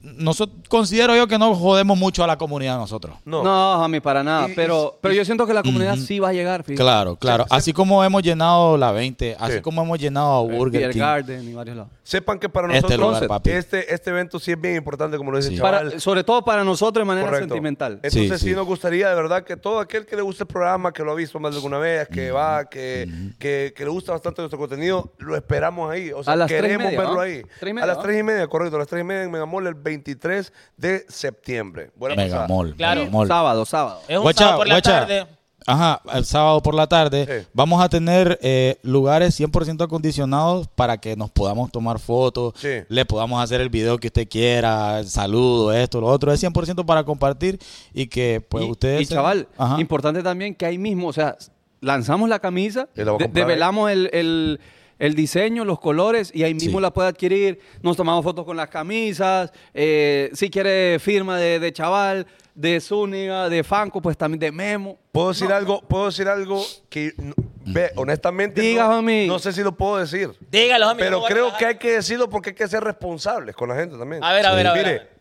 nosotros considero yo que no jodemos mucho a la comunidad nosotros. No. No, a mí para nada. Y- pero, pero yo siento que la comunidad Ujú. sí va a llegar. fíjate. Claro, claro. Así como hemos llenado la 20, así Sí. como hemos llenado a El Burger Eh, Beer King. Garden y varios lados. Sepan que para Este nosotros lugar, papi. este, este evento sí es bien importante, como lo dice Sí. el chaval. Para- sobre todo para nosotros de manera Correcto. sentimental. Entonces Sí, sí, sí. nos gustaría de verdad que todo aquel que le gusta el programa, que lo ha visto más de alguna vez, que va, que, que, que le gusta bastante nuestro contenido, lo esperamos ahí. O sea, A las tres y queremos media, verlo ¿no? ahí. Tres y a media, las ¿no? tres y media, correcto. A las tres y media en Megamall el 23 de septiembre. Bueno, pues, Megamall. Claro. Megamall. Sábado, sábado. Es un Guacha, sábado por la guacha. tarde. Ajá, el sábado por la tarde. Sí. Vamos a tener eh, lugares 100% acondicionados para que nos podamos tomar fotos, Sí. le podamos hacer el video que usted quiera, el saludo, esto, lo otro. Es 100% para compartir y que pues y, ustedes... y, chaval, Ajá. importante también que ahí mismo, o sea, lanzamos la camisa, Y la voy a de- comprar ¿eh? develamos el, el- el diseño, los colores, y ahí mismo Sí. la puede adquirir. Nos tomamos fotos con las camisas, eh, si quiere firma de, de chaval, de Zúñiga, de Fanco, pues también de Memo. ¿Puedo decir algo? ¿Puedo decir algo que, no- ve, honestamente, Diga, no, homie. no sé si lo puedo decir? Dígalo, amigos. Pero creo que hay que decirlo porque hay que ser responsables con la gente también. A ver, a ver, a ver, a Mire, ver.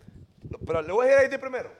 pero le voy a ir ahí de primero.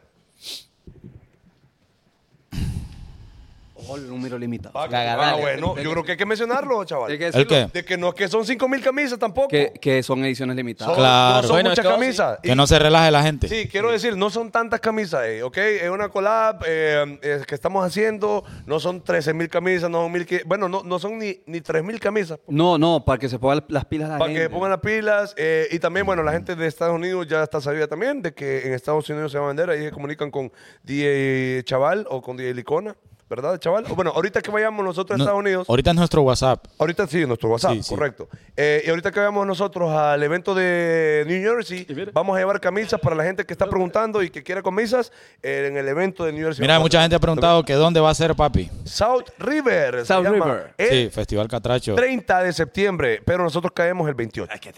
Oh, el número limitado. Ah, Gagadale. bueno, yo creo que hay que mencionarlo, chaval. Hay que ¿El qué? decirlo, De que no es que son 5 mil camisas tampoco. que, que son ediciones limitadas. Son- No Claro. son Bueno, muchas todo, camisas. Que no se relaje la gente. Sí, quiero decir, no son tantas camisas, eh, ¿ok? Es una collab eh, eh, que estamos haciendo, no son 13 mil camisas, no son mil... Bueno, no, no son ni, ni 3 mil camisas. No, no, para que se pongan las pilas la Para gente. que pongan las pilas. eh, y también, bueno, la gente de Estados Unidos ya está sabida también de que en Estados Unidos se va a vender. Ahí se comunican con DJ Chaval o con DJ Licona, ¿verdad, Chaval? O Bueno, ahorita que vayamos nosotros a No, Estados Unidos... Ahorita es nuestro WhatsApp. Ahorita sí, en nuestro WhatsApp, Sí, sí. correcto. Eh, y ahorita que vayamos nosotros al evento de New Jersey, vamos a llevar camisas para la gente que está preguntando y que quiera camisas eh, en el evento de New Jersey. Mira, mucha gente ha preguntado que dónde va a ser, papi. South River. se South llama. River. El Sí, Festival Catracho. 30 de septiembre, pero nosotros caemos el 28. este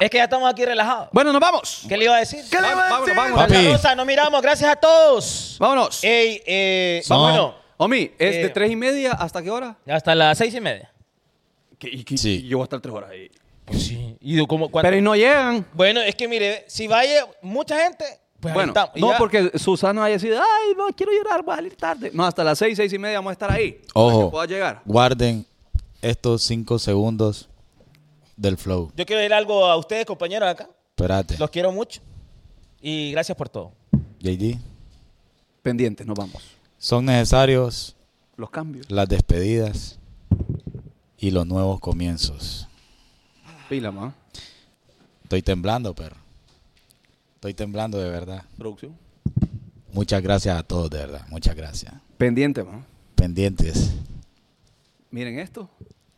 Es que ya estamos aquí relajados. Bueno, nos vamos. ¿Qué le iba a decir? ¿Qué le iba a decir? vámonos. Papi. Santa Rosa, nos miramos. Gracias a todos. Vámonos. Ey, eh, Son- bueno, Omi, es de Eh. tres y media hasta qué hora? hasta las seis y media. Pues Sí. yo voy a estar tres horas ahí. Sí. ¿Y como cuánto? Pero y no llegan. Bueno, es que mire, si vaya mucha gente, pues ahí bueno, estamos. Y no, ya- porque Susana haya decidido, ay, no, quiero llorar, voy a salir tarde. No, hasta las seis, seis y media vamos a estar ahí. Para que Ojo, pueda llegar. guarden estos cinco segundos del flow. Yo quiero decir algo a ustedes, compañeros acá. Espérate. Los quiero mucho. Y gracias por todo. JD, Pendientes, nos vamos. son necesarios Los cambios. las despedidas y los nuevos comienzos. Pila, ma. Estoy temblando, perro. Estoy temblando de verdad. Producción. Muchas gracias a todos, de verdad. Muchas gracias. Pendiente, ma. Pendientes. Miren esto.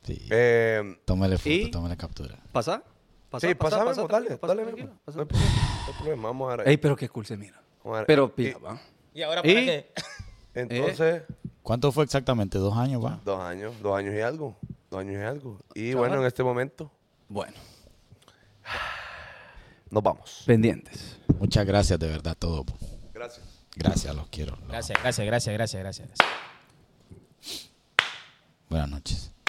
Sí. Eh, Tómale foto, ¿Y? tómale captura. Pasa. Pasá, Sí, pasá, pasame, pasá, pues, dale, pasá, dale, tranquilo, no, pasá. no hay eh, problema, no hay problema, vamos a ver. ahí. Ey, pero qué cool se mira. Vamos a ver. Pero eh, Y- pila, va. ¿Y ahora para ¿Y? qué? Entonces, ¿Cuánto fue exactamente? ¿Dos años, va? dos años, dos años y algo, dos años y algo. Y bueno, en este momento Bueno, nos vamos. pendientes. Muchas gracias, de verdad, todo. po. Gracias. Gracias, los quiero. Gracias, gracias, gracias, gracias, gracias. Buenas noches.